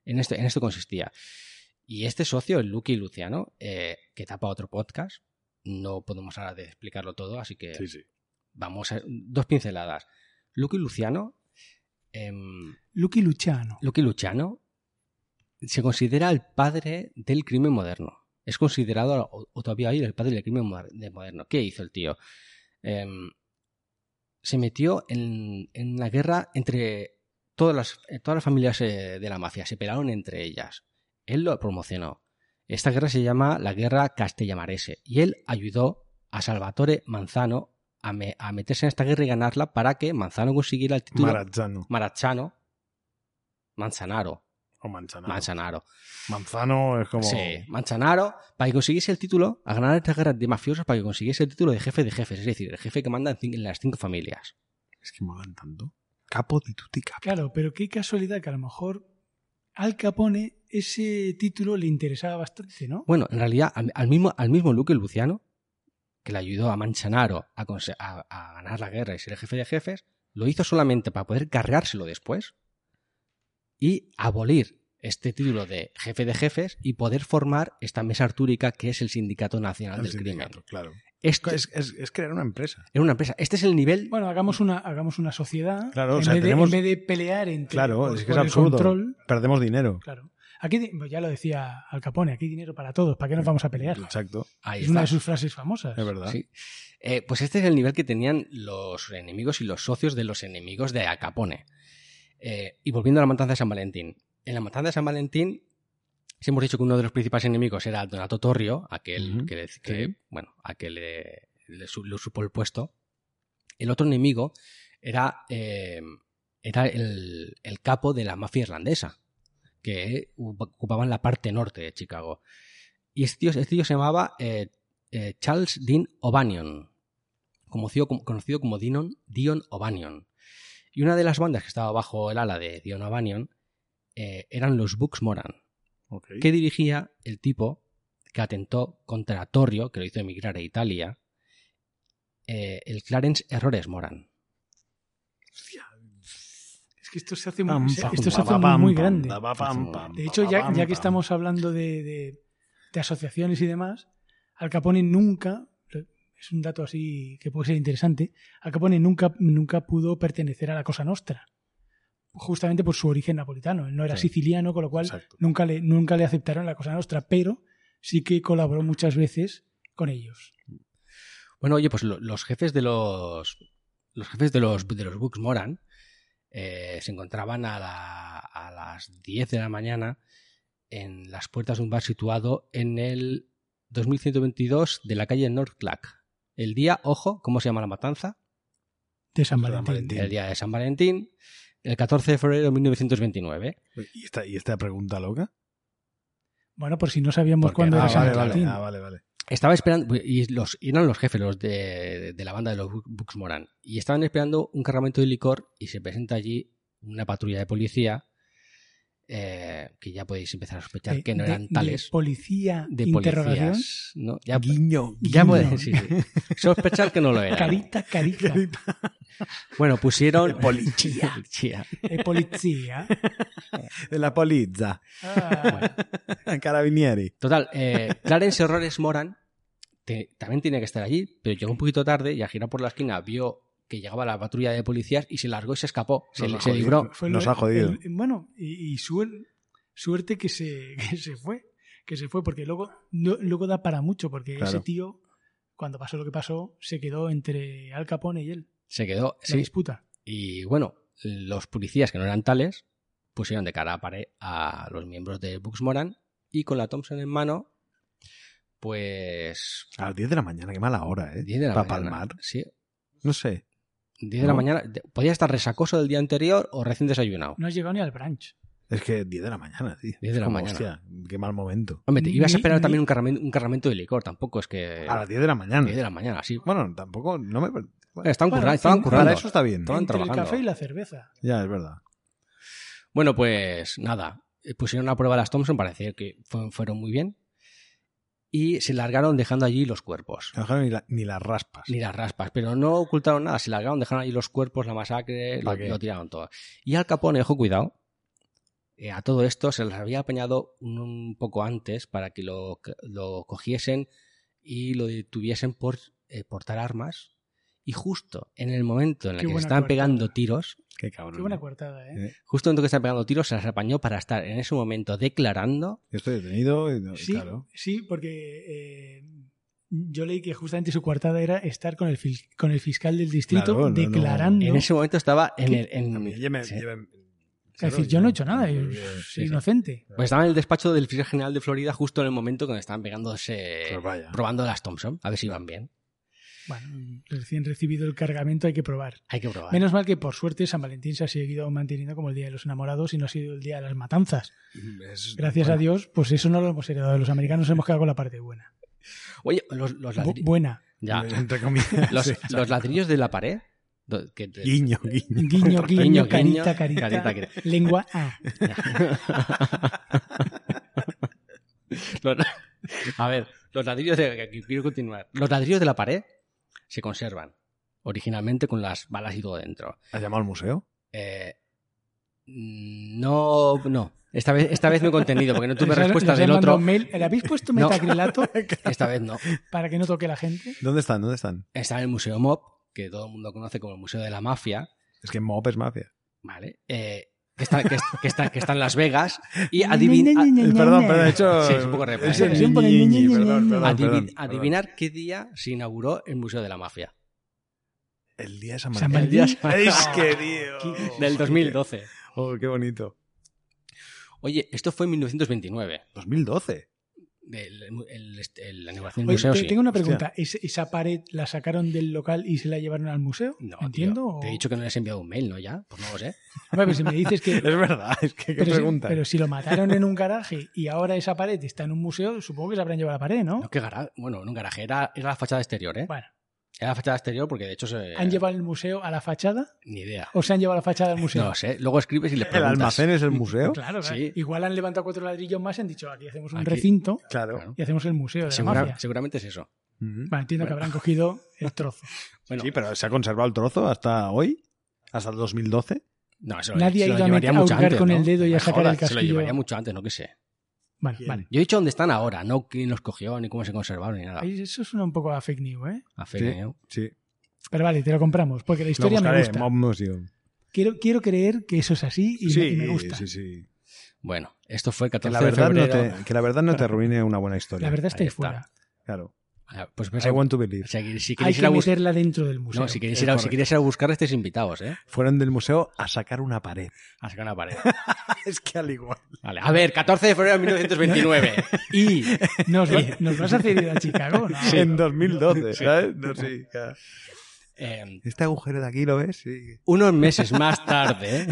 Speaker 3: En esto, en esto consistía. Y este socio, el Lucky Luciano, eh, que tapa otro podcast, no podemos ahora de explicarlo todo, así que
Speaker 2: Sí, sí.
Speaker 3: vamos a dos pinceladas. Lucky Luciano em,
Speaker 1: Lucky Luciano.
Speaker 3: Lucky Luciano se considera el padre del crimen moderno. Es considerado, o, o todavía hoy, el padre del crimen moder- de moderno. ¿Qué hizo el tío? Em, se metió en, en la guerra entre todas las, eh, todas las familias eh, de la mafia. Se pelaron entre ellas. Él lo promocionó. Esta guerra se llama la Guerra Castellamarese. Y él ayudó a Salvatore Manzano a, me- a meterse en esta guerra y ganarla para que Manzano consiguiera el título.
Speaker 2: Marazzano.
Speaker 3: Marachano, Manzanaro,
Speaker 2: O Manzanaro.
Speaker 3: Manzanaro.
Speaker 2: Manzano es como.
Speaker 3: Sí, Manzanaro, para que consiguiese el título, a ganar esta guerra de mafiosos, para que consiguiese el título de jefe de jefes, es decir, el jefe que manda en cin- en las cinco familias.
Speaker 2: Es que molan tanto. Capo di tutti capi.
Speaker 1: Claro, pero qué casualidad que a lo mejor Al Capone ese título le interesaba bastante, ¿no?
Speaker 3: Bueno, en realidad, al, al mismo, al mismo Luque Luciano, que le ayudó a Manzanaro a, conse- a- a ganar la guerra y ser el jefe de jefes, lo hizo solamente para poder cargárselo después y abolir este título de jefe de jefes y poder formar esta mesa artúrica que es el Sindicato Nacional
Speaker 2: El
Speaker 3: del Crimen.
Speaker 2: sindicato, claro.
Speaker 3: Esto es,
Speaker 2: Es, es- es crear una empresa.
Speaker 3: es una empresa. Este es el nivel.
Speaker 1: Bueno, hagamos una, hagamos una sociedad.
Speaker 2: Claro, o
Speaker 1: en,
Speaker 2: sea,
Speaker 1: vez de,
Speaker 2: tenemos-
Speaker 1: en vez de pelear entre
Speaker 2: Claro,
Speaker 1: por-
Speaker 2: es que
Speaker 1: por
Speaker 2: es
Speaker 1: el
Speaker 2: absurdo.
Speaker 1: control.
Speaker 2: Perdemos dinero.
Speaker 1: Claro. Aquí, di- ya lo decía Al Capone, aquí hay dinero para todos, ¿para qué nos vamos a pelear?
Speaker 2: Exacto,
Speaker 3: Ahí
Speaker 1: Es una
Speaker 3: está.
Speaker 1: de sus frases famosas.
Speaker 2: es verdad.
Speaker 3: Sí. Eh, pues este es el nivel que tenían los enemigos y los socios de los enemigos de Al Capone. Eh, y volviendo a la matanza de San Valentín. En la matanza de San Valentín, si hemos dicho que uno de los principales enemigos era Donato Torrio, aquel
Speaker 2: Ujú,
Speaker 3: que, le- que, bueno, a que le, le su- le supo el puesto. El otro enemigo era, eh, era el, el capo de la mafia irlandesa, que ocupaban la parte norte de Chicago. Y este tío, este tío se llamaba eh, eh, Charles Dean O'Banion, conocido, como- conocido como Dion, Dion O'Banion. Y una de las bandas que estaba bajo el ala de Dion O'Banion eh, eran los Bucks Moran,
Speaker 2: Ok.
Speaker 3: que dirigía el tipo que atentó contra Torrio, que lo hizo emigrar a Italia, eh, el Clarence Errores Moran.
Speaker 1: Es que esto se hace
Speaker 2: Pam,
Speaker 1: muy, se-
Speaker 2: pam,
Speaker 1: esto se hace
Speaker 2: pam,
Speaker 1: muy,
Speaker 2: pam,
Speaker 1: muy
Speaker 2: pam,
Speaker 1: grande.
Speaker 2: da, pam, pam,
Speaker 1: De hecho, ya,
Speaker 2: pam,
Speaker 1: ya
Speaker 2: pam.
Speaker 1: que estamos hablando de, de- de asociaciones y demás, Al Capone nunca, es un dato así que puede ser interesante, Al Capone nunca, nunca pudo pertenecer a la Cosa Nostra, justamente por su origen napolitano. Él no era
Speaker 2: Sí.
Speaker 1: siciliano, con lo cual
Speaker 2: Exacto.
Speaker 1: nunca le, nunca le aceptaron la Cosa Nostra, pero sí que colaboró muchas veces con ellos.
Speaker 3: Bueno, oye, pues lo- los jefes de los. Los jefes de los, de los Bucks Moran eh, se encontraban a, la- a las 10 de la mañana en las puertas de un bar situado en el 2122 de la calle North Clark. El día, ojo, ¿cómo se llama la matanza?
Speaker 1: De San
Speaker 2: San
Speaker 1: Valentín.
Speaker 2: Valentín.
Speaker 3: El día de San Valentín, el 14 de febrero de 1929.
Speaker 2: ¿Y esta, y esta pregunta loca?
Speaker 1: Bueno, por si no sabíamos
Speaker 3: Porque-
Speaker 1: cuándo
Speaker 2: Ah,
Speaker 1: era
Speaker 3: de
Speaker 1: San
Speaker 2: vale, vale,
Speaker 1: Valentín.
Speaker 2: ah, vale, vale.
Speaker 3: Estaba esperando, pues, y los, y eran los jefes los de, de la banda de los Bu- Bucks Moran, y estaban esperando un cargamento de licor y se presenta allí una patrulla de policía, eh, que ya podéis empezar a sospechar
Speaker 1: De-
Speaker 3: que no
Speaker 1: Eh, de-
Speaker 3: eran
Speaker 1: de
Speaker 3: tales,
Speaker 1: policía,
Speaker 3: de,
Speaker 1: interrogación.
Speaker 3: policías. ¿no? Ya, pues.
Speaker 2: Guiño,
Speaker 3: ya
Speaker 1: guiño.
Speaker 3: podéis sí, sí. sospechar que no lo eran.
Speaker 1: Carita, carita.
Speaker 3: Bueno, pusieron...
Speaker 2: De policía.
Speaker 3: Policía.
Speaker 1: Eh, policía.
Speaker 2: De la polizza.
Speaker 1: Ah,
Speaker 2: Carabinieri.
Speaker 3: Total, eh, Clarence Errores Moran te- también tenía que estar allí, pero llegó un poquito tarde y al girar por la esquina vio que llegaba la patrulla de policías y se largó y se escapó, se,
Speaker 2: Nos ha
Speaker 3: se
Speaker 2: jodido.
Speaker 3: libró.
Speaker 1: fue
Speaker 2: Nos
Speaker 1: lo-
Speaker 2: ha jodido.
Speaker 1: el- bueno, y, y suel- suerte que se, que se fue. Que se fue, porque luego, no- luego da para mucho, porque ese
Speaker 2: Claro.
Speaker 1: tío, cuando pasó lo que pasó, se quedó entre Al Capone y él.
Speaker 3: Se quedó,
Speaker 1: La
Speaker 3: sí.
Speaker 1: disputa.
Speaker 3: Y bueno, los policías que no eran tales pusieron de cara a pared a los miembros de Bucks Moran y con la Thompson en mano, pues.
Speaker 2: A las 10 de la mañana, qué mala hora, ¿eh?
Speaker 3: 10 de la
Speaker 2: Para
Speaker 3: mañana.
Speaker 2: palmar.
Speaker 3: Sí,
Speaker 2: No sé.
Speaker 3: 10 de la
Speaker 2: ¿No?
Speaker 3: mañana. De- Podía estar resacoso del día anterior o recién desayunado.
Speaker 1: No has llegado ni al branch.
Speaker 2: Es que 10 de la mañana, tío.
Speaker 3: 10 de la
Speaker 2: Como,
Speaker 3: mañana.
Speaker 2: Hostia, qué mal momento.
Speaker 3: Hombre, te ibas a
Speaker 1: Ni-
Speaker 3: esperar
Speaker 1: ni-
Speaker 3: también un cargamento, un cargamento de licor, tampoco es que.
Speaker 2: A las 10 de la mañana.
Speaker 3: 10 Eh, de la mañana, sí.
Speaker 2: Bueno, tampoco, no me...
Speaker 3: Eh, Estaban,
Speaker 1: Bueno,
Speaker 3: curra- estaban
Speaker 1: en-
Speaker 3: currando.
Speaker 2: Para eso está bien.
Speaker 3: Estaban
Speaker 1: entre el
Speaker 3: trabajando.
Speaker 1: café y la cerveza.
Speaker 2: Ya, es verdad.
Speaker 3: Bueno, pues nada, eh, pusieron a prueba las Thompson para decir que fue- fueron muy bien y se largaron dejando allí los cuerpos.
Speaker 2: No dejaron ni, la- ni las raspas.
Speaker 3: Ni las raspas, pero no ocultaron nada, se largaron, dejaron ahí los cuerpos, la masacre, lo,
Speaker 2: ¿Pa qué?
Speaker 3: lo tiraron todo. Y Al Capone, ojo, cuidado, eh, a todo esto se les había apañado un, un poco antes para que lo, lo cogiesen y lo detuviesen por eh, portar armas. Y justo en el momento en el
Speaker 1: Qué
Speaker 3: que se
Speaker 1: buena
Speaker 3: estaban
Speaker 1: coartada.
Speaker 2: ¿eh?
Speaker 3: pegando tiros,
Speaker 2: Qué cabrón.
Speaker 1: Qué buena
Speaker 2: ¿eh?
Speaker 1: coartada, ¿eh?
Speaker 2: Eh,
Speaker 3: justo en el que estaban pegando tiros, se las apañó para estar en ese momento declarando
Speaker 2: Yo estoy detenido y no-
Speaker 1: Sí,
Speaker 2: claro.
Speaker 1: sí, porque eh, yo leí que justamente su coartada era estar con el, fis- con el fiscal del distrito
Speaker 2: Claro, no, no.
Speaker 1: declarando.
Speaker 3: En ese momento estaba en el. en-
Speaker 2: A mí, lléveme-
Speaker 3: sí.
Speaker 2: lléveme-
Speaker 1: Es decir, yo no he hecho nada, yo
Speaker 2: Sí,
Speaker 1: soy
Speaker 2: sí.
Speaker 1: inocente.
Speaker 3: Pues estaba en el despacho del fiscal general de Florida justo en el momento cuando estaban pegándose.
Speaker 2: Pues vaya.
Speaker 3: probando las Thompson, a ver si van bien.
Speaker 1: Bueno, recién recibido el cargamento hay que probar.
Speaker 3: Hay que probar.
Speaker 1: Menos mal que por suerte San Valentín se ha seguido manteniendo como el Día de los Enamorados y no ha sido el Día de las Matanzas.
Speaker 2: Es-
Speaker 1: Gracias a
Speaker 2: bueno,
Speaker 1: Dios, pues eso no lo hemos heredado. Los americanos hemos quedado con la parte buena.
Speaker 3: Oye, los, los,
Speaker 1: Bu-
Speaker 3: ladri-
Speaker 1: buena.
Speaker 3: ya.
Speaker 2: Entre comillas.
Speaker 3: Los-
Speaker 2: sí.
Speaker 3: los ladrillos de la pared. do- que-
Speaker 2: Guiño, guiño.
Speaker 1: Guiño, guiño,
Speaker 3: Guiño, guiño,
Speaker 1: carita, carita.
Speaker 3: carita, carita.
Speaker 1: Lengua A.
Speaker 3: Los- a ver, los ladrillos de. que Quiero continuar. Los ladrillos de la pared se conservan. Originalmente con las balas y todo dentro.
Speaker 2: ¿Has llamado al museo?
Speaker 3: Eh, no, no. Esta vez, esta vez no he contenido, porque no tuve
Speaker 1: Les ha-
Speaker 3: respuesta
Speaker 1: les he
Speaker 3: del
Speaker 1: mandado
Speaker 3: otro.
Speaker 1: un mail. ¿Le habéis puesto
Speaker 3: No.
Speaker 1: metacrilato
Speaker 3: Esta vez no.
Speaker 1: para que no toque la gente?
Speaker 2: ¿Dónde están? ¿Dónde están?
Speaker 3: Está en el Museo Mob, que todo el mundo conoce como el Museo de la Mafia,
Speaker 2: Es que Mop es mafia.
Speaker 3: ¿vale? Eh, que, está, que, es- que está, que está en Las Vegas. Y adivin-
Speaker 2: Eh, Perdón, perdón, he hecho.
Speaker 3: Sí, es un poco repetitivo.
Speaker 2: Ese
Speaker 1: Sí, un poco
Speaker 2: ñiñi,
Speaker 1: ñiñi,
Speaker 2: perdón,
Speaker 1: ñiñi.
Speaker 2: perdón,
Speaker 3: a- adivi-
Speaker 2: perdón, perdón.
Speaker 3: adivinar qué día se inauguró el Museo de la Mafia.
Speaker 2: El día de San
Speaker 1: San
Speaker 2: Martín.
Speaker 1: Valentín.
Speaker 2: Es que, tío.
Speaker 3: Del 2012.
Speaker 2: Oh, qué bonito.
Speaker 3: Oye, esto fue en 1929.
Speaker 2: 2012.
Speaker 3: El, el, el- la inauguración del
Speaker 1: Oye,
Speaker 3: museo,
Speaker 1: te-
Speaker 3: sí.
Speaker 1: tengo una pregunta. ¿Es- ¿Esa pared la sacaron del local y se la llevaron al museo?
Speaker 3: No,
Speaker 1: ¿Entiendo?
Speaker 3: tío,
Speaker 1: o-
Speaker 3: Te he dicho que no les he enviado un mail, ¿no? Ya, pues no lo sé.
Speaker 1: Hombre, pero si me dices que...
Speaker 2: Es verdad, es que qué
Speaker 1: pero, si,
Speaker 2: pregunta.
Speaker 1: pero si lo mataron en un garaje y ahora esa pared está en un museo, supongo que se habrán llevado la pared, ¿no?
Speaker 3: No, que garaje. Bueno, no un garaje. Era, era la fachada exterior, ¿eh?
Speaker 1: Bueno,
Speaker 3: Era la fachada exterior porque de hecho se.
Speaker 1: ¿han llevado el museo a la fachada
Speaker 3: Ni idea.
Speaker 1: o se han llevado la fachada al museo?
Speaker 3: No lo sé. Luego escribes y le
Speaker 2: ¿El
Speaker 3: preguntas.
Speaker 2: almacén es el museo?
Speaker 1: Claro, claro.
Speaker 3: Sí.
Speaker 1: Igual han levantado cuatro ladrillos más y han dicho, aquí hacemos un
Speaker 3: Aquí.
Speaker 1: recinto
Speaker 2: Claro.
Speaker 3: Claro.
Speaker 1: y hacemos el museo de la
Speaker 3: Segura-
Speaker 1: mafia.
Speaker 3: seguramente es eso.
Speaker 2: Ujú.
Speaker 1: Bueno, entiendo que habrán cogido el trozo.
Speaker 3: Bueno,
Speaker 2: Sí, pero se ha conservado el trozo hasta hoy, hasta el 2012.
Speaker 3: no, se
Speaker 1: Nadie
Speaker 3: se
Speaker 1: ha ido a
Speaker 3: llevaría
Speaker 1: meter- a
Speaker 3: mucho
Speaker 1: hurgar
Speaker 3: antes,
Speaker 1: con
Speaker 3: ¿no?
Speaker 1: el dedo y a
Speaker 3: Me
Speaker 1: sacar el
Speaker 3: Se lo
Speaker 1: casquillo.
Speaker 3: llevaría mucho antes, no que sé.
Speaker 1: Vale,
Speaker 2: Bien.
Speaker 1: vale.
Speaker 3: Yo he dicho dónde están ahora, no quién los cogió, ni cómo se conservaron, ni nada.
Speaker 1: Ahí Eso suena un poco a fake news, ¿eh?
Speaker 3: A
Speaker 2: Sí.
Speaker 3: fe, ¿eh?
Speaker 2: Sí.
Speaker 1: Pero vale, te lo compramos, porque la historia
Speaker 2: lo
Speaker 1: me
Speaker 2: buscaré,
Speaker 1: gusta.
Speaker 2: Mob Museum.
Speaker 1: Quiero, quiero creer que eso es así y, me, y me gusta.
Speaker 2: sí, sí.
Speaker 3: Bueno, esto fue el
Speaker 2: Que
Speaker 3: 14
Speaker 2: la, verdad
Speaker 3: de
Speaker 2: no
Speaker 3: febrero.
Speaker 2: te, que la verdad no te arruine una buena historia.
Speaker 1: La verdad está
Speaker 3: Ahí
Speaker 1: ahí
Speaker 3: está.
Speaker 1: fuera.
Speaker 2: Claro.
Speaker 3: Ah, Pues
Speaker 2: I
Speaker 3: pensaba-
Speaker 2: want to believe.
Speaker 3: si, si
Speaker 1: Hay
Speaker 3: queréis ir
Speaker 1: que
Speaker 3: a buscar.
Speaker 1: meterla dentro del museo.
Speaker 3: No, si queréis,
Speaker 2: Es
Speaker 3: ir a, si
Speaker 2: correcto.
Speaker 3: queréis ir a buscar, estáis invitados, ¿eh?
Speaker 2: Fueron del museo a sacar una pared.
Speaker 3: A sacar una pared.
Speaker 2: es que al igual.
Speaker 3: Vale, a ver, 14 de febrero de 1929. y
Speaker 1: Nos, va- nos vas a hacer ir a Chicago, ¿no?
Speaker 2: en 2012, ¿sabes? No, sí, ya.
Speaker 3: eh,
Speaker 2: Este agujero de aquí, ¿lo ves? Sí.
Speaker 3: unos meses más tarde.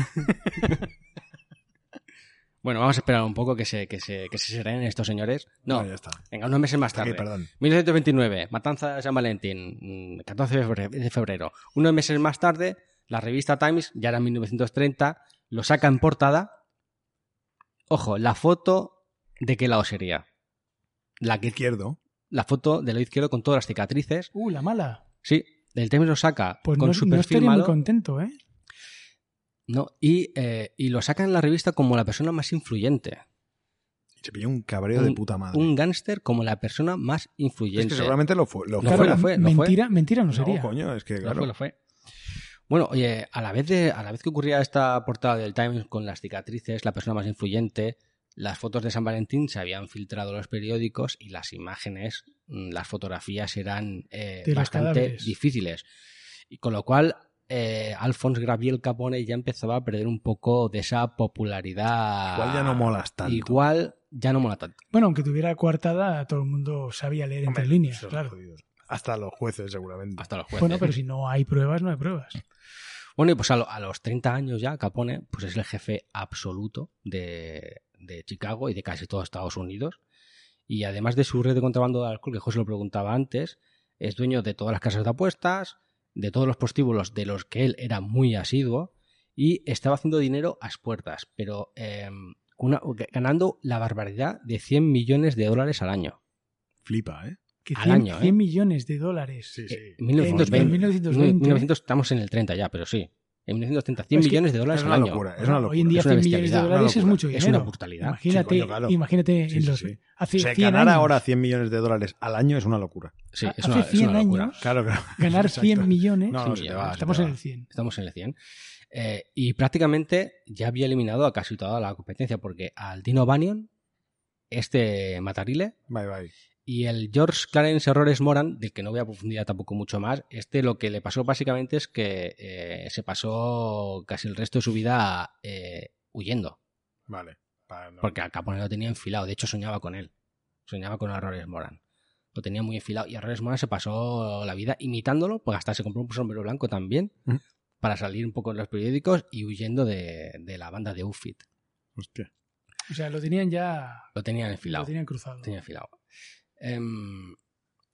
Speaker 3: bueno, vamos a esperar un poco que se, que se, que se serenen estos señores. No,
Speaker 2: ya está.
Speaker 3: venga, unos meses más
Speaker 2: Aquí,
Speaker 3: tarde.
Speaker 2: perdón.
Speaker 3: 1929, Matanza de San Valentín, mm, 14 de febre- de febrero. Unos meses más tarde, la revista Times, ya era 1930, lo saca en portada. Ojo, la foto de qué lado sería. La, que,
Speaker 2: Izquierdo.
Speaker 3: la foto de lado izquierdo con todas las cicatrices.
Speaker 1: Uh, la mala.
Speaker 3: Sí, el Times lo saca
Speaker 1: Pues
Speaker 3: con
Speaker 1: no,
Speaker 3: su
Speaker 1: no
Speaker 3: perfil
Speaker 1: estaría muy
Speaker 3: malo,
Speaker 1: contento, ¿eh?
Speaker 3: ¿no? y, eh, y lo saca en la revista como la persona más influyente.
Speaker 2: Se pilló un cabreo de puta madre.
Speaker 3: Un gángster como la persona más influyente.
Speaker 2: es que seguramente lo fue. Lo
Speaker 3: No
Speaker 2: fue.
Speaker 3: fue, no fue, no fue.
Speaker 1: mentira, mentira no
Speaker 2: No,
Speaker 1: sería.
Speaker 2: coño, es que
Speaker 3: Lo
Speaker 2: claro.
Speaker 3: fue, lo fue. Bueno, oye, a la vez de, a la vez que ocurría esta portada del Times con las cicatrices, la persona más influyente, las fotos de San Valentín se habían filtrado en los periódicos y las imágenes, mm, las fotografías eran eh,
Speaker 1: De los
Speaker 3: bastante
Speaker 1: cadáveres.
Speaker 3: difíciles. Y con lo cual, eh, Alphonse Graviel Capone ya empezaba a perder un poco de esa popularidad.
Speaker 2: Igual ya no molas tanto.
Speaker 3: Igual ya no mola tanto.
Speaker 1: Bueno, aunque tuviera coartada, todo el mundo sabía leer entre
Speaker 2: Hombre,
Speaker 1: líneas,
Speaker 2: esos
Speaker 1: claro.
Speaker 2: jodidos. Hasta los jueces, seguramente.
Speaker 3: Hasta los jueces.
Speaker 1: Bueno, pero si no hay pruebas, no hay pruebas.
Speaker 3: Bueno, y pues a, lo- a los 30 años ya, Capone, pues es el jefe absoluto de, de Chicago y de casi todo Estados Unidos. Y además de su red de contrabando de alcohol, que José lo preguntaba antes, es dueño de todas las casas de apuestas, de todos los postíbulos de los que él era muy asiduo y estaba haciendo dinero a puertas, pero eh, una- ganando la barbaridad de 100 millones de dólares al año.
Speaker 2: Flipa, ¿eh?
Speaker 1: Que
Speaker 3: Al
Speaker 1: 100,
Speaker 3: año, ¿eh?
Speaker 1: 100 millones de dólares.
Speaker 3: Eh,
Speaker 1: En
Speaker 3: 1920.
Speaker 1: 1920,
Speaker 3: 1900, estamos en el 30 ya, pero sí. En 1930, 100
Speaker 1: Es que
Speaker 3: millones de dólares
Speaker 2: Es
Speaker 3: al
Speaker 2: una
Speaker 3: año.
Speaker 2: locura, es
Speaker 1: Bueno,
Speaker 2: una locura.
Speaker 1: Hoy en día
Speaker 3: Es una
Speaker 1: 100 millones de
Speaker 3: bestialidad,
Speaker 1: dólares
Speaker 2: una
Speaker 1: es
Speaker 2: locura.
Speaker 1: mucho
Speaker 3: Es
Speaker 1: dinero.
Speaker 3: una brutalidad.
Speaker 1: Imagínate,
Speaker 2: Sí, coño, claro.
Speaker 1: imagínate
Speaker 2: Sí,
Speaker 1: en
Speaker 2: sí,
Speaker 1: los-
Speaker 2: sí.
Speaker 1: hace
Speaker 2: O sea,
Speaker 1: 100
Speaker 2: ganar
Speaker 1: años,
Speaker 2: ahora 100 millones de dólares al año es una locura.
Speaker 3: Sí, es
Speaker 1: Hace
Speaker 3: una, es
Speaker 1: 100
Speaker 3: una locura.
Speaker 1: años.
Speaker 2: Claro, claro.
Speaker 1: ganar 100
Speaker 2: Exacto.
Speaker 1: millones,
Speaker 2: No,
Speaker 3: no,
Speaker 1: sí,
Speaker 3: se te va, se
Speaker 1: estamos
Speaker 3: te
Speaker 1: en
Speaker 3: va.
Speaker 1: el 100.
Speaker 3: Estamos en el 100. Eh, y prácticamente ya había eliminado a casi toda la competencia, porque al Dino Bannion, este Matarile,
Speaker 2: Bye, bye.
Speaker 3: y el George Clarence Errores Moran, del que no voy a profundizar tampoco mucho más, este lo que le pasó básicamente es que eh, se pasó casi el resto de su vida eh, huyendo,
Speaker 2: Vale. Pa- no.
Speaker 3: porque al Capone lo tenía enfilado, de hecho soñaba con él, soñaba con Errores Moran. Lo tenía muy enfilado y Errores Moran se pasó la vida imitándolo, pues hasta se compró un sombrero blanco también,
Speaker 2: Ujú.
Speaker 3: para salir un poco en los periódicos y huyendo de, de la banda de Ufit.
Speaker 2: Hostia.
Speaker 1: O sea, lo tenían ya
Speaker 3: Lo tenían enfilado.
Speaker 1: lo tenían cruzado.
Speaker 3: Tenía afilado. Em,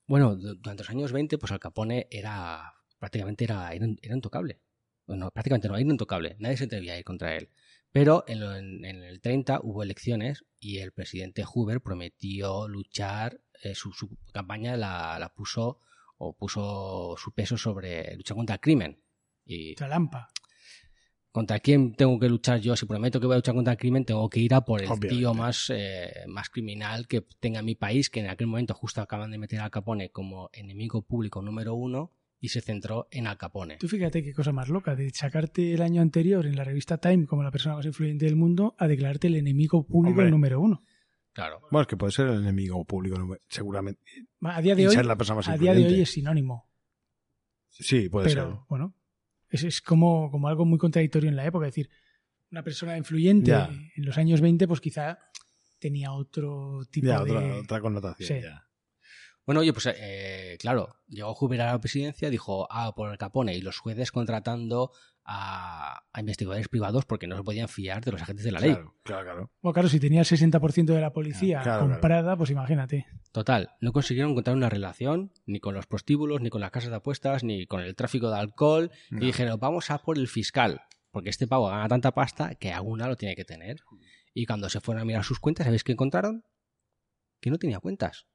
Speaker 3: bueno, du- durante los años 20, pues Al Capone era prácticamente era, era, era intocable. Bueno, prácticamente no, era intocable. Nadie se atrevía a ir contra él. Pero en, lo- en- en el 30 hubo elecciones y el presidente Hoover prometió luchar, eh, su, su campaña la, la puso o puso su peso sobre luchar contra el crimen. Y
Speaker 1: Tralampa.
Speaker 3: ¿Contra quién tengo que luchar yo? Si prometo que voy a luchar contra el crimen, tengo que ir a por el
Speaker 2: Obviamente.
Speaker 3: tío más, eh, más criminal que tenga mi país, que en aquel momento justo acaban de meter a Al Capone como enemigo público número uno y se centró en Al Capone.
Speaker 1: Tú fíjate qué cosa más loca, de sacarte el año anterior en la revista Time como la persona más influyente del mundo a declararte el enemigo público
Speaker 2: Hombre.
Speaker 1: número uno.
Speaker 3: Claro.
Speaker 2: Bueno, es que puede ser el enemigo público, no me- seguramente.
Speaker 1: A día de
Speaker 2: Y
Speaker 1: hoy,
Speaker 2: ser la persona más
Speaker 1: a día de hoy
Speaker 2: influyente.
Speaker 1: es sinónimo,
Speaker 2: Sí, puede
Speaker 1: pero bueno, es, es como, como algo muy contradictorio en la época. Es decir, una persona influyente
Speaker 2: Ya.
Speaker 1: en los años 20, pues quizá tenía otro
Speaker 2: ser.
Speaker 1: tipo
Speaker 2: Ya,
Speaker 1: de...
Speaker 2: otra, otra connotación.
Speaker 1: Sí.
Speaker 2: ya.
Speaker 3: Bueno, oye, pues eh, claro, llegó Hoover a la presidencia, dijo, ah, por el Capone, y los jueces contratando a, a investigadores privados porque no se podían fiar de los agentes de la ley.
Speaker 2: Claro, claro, claro.
Speaker 1: Bueno, claro, si tenía el 60% de la policía
Speaker 2: Claro, claro.
Speaker 1: comprada, pues imagínate.
Speaker 3: Total, no consiguieron encontrar una relación ni con los prostíbulos, ni con las casas de apuestas, ni con el tráfico de alcohol,
Speaker 2: No.
Speaker 3: y dijeron, vamos a por el fiscal, porque este pavo gana tanta pasta que alguna lo tiene que tener. Y cuando se fueron a mirar sus cuentas, ¿sabéis qué encontraron? Que no tenía cuentas.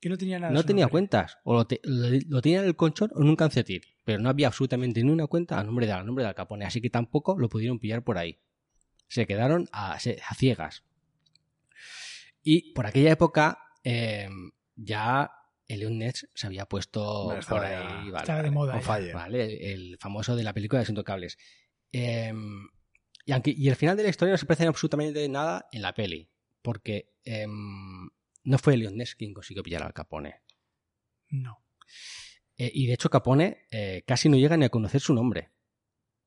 Speaker 1: Que Ah, no tenía nada.
Speaker 3: No
Speaker 1: su
Speaker 3: tenía
Speaker 1: nombre.
Speaker 3: cuentas. O lo, te- lo- lo tenía en el colchón o en un calcetín. Pero no había absolutamente ni una cuenta a nombre de a nombre de Al Capone. Así que tampoco lo pudieron pillar por ahí. Se quedaron a, se- a ciegas. Y por aquella época eh, ya el Nets se había puesto
Speaker 2: Bueno, estaba
Speaker 3: por
Speaker 2: ya-
Speaker 3: ahí. vale,
Speaker 1: estaba de
Speaker 3: vale.
Speaker 1: moda
Speaker 2: On
Speaker 1: ya.
Speaker 2: fire.
Speaker 3: Vale, el famoso de la película de los Intocables. Eh, y, aunque, y el final de la historia no se parece en absolutamente nada en la peli, porque em, no fue Leon Ness quien consiguió pillar al Capone.
Speaker 1: No.
Speaker 3: Eh, y de hecho Capone eh, casi no llega ni a conocer su nombre.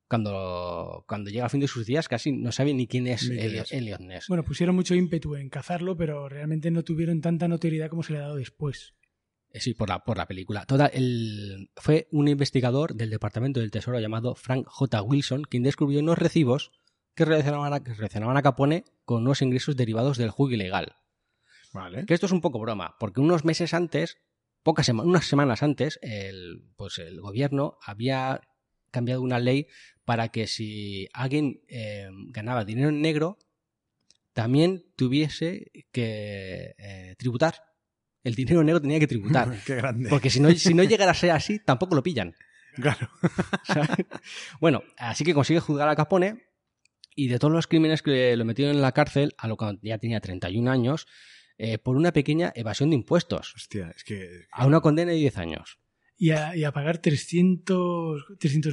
Speaker 3: Cuando, cuando llega al fin de sus días casi no sabe ni quién es
Speaker 2: Ni quién
Speaker 3: Elio-
Speaker 2: es.
Speaker 3: Elliot Ness.
Speaker 1: Bueno, pusieron mucho ímpetu en cazarlo, pero realmente no tuvieron tanta notoriedad como se le ha dado después.
Speaker 3: Eh, Sí, por la, por la película. Toda el, fue un investigador del Departamento del Tesoro llamado Frank J. Wilson quien descubrió unos recibos que relacionaban a, que relacionaban a Capone con unos ingresos derivados del juego ilegal.
Speaker 2: Vale.
Speaker 3: Que esto es un poco broma, porque unos meses antes, pocas sema- unas semanas antes, el, pues el gobierno había cambiado una ley para que si alguien eh, ganaba dinero en negro, también tuviese que eh, tributar. El dinero en negro tenía que tributar.
Speaker 2: Qué grande.
Speaker 3: Porque si no, si no llegara a ser así, tampoco lo pillan.
Speaker 2: Claro.
Speaker 3: ¿sabes? Bueno, así que consigue juzgar a Capone y de todos los crímenes que lo metieron en la cárcel, a lo que ya tenía 31 años, eh, por una pequeña evasión de impuestos,
Speaker 2: Hostia, es que.
Speaker 3: a una condena de 10 años.
Speaker 1: Y a, y a pagar 300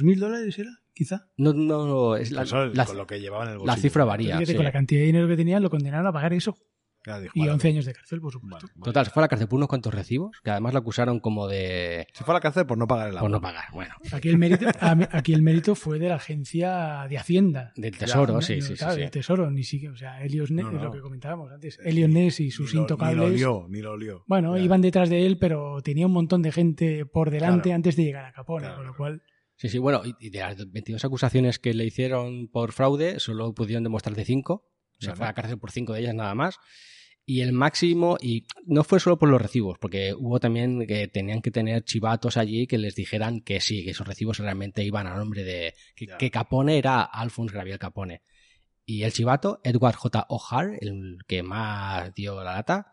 Speaker 1: mil dólares, ¿era? Quizá.
Speaker 3: No, no, no, es la,
Speaker 2: Eso,
Speaker 3: la-
Speaker 2: con lo que llevaban en el
Speaker 3: la
Speaker 2: bolsillo.
Speaker 3: cifra varía.
Speaker 1: Fíjate,
Speaker 3: sí.
Speaker 1: con la cantidad de dinero que tenían, lo condenaron a pagar eso.
Speaker 2: Claro, dijo,
Speaker 1: Y
Speaker 2: vale,
Speaker 1: 11 años de cárcel, por supuesto.
Speaker 2: vale, vale.
Speaker 3: Total, se fue a la cárcel por unos cuantos recibos, que además la acusaron como de...
Speaker 2: Se fue a la cárcel por pues no pagar el agua.
Speaker 3: por Pues no pagar, bueno,
Speaker 1: Aquí el, mérito, a mí- aquí el mérito fue de la agencia de Hacienda.
Speaker 3: del tesoro,
Speaker 1: No,
Speaker 3: sí,
Speaker 1: no,
Speaker 3: sí, sí,
Speaker 1: claro,
Speaker 3: sí.
Speaker 1: el tesoro, ni siquiera. O sea, Helios Ness,
Speaker 2: No, no.
Speaker 1: lo que comentábamos antes. Helios Ness y sus
Speaker 2: ni lo-
Speaker 1: intocables.
Speaker 2: Ni lo lió, ni lo lió.
Speaker 1: Bueno,
Speaker 2: Ya.
Speaker 1: iban detrás de él, pero tenía un montón de gente por delante
Speaker 2: Claro.
Speaker 1: antes de llegar a Capone,
Speaker 2: Claro,
Speaker 1: con lo
Speaker 2: claro.
Speaker 1: cual
Speaker 3: Sí, sí, bueno, y y de las 22 acusaciones que le hicieron por fraude, solo pudieron demostrar de 5. Se
Speaker 2: Vale.
Speaker 3: fue a la cárcel por 5 de ellas nada más. Y el máximo, y no fue solo por los recibos, porque hubo también que tenían que tener chivatos allí que les dijeran que sí, que esos recibos realmente iban a nombre de. que,
Speaker 2: Ya.
Speaker 3: que Capone era Alphonse Graviel Capone. Y el chivato, Edward J. O'Hare, el que más dio la lata,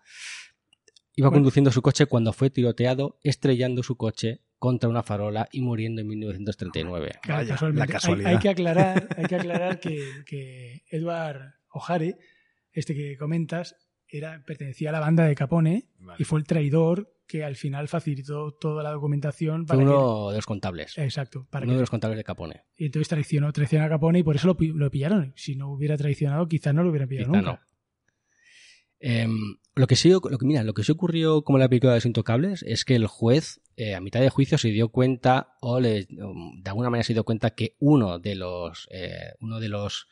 Speaker 3: iba
Speaker 1: Bueno.
Speaker 3: conduciendo su coche cuando fue tiroteado, estrellando su coche contra una farola y muriendo en 1939.
Speaker 1: Claro,
Speaker 2: Vaya,
Speaker 1: casualmente.
Speaker 2: la
Speaker 1: Hay-
Speaker 2: casualidad.
Speaker 1: Hay, que aclarar, hay que, aclarar que, que Edward O'Hare, este que comentas, era, pertenecía a la banda de Capone
Speaker 2: Vale.
Speaker 1: y fue el traidor que al final facilitó toda la documentación
Speaker 3: Fue
Speaker 1: para
Speaker 3: uno de los contables.
Speaker 1: que... Exacto, Eh, para
Speaker 3: Uno
Speaker 1: que...
Speaker 3: de los contables de Capone.
Speaker 1: Y entonces traicionó, traicionó a Capone y por eso lo, pi- lo pillaron. Si no hubiera traicionado, quizás no lo hubieran pillado
Speaker 3: Quizá
Speaker 1: nunca.
Speaker 3: no. Em, lo que sí, lo que, mira, lo que sí ocurrió como en la película de los Intocables es que el juez eh, a mitad de juicio se dio cuenta o le- um, de alguna manera se dio cuenta que uno de los eh, uno de los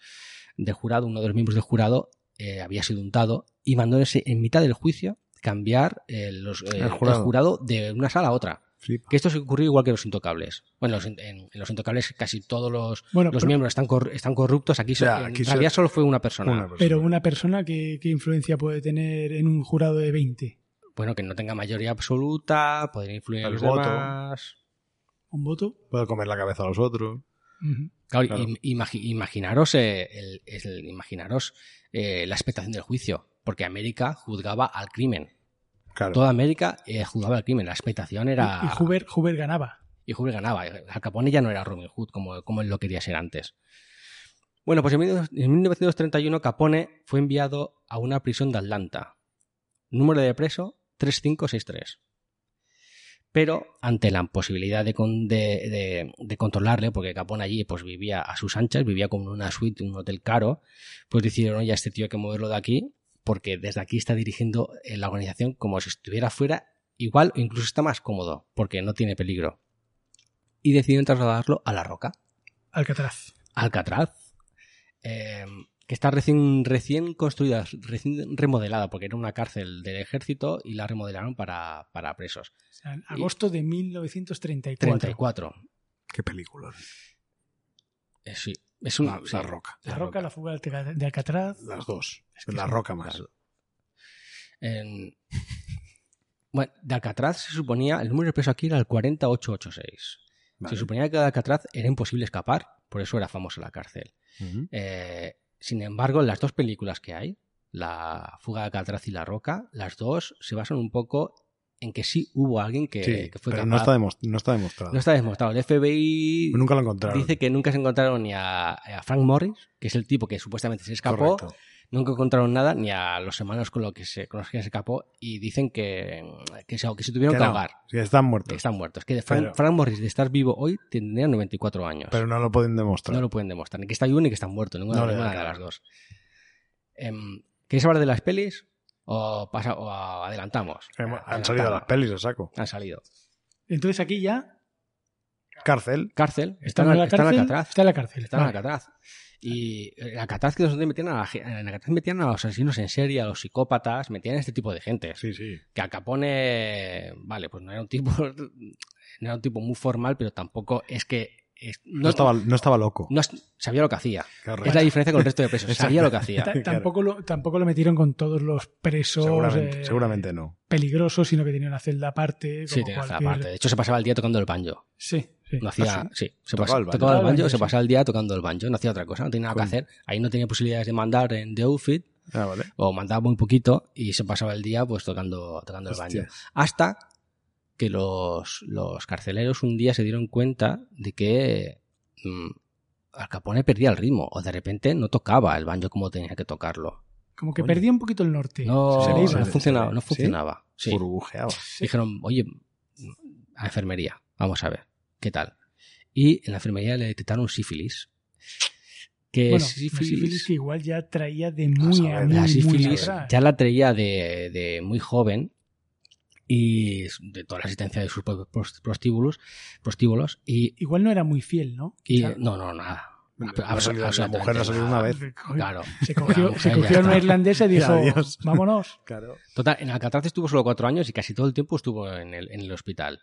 Speaker 3: del jurado, uno de los miembros del jurado eh, había sido untado y mandó ese- en mitad del juicio cambiar eh, los, eh, el, jurado.
Speaker 2: jurado.
Speaker 3: de una sala a otra.
Speaker 2: Flipa.
Speaker 3: Que esto se ocurrió igual que en los Intocables. Bueno, los in- en, en los Intocables casi todos los
Speaker 1: Bueno,
Speaker 3: los
Speaker 1: pero,
Speaker 3: miembros están, cor- están corruptos. Aquí, so-
Speaker 2: Ya,
Speaker 3: en
Speaker 2: aquí so-
Speaker 3: realidad solo fue una persona.
Speaker 2: Una persona.
Speaker 1: pero una persona, ¿qué, ¿qué influencia puede tener en un jurado de 20?
Speaker 3: Bueno, que no tenga mayoría absoluta, poder influir en
Speaker 2: El
Speaker 3: los
Speaker 2: voto.
Speaker 3: demás.
Speaker 1: ¿Un voto?
Speaker 2: Puede comer la cabeza a los otros.
Speaker 1: Ujú.
Speaker 3: Claro,
Speaker 2: Claro.
Speaker 3: im- imagi- imaginaros, eh, el, el- imaginaros eh, la expectación del juicio, porque América juzgaba al crimen.
Speaker 2: Claro.
Speaker 3: Toda América eh, juzgaba al crimen. La expectación era.
Speaker 1: Y, y Hoover, Hoover ganaba.
Speaker 3: y Hoover ganaba. Al Capone ya no era Robin Hood como, como él lo quería ser antes. Bueno, pues en 19- en 1931 Capone fue enviado a una prisión de Atlanta. Número de preso 3563. Pero ante la imposibilidad de, con- de- de- de controlarle, porque Capone allí pues, vivía a sus anchas, vivía como en una suite, en un hotel caro, pues decidieron, oye, a este tío hay que moverlo de aquí, porque desde aquí está dirigiendo eh, la organización como si estuviera fuera, igual o incluso está más cómodo, porque no tiene peligro. Y decidieron trasladarlo a la roca.
Speaker 1: Alcatraz.
Speaker 3: Alcatraz, eh, que está recién, recién construida, recién remodelada, porque era una cárcel del ejército y la remodelaron para, para presos.
Speaker 1: O sea, en agosto de 1934.
Speaker 3: 34.
Speaker 2: Qué película.
Speaker 3: Eh, sí, es una,
Speaker 2: Ah, La,
Speaker 3: sí,
Speaker 2: La roca.
Speaker 1: La Roca, la fuga de de Alcatraz.
Speaker 2: Las dos.
Speaker 1: que
Speaker 2: la
Speaker 1: sí.
Speaker 2: roca más.
Speaker 3: Claro. En- Bueno, de Alcatraz se suponía, el número de preso aquí era el 40886.
Speaker 2: Vale.
Speaker 3: Se suponía que de Alcatraz era imposible escapar, por eso era famosa la cárcel.
Speaker 2: Ujú.
Speaker 3: Eh, sin embargo, las dos películas que hay, La fuga de Alcatraz y La Roca, las dos se basan un poco en que sí hubo alguien que,
Speaker 2: Sí,
Speaker 3: que fue
Speaker 2: pero
Speaker 3: capaz.
Speaker 2: no está, demos- no está demostrado.
Speaker 3: No está demostrado. El FBI
Speaker 2: Nunca lo encontraron.
Speaker 3: dice que nunca se encontraron ni a, a Frank Morris, que es el tipo que supuestamente se escapó.
Speaker 2: Correcto.
Speaker 3: Nunca encontraron nada, ni a los hermanos con, lo que se, con los que se escapó. Y dicen que, que, se, que se tuvieron
Speaker 2: Que
Speaker 3: que,
Speaker 2: no,
Speaker 3: ahogar.
Speaker 2: sí, están
Speaker 3: que
Speaker 2: muertos.
Speaker 3: están muertos. Que de Frank,
Speaker 2: Pero-
Speaker 3: Frank Morris, de estar vivo hoy, tendría 94 años.
Speaker 2: Pero no lo pueden demostrar.
Speaker 3: No lo pueden demostrar. Ni que está vivo ni que está muerto. Ninguna,
Speaker 2: No le da
Speaker 3: ninguna de
Speaker 2: cara.
Speaker 3: las dos. Em, ¿Queréis hablar de las pelis? ¿O, pasa, o adelantamos?
Speaker 2: Hem- Em, Han
Speaker 3: Adelantamos.
Speaker 2: salido las pelis, a saco.
Speaker 3: Han salido.
Speaker 1: Entonces aquí ya
Speaker 2: Cárcel.
Speaker 3: Cárcel.
Speaker 1: está
Speaker 3: Están,
Speaker 1: en la
Speaker 3: están
Speaker 1: cárcel.
Speaker 3: Alcatraz.
Speaker 2: Ah.
Speaker 1: Está en la cárcel.
Speaker 3: Están en
Speaker 1: vale.
Speaker 3: Alcatraz. Y en Alcatraz que es donde metían a la, ge- en Alcatraz metían a los asesinos en serie, a los psicópatas, metían a este tipo de gente.
Speaker 2: Sí, sí.
Speaker 3: Que a Capone, vale, pues no era un tipo, no era un tipo muy formal, pero tampoco es que es-
Speaker 2: No, estaba, no estaba loco.
Speaker 3: no es- sabía lo que hacía.
Speaker 2: Correcto.
Speaker 3: Es la diferencia con el resto de presos. Sabía lo que hacía.
Speaker 1: Ta-
Speaker 2: Claro.
Speaker 1: Tampoco, lo, tampoco lo metieron con todos los presos
Speaker 2: Seguramente,
Speaker 1: eh,
Speaker 2: seguramente no.
Speaker 1: peligrosos, sino que tenían una celda aparte.
Speaker 3: Sí,
Speaker 1: como
Speaker 3: tenía esta
Speaker 1: cualquier-
Speaker 3: parte. De hecho, se pasaba el día tocando el banjo.
Speaker 1: Sí, sí.
Speaker 3: No hacía, sí? se
Speaker 2: Tocaba
Speaker 3: pas-
Speaker 2: el banjo.
Speaker 3: tocaba el
Speaker 1: Tocaba el
Speaker 3: banjo,
Speaker 1: banjo,
Speaker 3: se
Speaker 1: sí.
Speaker 3: pasaba el día tocando el banjo. No hacía otra cosa, no tenía nada que
Speaker 2: Con-
Speaker 3: hacer. Ahí no tenía posibilidades de mandar en The Outfit,
Speaker 2: Ah, vale.
Speaker 3: o mandaba muy poquito, y se pasaba el día pues tocando, tocando el banjo.
Speaker 2: Hostia.
Speaker 3: Hasta que los, los carceleros un día se dieron cuenta de que mm, Al Capone perdía el ritmo, o de repente no tocaba el banjo como tenía que tocarlo.
Speaker 1: Como que
Speaker 2: Coño.
Speaker 1: perdía un poquito el norte.
Speaker 3: No,
Speaker 1: Se le iba.
Speaker 3: no
Speaker 2: le-
Speaker 3: funcionaba,
Speaker 2: se le-
Speaker 3: no
Speaker 2: ¿Sí?
Speaker 3: funcionaba. Sí.
Speaker 2: Burbujeaba.
Speaker 3: Dijeron, oye, a enfermería, vamos a ver, ¿qué tal? Y en la enfermería le detectaron sífilis. Que
Speaker 1: Bueno, la
Speaker 3: sífilis,
Speaker 1: sífilis que igual ya traía de
Speaker 2: a
Speaker 1: muy
Speaker 2: ver,
Speaker 1: a muy,
Speaker 3: la
Speaker 1: muy ¿eh?
Speaker 3: sífilis
Speaker 1: atrás.
Speaker 3: ya la traía de, de muy joven y de toda la asistencia de sus propios pros- prostíbulos, prostíbulos y,
Speaker 1: Igual no era muy fiel, ¿no?
Speaker 3: y-
Speaker 1: Quizá.
Speaker 3: no, no, nada.
Speaker 2: La,
Speaker 3: Abs-
Speaker 2: salida- la
Speaker 3: Ah, absolutamente
Speaker 2: mujer no salió
Speaker 3: nada.
Speaker 2: una vez.
Speaker 3: Claro.
Speaker 1: Se cogió,
Speaker 3: La
Speaker 1: se
Speaker 3: mujer
Speaker 1: cogió
Speaker 3: ya
Speaker 1: a una
Speaker 3: está.
Speaker 1: irlandesa y dijo,
Speaker 2: adiós.
Speaker 1: vámonos.
Speaker 2: Claro.
Speaker 3: Total, en Alcatraz estuvo solo cuatro años y casi todo el tiempo estuvo en el, en el hospital.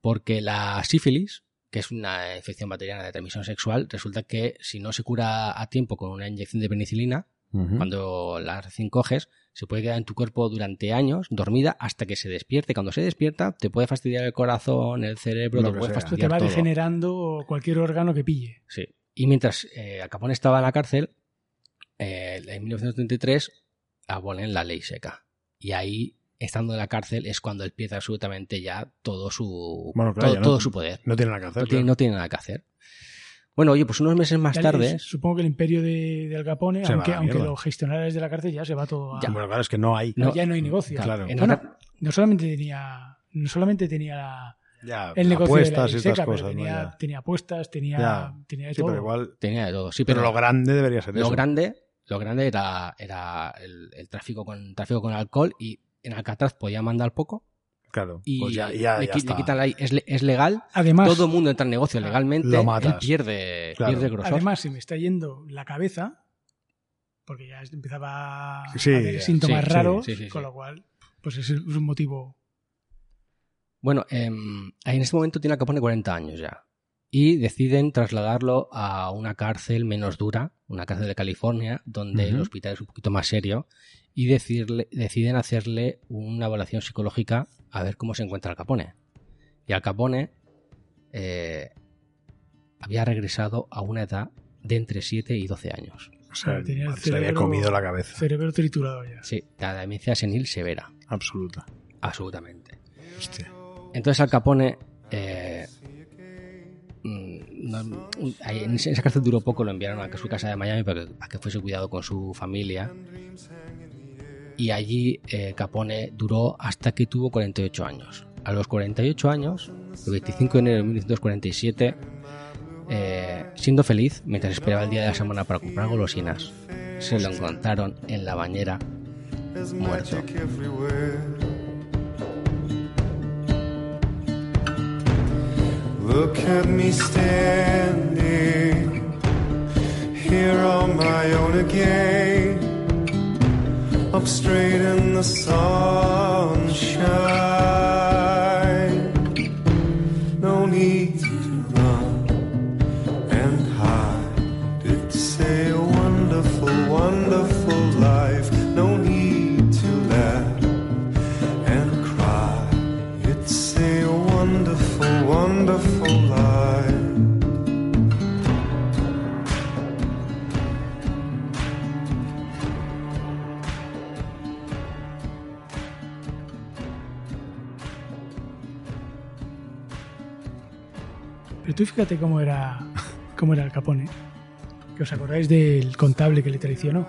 Speaker 3: Porque la sífilis, que es una infección bacteriana de transmisión sexual, resulta que si no se cura a tiempo con una inyección de penicilina, cuando la recién coges, se puede quedar en tu cuerpo durante años, dormida, hasta que se despierte. Cuando se despierta, te puede fastidiar el corazón, el cerebro,
Speaker 2: Lo
Speaker 3: te
Speaker 2: que
Speaker 3: puede
Speaker 2: sea.
Speaker 1: Esto te
Speaker 3: fastidiar
Speaker 1: va
Speaker 3: todo.
Speaker 1: degenerando cualquier órgano que pille.
Speaker 3: Sí. Y mientras eh, Al Capone estaba en la cárcel, eh, en 1933 abolen la ley seca. Y ahí, estando en la cárcel, es cuando él pierde absolutamente ya todo su,
Speaker 2: Bueno, claro,
Speaker 3: todo,
Speaker 2: ya no-
Speaker 3: todo su poder.
Speaker 2: No tiene nada que hacer.
Speaker 3: No tiene,
Speaker 2: claro.
Speaker 3: no tiene nada que hacer. Bueno, oye, pues unos meses más
Speaker 1: Ya
Speaker 3: tarde,
Speaker 1: es- Supongo que el imperio de, de Al Capone,
Speaker 2: ¿eh? Se va a
Speaker 1: aunque,
Speaker 2: la
Speaker 1: aunque
Speaker 2: mierda.
Speaker 1: lo gestionara desde la cárcel, ya se va todo a...
Speaker 3: Ya.
Speaker 2: Bueno, claro, es que no hay.
Speaker 1: No, ya no hay negocio.
Speaker 2: Claro.
Speaker 3: en
Speaker 1: Bueno,
Speaker 3: Alca-
Speaker 1: no solamente tenía, no solamente tenía la-
Speaker 2: Ya,
Speaker 1: el negocio
Speaker 2: apuestas
Speaker 1: de
Speaker 2: y
Speaker 1: la
Speaker 2: estas
Speaker 1: seca, pero
Speaker 2: cosas. ¿no?
Speaker 1: tenía,
Speaker 2: Ya.
Speaker 1: tenía apuestas, tenía,
Speaker 2: Ya.
Speaker 1: tenía de
Speaker 2: Sí,
Speaker 1: todo.
Speaker 2: pero igual.
Speaker 3: tenía de todo. Sí,
Speaker 2: Pero
Speaker 3: pero,
Speaker 2: lo grande debería ser
Speaker 3: lo
Speaker 2: eso.
Speaker 3: grande, lo grande era, era el, el tráfico con tráfico con alcohol y en Alcatraz podía mandar poco
Speaker 2: Claro.
Speaker 3: y
Speaker 2: pues ya, ya,
Speaker 3: le,
Speaker 2: ya
Speaker 3: qui- le
Speaker 2: está.
Speaker 3: quitan la ley. Es, le- es legal,
Speaker 1: Además,
Speaker 3: todo el mundo entra en negocio legalmente,
Speaker 2: Ah, Lo matas.
Speaker 3: él pierde,
Speaker 2: Claro.
Speaker 3: pierde grosor.
Speaker 1: además se me está yendo la cabeza, porque ya empezaba
Speaker 2: Sí,
Speaker 1: a haber
Speaker 2: ya.
Speaker 1: síntomas
Speaker 3: Sí, sí,
Speaker 1: raros,
Speaker 3: sí, sí, sí.
Speaker 1: con lo cual, pues ese es un motivo.
Speaker 3: Bueno, em, en este momento tiene que poner 40 años ya. Y deciden trasladarlo a una cárcel menos dura, una cárcel de California, donde el
Speaker 2: Ujú.
Speaker 3: hospital es un poquito más serio, y decirle- deciden hacerle una evaluación psicológica a ver cómo se encuentra Al Capone. Y Al Capone eh, había regresado a una edad de entre 7 y 12 años.
Speaker 2: O sea,
Speaker 1: Tenía el
Speaker 2: se le había
Speaker 1: cerebro-
Speaker 2: comido la cabeza.
Speaker 1: Cerebro triturado ya.
Speaker 3: Sí, la demencia senil severa,
Speaker 2: Absoluta.
Speaker 3: absolutamente.
Speaker 2: Hostia.
Speaker 3: Entonces Al Capone eh, mm, no- ahí en esa cárcel duró poco, lo enviaron a su casa de Miami para que, para que fuese cuidado con su familia. Y allí eh, Capone duró hasta que tuvo 48 años. A los 48 años, el 25 de enero de 1947, eh, siendo feliz mientras esperaba el día de la semana para comprar golosinas, se lo encontraron en la bañera muerto.
Speaker 8: Look at me standing here on my own again. Up straight in the sunshine. No need to run and hide. It's a wonderful, wonderful life. No need to laugh and cry. It's a wonderful, wonderful life.
Speaker 1: Pero tú fíjate cómo era, cómo era el Capone. Que os acordáis del contable que le traicionó.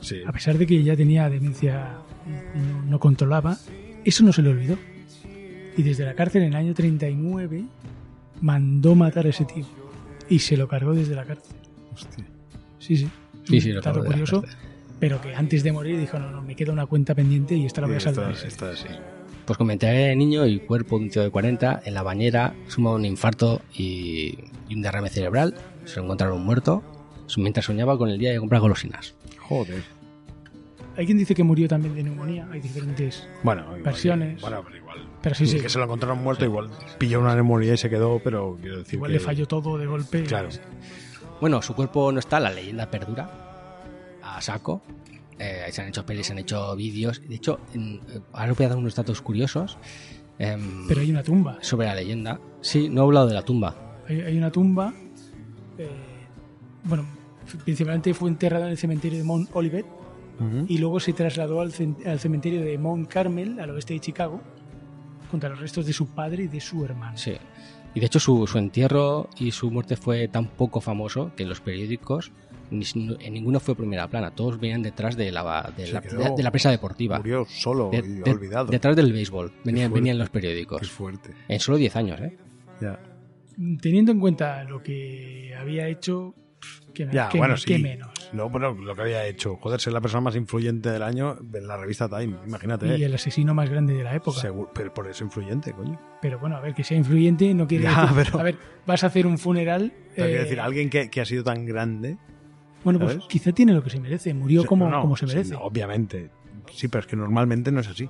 Speaker 2: Sí.
Speaker 1: A pesar de que ya tenía demencia y no, no controlaba, eso no se le olvidó. Y desde la cárcel en el año 39 mandó matar a ese tío. Y se lo cargó desde la cárcel.
Speaker 2: Hostia.
Speaker 1: Sí, sí.
Speaker 3: Sí, sí,
Speaker 1: Un
Speaker 3: lo
Speaker 1: dato
Speaker 3: acabo de
Speaker 1: curioso.
Speaker 3: hacer.
Speaker 1: Pero que antes de morir dijo, no, no, me queda una cuenta pendiente y esta la voy a
Speaker 2: Sí,
Speaker 1: salvar.
Speaker 2: esta- esta sí.
Speaker 3: Pues con mentalidad de niño y cuerpo de un tío de 40, en la bañera, suma un infarto y, y un derrame cerebral, se lo encontraron muerto, mientras soñaba con el día de comprar golosinas.
Speaker 2: Joder.
Speaker 1: Hay quien dice que murió también de neumonía, hay diferentes...
Speaker 2: Bueno, igual-
Speaker 1: Versiones.
Speaker 2: Bueno, pero igual.
Speaker 1: Pero sí, sí,
Speaker 2: Que se lo encontraron muerto, igual pilló una neumonía y se quedó, pero quiero decir
Speaker 1: igual
Speaker 2: que-
Speaker 1: le falló todo de golpe.
Speaker 2: Claro.
Speaker 3: Bueno, su cuerpo no está, la leyenda perdura a saco. Eh, se han hecho pelis, se han hecho vídeos. De hecho, en- eh, ahora os voy a dar unos datos curiosos em,
Speaker 1: Pero hay una tumba.
Speaker 3: sobre la leyenda. Sí, no he hablado de la tumba.
Speaker 1: Hay, hay una tumba. eh, bueno, f- principalmente fue enterrado en el cementerio de Mount Olivet y luego se trasladó al, cen- al cementerio de Mount Carmel, al oeste de Chicago, junto a los restos de su padre y de su hermano.
Speaker 3: Sí. Y de hecho, su, su entierro y su muerte fue tan poco famoso que en los periódicos ni- en ninguno fue primera plana. Todos venían detrás de la, de
Speaker 2: Se
Speaker 3: la,
Speaker 2: quedó-
Speaker 3: de, de la prensa deportiva.
Speaker 2: Murió solo
Speaker 3: De-
Speaker 2: y
Speaker 3: de-
Speaker 2: olvidado.
Speaker 3: Detrás del béisbol. Venían,
Speaker 2: fuerte.
Speaker 3: venían los
Speaker 2: Qué
Speaker 3: periódicos.
Speaker 2: fuerte.
Speaker 3: En solo 10 años, ¿eh?
Speaker 2: Ya.
Speaker 1: Teniendo en cuenta lo que había hecho, pff, que,
Speaker 2: Ya,
Speaker 1: que-
Speaker 2: bueno,
Speaker 1: que
Speaker 2: sí.
Speaker 1: menos.
Speaker 2: No, bueno, lo que había hecho. Joder, ser la persona más influyente del año en la revista Time. Imagínate.
Speaker 1: Y
Speaker 2: eh.
Speaker 1: el asesino más grande de la época.
Speaker 2: Seguro- pero por eso influyente, coño.
Speaker 1: Pero bueno, a ver, que sea influyente no quiere
Speaker 2: Ya,
Speaker 1: decir.
Speaker 2: pero-
Speaker 1: A ver, vas a hacer un funeral.
Speaker 2: Pero
Speaker 1: eh,
Speaker 2: quiero decir, alguien que, que ha sido tan grande.
Speaker 1: bueno, pues
Speaker 2: ¿sabes?
Speaker 1: quizá tiene lo que se merece. Murió
Speaker 2: se-
Speaker 1: como,
Speaker 2: no,
Speaker 1: como se
Speaker 2: sí,
Speaker 1: merece.
Speaker 2: no, obviamente. Sí, pero es que normalmente no es así.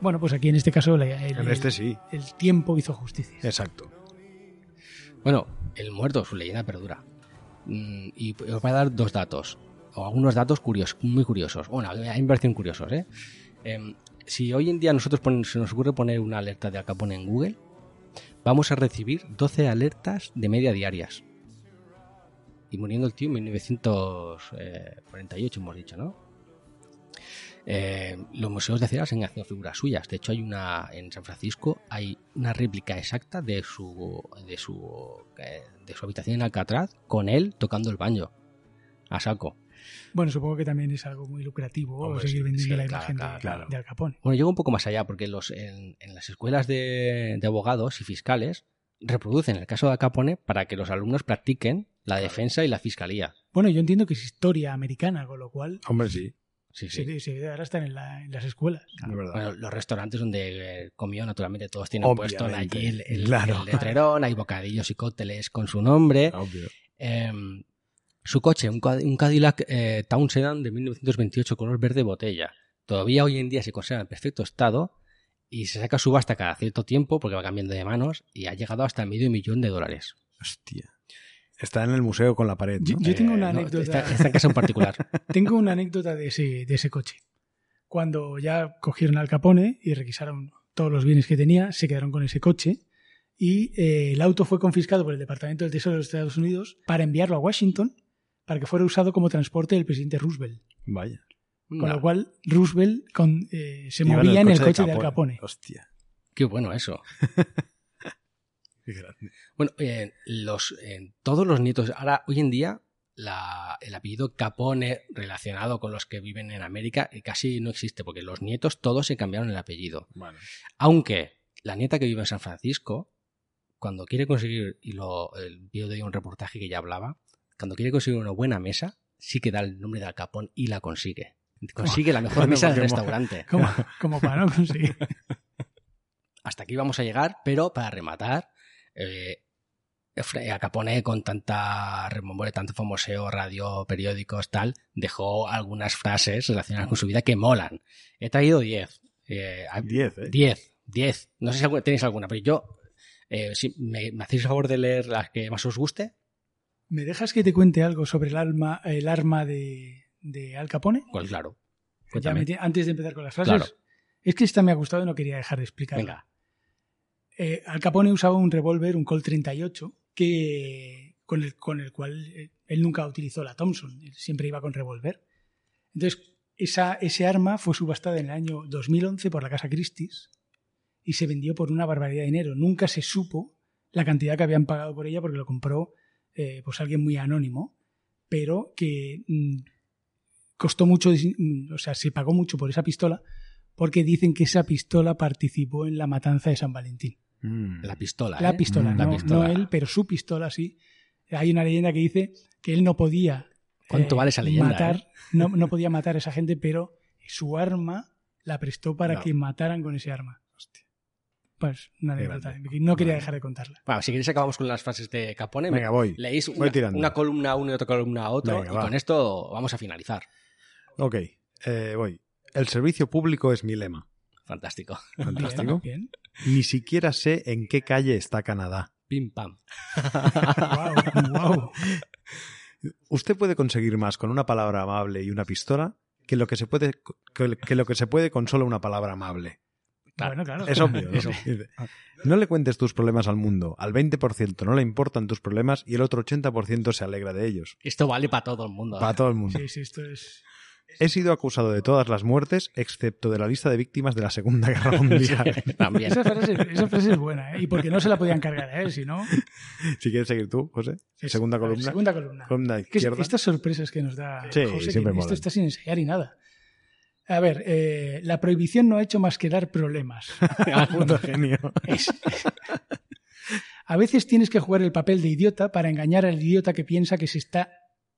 Speaker 1: Bueno, pues aquí en este caso la- el,
Speaker 2: En este sí. Eh.
Speaker 1: el tiempo hizo justicia.
Speaker 2: Exacto.
Speaker 3: Bueno, el muerto, su leyenda perdura. Mm, Y os voy a dar dos datos, o algunos datos curiosos, muy curiosos. Bueno, a mí me parecen curiosos, ¿eh? Em, si hoy en día nosotros ponen- se nos ocurre poner una alerta de Al Capone en Google, vamos a recibir 12 alertas de media diarias. Y muriendo el tío en eh, 1948, hemos dicho, ¿no? Eh, los museos de cera han hecho figuras suyas. De hecho, hay una en San Francisco, hay una réplica exacta de su de su eh, de su habitación en Alcatraz con él tocando el baño a saco.
Speaker 1: Bueno, supongo que también es algo muy lucrativo
Speaker 2: Hombre,
Speaker 1: seguir
Speaker 2: sí,
Speaker 1: vendiendo
Speaker 3: sí,
Speaker 1: la
Speaker 3: claro,
Speaker 1: imagen de-
Speaker 3: claro,
Speaker 2: claro.
Speaker 1: de Al Capone.
Speaker 3: Bueno, llego un poco más allá porque los en, en las escuelas de, de abogados y fiscales reproducen el caso de Al Capone para que los alumnos practiquen la defensa y la fiscalía.
Speaker 1: Bueno, yo entiendo que es historia americana, con lo cual
Speaker 2: Hombre, sí.
Speaker 3: Sí, sí.
Speaker 1: se, se debe ahora estar en, la- en las escuelas.
Speaker 2: Es verdad.
Speaker 3: Bueno, los restaurantes donde eh, comió, naturalmente, todos tienen
Speaker 2: Obviamente,
Speaker 3: puesto allí el, el-
Speaker 2: claro.
Speaker 3: el letrerón, hay bocadillos y cócteles con su nombre.
Speaker 2: Ah, Obvio.
Speaker 3: Em, su coche, un, Cad- un Cadillac eh, Town Sedan de 1928 color verde botella. Todavía hoy en día se conserva en perfecto estado y se saca a subasta cada cierto tiempo porque va cambiando de manos y ha llegado hasta medio millón de dólares.
Speaker 2: Hostia. Está en el museo con la pared. ¿no?
Speaker 1: Yo- yo tengo una
Speaker 3: Eh, no,
Speaker 1: anécdota.
Speaker 3: esta, esta en casa en particular.
Speaker 1: Tengo una anécdota de ese, de ese coche. Cuando ya cogieron al Capone y requisaron todos los bienes que tenía, se quedaron con ese coche y eh, el auto fue confiscado por el Departamento del Tesoro de los Estados Unidos para enviarlo a Washington para que fuera usado como transporte del presidente Roosevelt.
Speaker 2: Vaya.
Speaker 1: Con
Speaker 3: No,
Speaker 1: lo cual, Roosevelt con- eh, se
Speaker 2: Iba
Speaker 1: movía en el coche de Al Capone.
Speaker 2: Hostia.
Speaker 3: Qué bueno eso.
Speaker 2: Qué grande.
Speaker 3: Bueno, eh, los, en todos los nietos, ahora hoy en día, la- el apellido Capone relacionado con los que viven en América eh, casi no existe, porque los nietos todos se cambiaron el apellido.
Speaker 2: Bueno,
Speaker 3: Aunque la nieta que vive en San Francisco, cuando quiere conseguir, y lo eh, vi de un reportaje que ya hablaba, cuando quiere conseguir una buena mesa, sí que da el nombre de Al Capón y la consigue. Consigue la mejor
Speaker 2: Bueno,
Speaker 3: mesa del
Speaker 2: porque mo-
Speaker 3: restaurante.
Speaker 1: Como, como para no conseguir.
Speaker 3: hasta aquí vamos a llegar, pero para rematar, eh, Fre- a Capone con tanta rememore, tanto famoseo, radio, periódicos, tal, dejó algunas frases relacionadas con su vida que molan. He traído 10. eh, a-
Speaker 2: 10, ¿eh?
Speaker 3: 10, 10. No sé si algu- tenéis alguna, pero yo, eh, si me, me hacéis el favor de leer las que más os guste,
Speaker 1: ¿Me dejas que te cuente algo sobre el, alma, el arma de, de Al Capone?
Speaker 3: pues claro.
Speaker 1: Ya
Speaker 3: cuéntame.
Speaker 1: me tie- antes de empezar con las frases.
Speaker 3: Claro.
Speaker 1: Es que esta me ha gustado y no quería dejar de explicarla.
Speaker 3: Venga.
Speaker 1: Eh, Al Capone usaba un revólver, un Colt 38, que, con, el, con el cual eh, él nunca utilizó la Thompson, él siempre iba con revólver. Entonces, esa, ese arma fue subastada en el año 2011 por la Casa Christie's y se vendió por una barbaridad de dinero. Nunca se supo la cantidad que habían pagado por ella porque lo compró eh, pues alguien muy anónimo, pero que mm, costó mucho, dis- mm, o sea, se pagó mucho por esa pistola porque dicen que esa pistola participó en la matanza de San Valentín.
Speaker 2: Mm.
Speaker 3: La pistola.
Speaker 1: La
Speaker 3: ¿eh?
Speaker 1: pistola,
Speaker 2: Mm,
Speaker 3: la
Speaker 1: no,
Speaker 3: pistola.
Speaker 1: no él, pero su pistola sí. Hay una leyenda que dice que él no podía.
Speaker 3: ¿Cuánto vale esa leyenda,
Speaker 1: Matar,
Speaker 3: eh?
Speaker 1: no, no podía matar a esa gente, pero su arma la prestó para
Speaker 2: No.
Speaker 1: que mataran con ese arma. Pues una
Speaker 2: Qué
Speaker 1: anécdota.
Speaker 2: grande.
Speaker 1: No quería
Speaker 2: Vale.
Speaker 1: dejar de contarla.
Speaker 3: Bueno, si queréis acabamos con las frases de Capone.
Speaker 2: Venga, voy.
Speaker 3: Leéis
Speaker 2: Voy
Speaker 3: una,
Speaker 2: tirando.
Speaker 3: una columna a uno y otra columna a otro,
Speaker 2: Venga,
Speaker 3: y
Speaker 2: va.
Speaker 3: con esto vamos a finalizar.
Speaker 2: Ok, eh, voy. El servicio público es mi lema.
Speaker 3: Fantástico.
Speaker 2: Fantástico.
Speaker 1: Bien, bien.
Speaker 2: Ni siquiera sé en qué calle está Canadá.
Speaker 3: Pim pam.
Speaker 1: Guau, guau.
Speaker 2: Usted puede conseguir más con una palabra amable y una pistola que lo que se puede, que- que lo que se puede con solo una palabra amable.
Speaker 1: Bueno, claro.
Speaker 2: Es obvio. ¿no? Dice, No le cuentes tus problemas al mundo. Al 20% no le importan tus problemas y el otro 80% se alegra de ellos.
Speaker 3: Esto vale para todo el mundo. ¿eh?
Speaker 2: Para todo el mundo.
Speaker 1: Ah. Sí, sí, esto es.
Speaker 2: He sido acusado de todas las muertes, excepto de la lista de víctimas de la Segunda Guerra Mundial.
Speaker 3: También.
Speaker 1: Esa frase, esa frase es buena, ¿eh? Y porque no se la podían cargar a él, si no.
Speaker 2: si quieres seguir tú, José.
Speaker 1: es-
Speaker 2: Segunda
Speaker 1: a ver,
Speaker 2: columna.
Speaker 1: Segunda columna.
Speaker 2: Columna
Speaker 1: Que es-
Speaker 2: izquierda.
Speaker 1: estas sorpresas que nos da
Speaker 2: Sí,
Speaker 1: José, que
Speaker 2: siempre
Speaker 1: esto
Speaker 2: molan.
Speaker 1: está sin ensayar y nada. A ver, eh, la prohibición no ha hecho más que dar problemas.
Speaker 2: Puto genio.
Speaker 1: Es- A veces tienes que jugar el papel de idiota para engañar al idiota que piensa que, se está,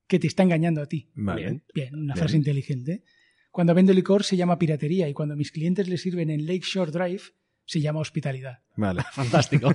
Speaker 1: que te está engañando a ti.
Speaker 2: Vale.
Speaker 3: Bien.
Speaker 1: Bien, una
Speaker 2: Bien.
Speaker 1: frase inteligente. Cuando vendo licor se llama piratería y cuando mis clientes le sirven en Lakeshore Drive se llama hospitalidad.
Speaker 2: Vale.
Speaker 3: Fantástico.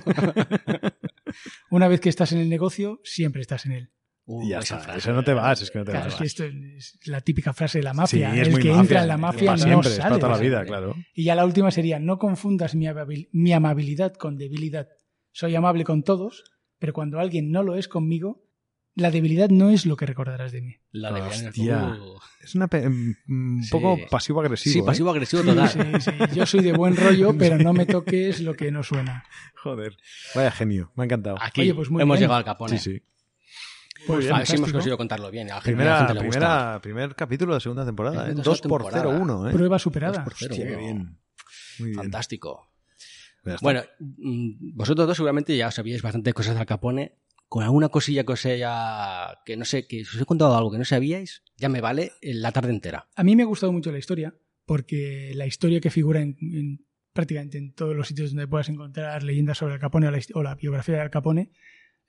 Speaker 1: Una vez que estás en el negocio, siempre estás en él.
Speaker 3: Uh,
Speaker 2: Y ya
Speaker 3: esa
Speaker 2: está.
Speaker 3: frase.
Speaker 2: Eso no te vas, es que no te
Speaker 1: Claro,
Speaker 2: vas.
Speaker 1: es que esto es la típica frase de la
Speaker 2: Sí,
Speaker 1: mafia.
Speaker 2: es
Speaker 1: el
Speaker 2: muy
Speaker 1: que
Speaker 2: mafia,
Speaker 1: entra en la
Speaker 2: es
Speaker 1: mafia no
Speaker 2: para siempre,
Speaker 1: sale.
Speaker 2: es para toda la
Speaker 1: de esa.
Speaker 2: vida, claro.
Speaker 1: Y ya la última sería, no confundas mi, ababil- mi amabilidad con debilidad. Soy amable con todos, pero cuando alguien no lo es conmigo, la debilidad no es lo que recordarás de mí.
Speaker 3: La de Villanueva.
Speaker 2: Hostia.
Speaker 3: Uh,
Speaker 2: Es una pe- mm, un
Speaker 3: Sí.
Speaker 2: poco pasivo-agresivo.
Speaker 3: sí,
Speaker 2: ¿eh?
Speaker 3: pasivo agresivo
Speaker 1: Sí,
Speaker 3: total.
Speaker 1: sí, sí. Yo soy de buen rollo, pero no me toques lo que no suena.
Speaker 2: ¿eh? Joder. Vaya genio. Me ha encantado.
Speaker 3: Aquí
Speaker 1: Oye, pues muy
Speaker 3: hemos
Speaker 1: bien.
Speaker 3: llegado al Capone.
Speaker 2: Sí, sí.
Speaker 1: Pues
Speaker 3: A ver si hemos
Speaker 1: fantástico.
Speaker 3: conseguido contarlo bien. A la gente- a la
Speaker 2: Primera,
Speaker 3: gente le gusta.
Speaker 2: primera, primer capítulo de segunda temporada.
Speaker 3: Primera
Speaker 2: ¿eh?
Speaker 3: segunda
Speaker 2: 2 por
Speaker 3: temporada.
Speaker 2: 0-1. ¿eh?
Speaker 1: Prueba superada.
Speaker 3: Dos Pues por cero.
Speaker 2: Hostia, qué
Speaker 3: Uno.
Speaker 2: bien. Muy bien.
Speaker 3: Fantástico.
Speaker 2: Ya está.
Speaker 3: Bueno, mm, vosotros dos seguramente ya sabíais bastante cosas de Al Capone. Con alguna cosilla que os haya. que no sé, que os he contado algo que no sabíais, ya me vale eh, la tarde entera.
Speaker 1: A mí me ha gustado mucho la historia, porque la historia que figura en, en prácticamente en todos los sitios donde puedas encontrar leyendas sobre Al Capone o la, his- o la biografía de Al Capone,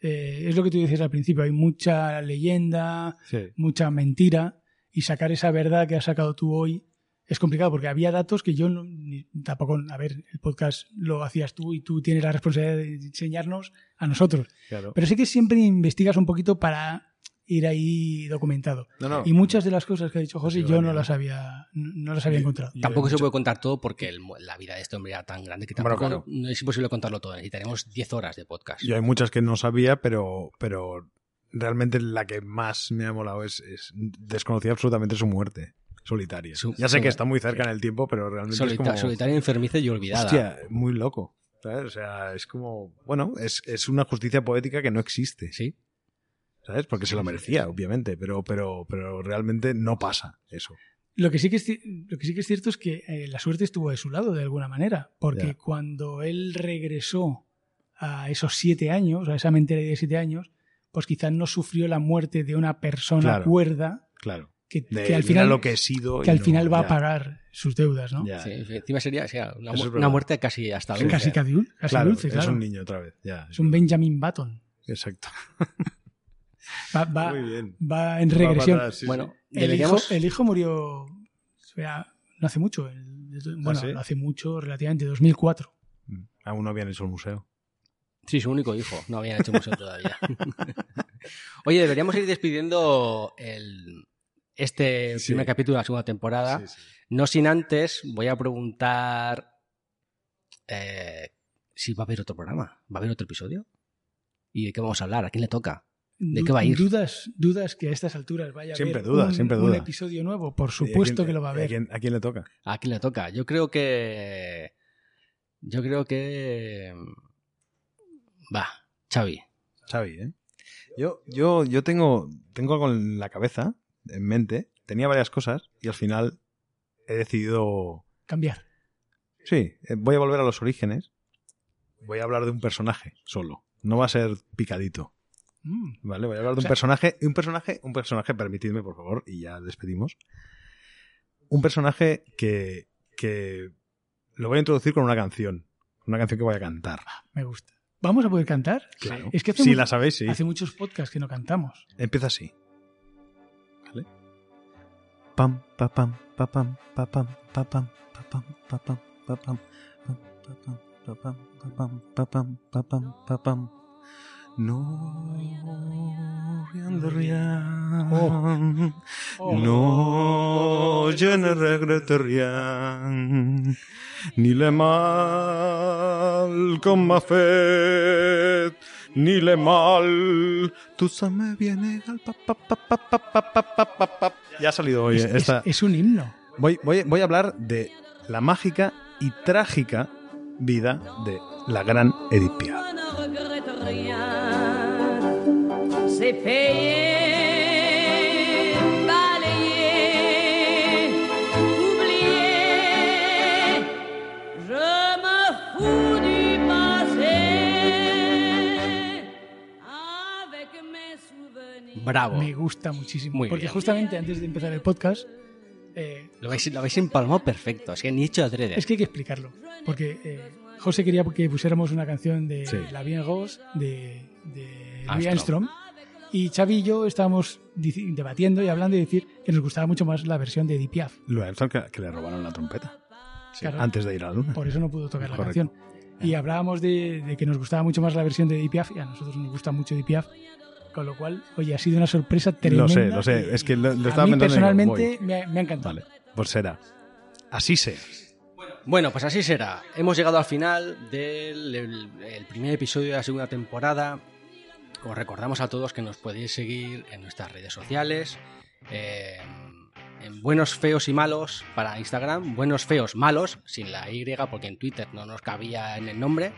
Speaker 1: eh, es lo que tú decías al principio, hay mucha leyenda,
Speaker 2: Sí.
Speaker 1: mucha mentira, y sacar esa verdad que has sacado tú hoy es complicado, porque había datos que yo no- ni- tampoco, a ver, el podcast lo hacías tú y tú tienes la responsabilidad de enseñarnos a nosotros,
Speaker 2: Claro.
Speaker 1: pero sí que siempre investigas un poquito para ir ahí documentado.
Speaker 2: No, no.
Speaker 1: Y muchas de las cosas que ha dicho José
Speaker 2: Sí,
Speaker 1: yo no
Speaker 2: Daniel.
Speaker 1: las había, no no las había encontrado.
Speaker 2: Y
Speaker 3: Tampoco
Speaker 2: hay
Speaker 3: se
Speaker 2: mucho-
Speaker 3: puede contar todo porque el mu- la vida de este hombre era tan grande que
Speaker 2: Bueno, claro.
Speaker 3: tampoco no es imposible contarlo todo. Necesitaremos 10 horas de podcast.
Speaker 2: Yo hay muchas que no sabía, pero, pero realmente la que más me ha molado es, es desconocía absolutamente su muerte solitaria.
Speaker 3: Su-
Speaker 2: ya sé
Speaker 3: su-
Speaker 2: que está muy cerca en el tiempo, pero realmente
Speaker 3: Solita-
Speaker 2: es como
Speaker 3: Solitaria, enfermiza y olvidada.
Speaker 2: hostia, muy loco. ¿sabes? O sea, es como, bueno, es, es una justicia poética que no existe,
Speaker 3: Sí.
Speaker 2: ¿sabes? Porque se lo merecía, obviamente, pero, pero, pero realmente no pasa eso.
Speaker 1: Lo que sí que es, ci- lo que sí que es cierto es que eh, la suerte estuvo de su lado de alguna manera, porque
Speaker 2: Ya.
Speaker 1: cuando él regresó a esos siete años, a esa mentalidad de siete años, pues quizás no sufrió la muerte de una persona
Speaker 2: Claro.
Speaker 1: cuerda
Speaker 2: Claro.
Speaker 1: que,
Speaker 2: De,
Speaker 1: que al
Speaker 2: mira
Speaker 1: final,
Speaker 2: lo que he sido.
Speaker 1: que
Speaker 2: y
Speaker 1: al
Speaker 2: no-
Speaker 1: final va
Speaker 2: ya,
Speaker 1: a pagar sus deudas, ¿no?
Speaker 2: ya.
Speaker 3: Sí, encima sería o sea, una,
Speaker 2: Eso es
Speaker 3: mu- una
Speaker 2: verdad.
Speaker 3: muerte casi hasta dulce.
Speaker 1: Casi casi, dul- casi
Speaker 2: Claro,
Speaker 1: dulce,
Speaker 2: es
Speaker 1: claro.
Speaker 2: un niño otra vez. Ya,
Speaker 1: Es un Benjamin Button.
Speaker 2: Exacto.
Speaker 1: Va, va-
Speaker 2: Muy bien.
Speaker 1: va en
Speaker 2: Va para
Speaker 1: regresión.
Speaker 2: atrás, sí,
Speaker 3: Bueno,
Speaker 1: el, hijo,
Speaker 3: deberíamos-
Speaker 1: el hijo murió o sea, no hace mucho. el- bueno,
Speaker 3: Ah,
Speaker 2: sí?
Speaker 1: no hace mucho, relativamente, 2004.
Speaker 2: sí. Aún no habían hecho el museo.
Speaker 3: Sí, su único hijo. No habían hecho museo todavía. Oye, deberíamos ir despidiendo el, este
Speaker 2: Sí.
Speaker 3: primer capítulo de la segunda temporada.
Speaker 2: Sí, sí.
Speaker 3: No sin antes, voy a preguntar eh, si va a haber otro programa. ¿Va a haber otro episodio? ¿Y de qué vamos a hablar? ¿A quién le toca? ¿De qué va a ir?
Speaker 1: Dudas, dudas que a estas alturas vaya a
Speaker 2: Siempre
Speaker 1: haber
Speaker 2: duda,
Speaker 1: un,
Speaker 2: siempre
Speaker 1: un
Speaker 2: duda.
Speaker 1: episodio nuevo. Por
Speaker 2: ¿Y a
Speaker 1: supuesto
Speaker 2: quién-
Speaker 1: que lo va a
Speaker 2: ¿A
Speaker 1: haber.
Speaker 2: quién, a quién le toca?
Speaker 3: ¿A quién le toca? Yo creo que. Yo creo que. Va, Xavi.
Speaker 2: Xavi, ¿eh? Yo, yo, yo tengo, tengo algo en la cabeza, en mente. Tenía varias cosas y al final he decidido...
Speaker 1: Cambiar.
Speaker 2: Sí, eh, voy a volver a los orígenes. Voy a hablar de un personaje solo. No va a ser picadito,
Speaker 1: Mm,
Speaker 2: ¿vale? Voy a hablar de
Speaker 1: O
Speaker 2: un
Speaker 1: sea-
Speaker 2: personaje, un personaje, un personaje, permitidme, por favor, y ya despedimos. Un personaje que, que lo voy a introducir con una canción. Una canción que voy a cantar.
Speaker 1: me gusta. ¿Vamos a poder cantar?
Speaker 2: Claro.
Speaker 1: Es que hace,
Speaker 2: si
Speaker 1: mu-
Speaker 2: la sabéis, sí.
Speaker 1: hace muchos podcasts que no cantamos.
Speaker 2: Empieza así. ¿Vale? Pam, pa, pam, pa, pam, pa, pam, pa, pam, pa, pam, pa, pam, pa, pam, pam, pa, pam, pa, pam, pa, pam, pa, pam, pa, pam, pa, pam. No vean de rian.
Speaker 1: Oh,
Speaker 2: No llene regrete rian. Ni le mal con ma fe, Eh, ni le mal. Tú se me viene al pa pa pa pa pa pa pa pa pa pa. Ya ha salido hoy
Speaker 1: es,
Speaker 2: eh,
Speaker 1: es-
Speaker 2: esta.
Speaker 1: es un himno.
Speaker 2: Voy, voy, voy a hablar de la mágica y trágica vida de la gran Edith Piaf.
Speaker 4: Moi ne regrette rien. C'est payé, balayé, oublié. Je me fous du passé. Avec mes souvenirs.
Speaker 2: Oh.
Speaker 3: Bravo.
Speaker 1: Me gusta muchísimo.
Speaker 3: Muy
Speaker 1: porque
Speaker 3: bien.
Speaker 1: justamente antes de empezar el podcast, eh,
Speaker 3: Lo habéis, lo habéis empalmado perfecto. Es que ni hecho adrede.
Speaker 1: Es que hay que explicarlo. Porque eh, José quería que pusiéramos una canción de
Speaker 2: Sí.
Speaker 1: La Bien Ghost de, de Louis
Speaker 3: Armstrong.
Speaker 1: Armstrong. Y Xavi y yo estábamos dici- debatiendo y hablando y decir que nos gustaba mucho más la versión de Edith Piaf.
Speaker 2: Lo de Armstrong que, que le robaron la trompeta sí,
Speaker 1: Claro.
Speaker 2: antes de ir a la luna.
Speaker 1: Por eso no pudo tocar la
Speaker 2: Correcto. Ah.
Speaker 1: canción. Y hablábamos de, de que nos gustaba mucho más la versión de Edith Piaf y a nosotros nos gusta mucho Edith Piaf. Con lo cual, oye, ha sido una sorpresa tremenda.
Speaker 2: Lo sé, lo sé.
Speaker 1: y-
Speaker 2: Es que lo, lo
Speaker 1: a
Speaker 2: estaba
Speaker 1: mí
Speaker 2: pensando y digo,
Speaker 1: personalmente
Speaker 2: voy.
Speaker 1: me ha, me ha encantado.
Speaker 2: Vale, pues será. Así sea.
Speaker 3: Bueno, pues así será. Hemos llegado al final del el- el primer episodio de la segunda temporada. Os recordamos a todos que nos podéis seguir en nuestras redes sociales. eh, en Buenos Feos y Malos para Instagram. Buenos Feos Malos, sin la Y, porque en Twitter no nos cabía en el nombre.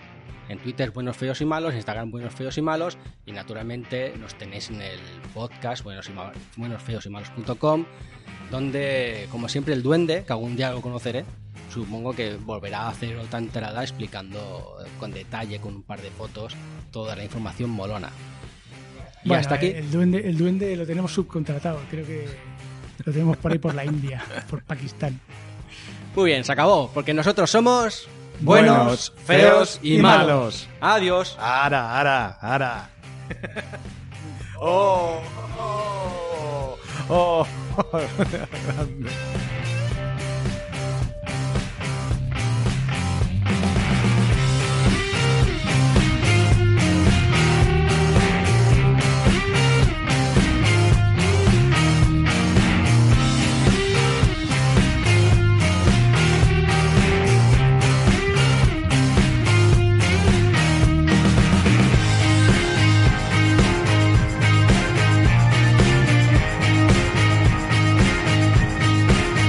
Speaker 3: En Twitter Buenos Feos y Malos, Instagram Buenos Feos y Malos. Y naturalmente nos tenéis en el podcast buenos y ma- buenosfeosymalos.com donde, como siempre, el duende, que algún día lo conoceré, supongo que volverá a hacer otra entrada explicando con detalle, con un par de fotos, toda la información molona. Y
Speaker 1: Bueno,
Speaker 3: hasta aquí.
Speaker 1: El duende, el duende lo tenemos subcontratado. Creo que lo tenemos por ahí por la India, por Pakistán.
Speaker 3: Muy bien, se acabó, porque nosotros somos buenos, feos y malos. Adiós.
Speaker 2: Ara, ara, ara. oh, oh, oh. Grande.
Speaker 4: Thank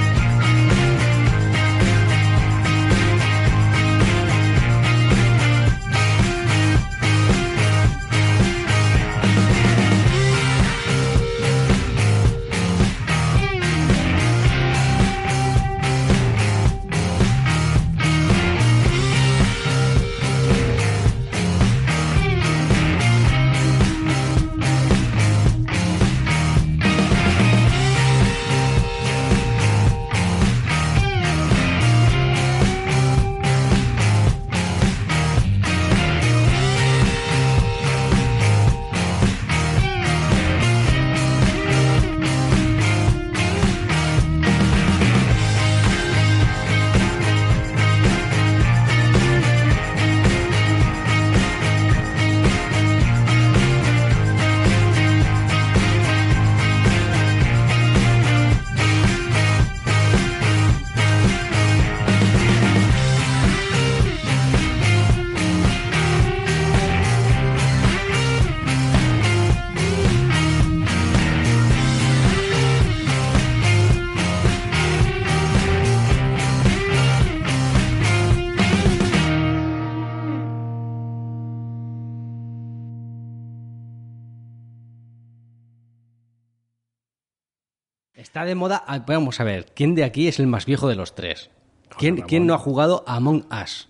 Speaker 3: Está de moda. ah, Vamos a ver, ¿quién de aquí es el más viejo de los tres? ¿Quién, ¿quién no ha jugado a Among Us?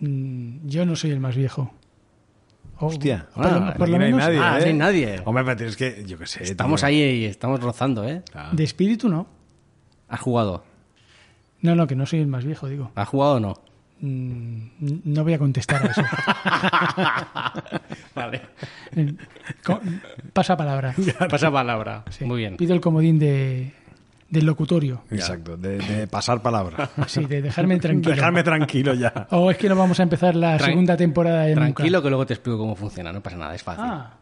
Speaker 1: Mm, Yo no soy el más viejo. Oh,
Speaker 2: Hostia.
Speaker 1: por lo-
Speaker 2: Ah,
Speaker 1: por lo
Speaker 2: aquí
Speaker 1: menos-
Speaker 2: no hay nadie.
Speaker 3: ah,
Speaker 2: ¿eh?
Speaker 3: no hay nadie.
Speaker 2: Hombre, pero tienes que. Yo qué sé.
Speaker 3: Estamos
Speaker 2: tío.
Speaker 3: ahí y estamos rozando, ¿eh?
Speaker 2: Claro.
Speaker 1: De espíritu no.
Speaker 3: ¿Has jugado?
Speaker 1: No, no, que no soy el más viejo, digo.
Speaker 3: ¿Has jugado o no?
Speaker 1: Mm, No voy a contestar a eso.
Speaker 3: Vale.
Speaker 1: Eh, co- Pasa palabra.
Speaker 3: Pasa palabra.
Speaker 1: Sí.
Speaker 3: Muy bien.
Speaker 1: Pido el comodín de, del locutorio.
Speaker 2: Exacto, de, de pasar palabra.
Speaker 1: Sí, de dejarme tranquilo.
Speaker 2: Dejarme tranquilo ya.
Speaker 1: O es que no vamos a empezar la
Speaker 3: Tran-
Speaker 1: segunda temporada de nunca.
Speaker 3: Tranquilo que luego te explico cómo funciona, no pasa nada, es fácil.
Speaker 1: Ah,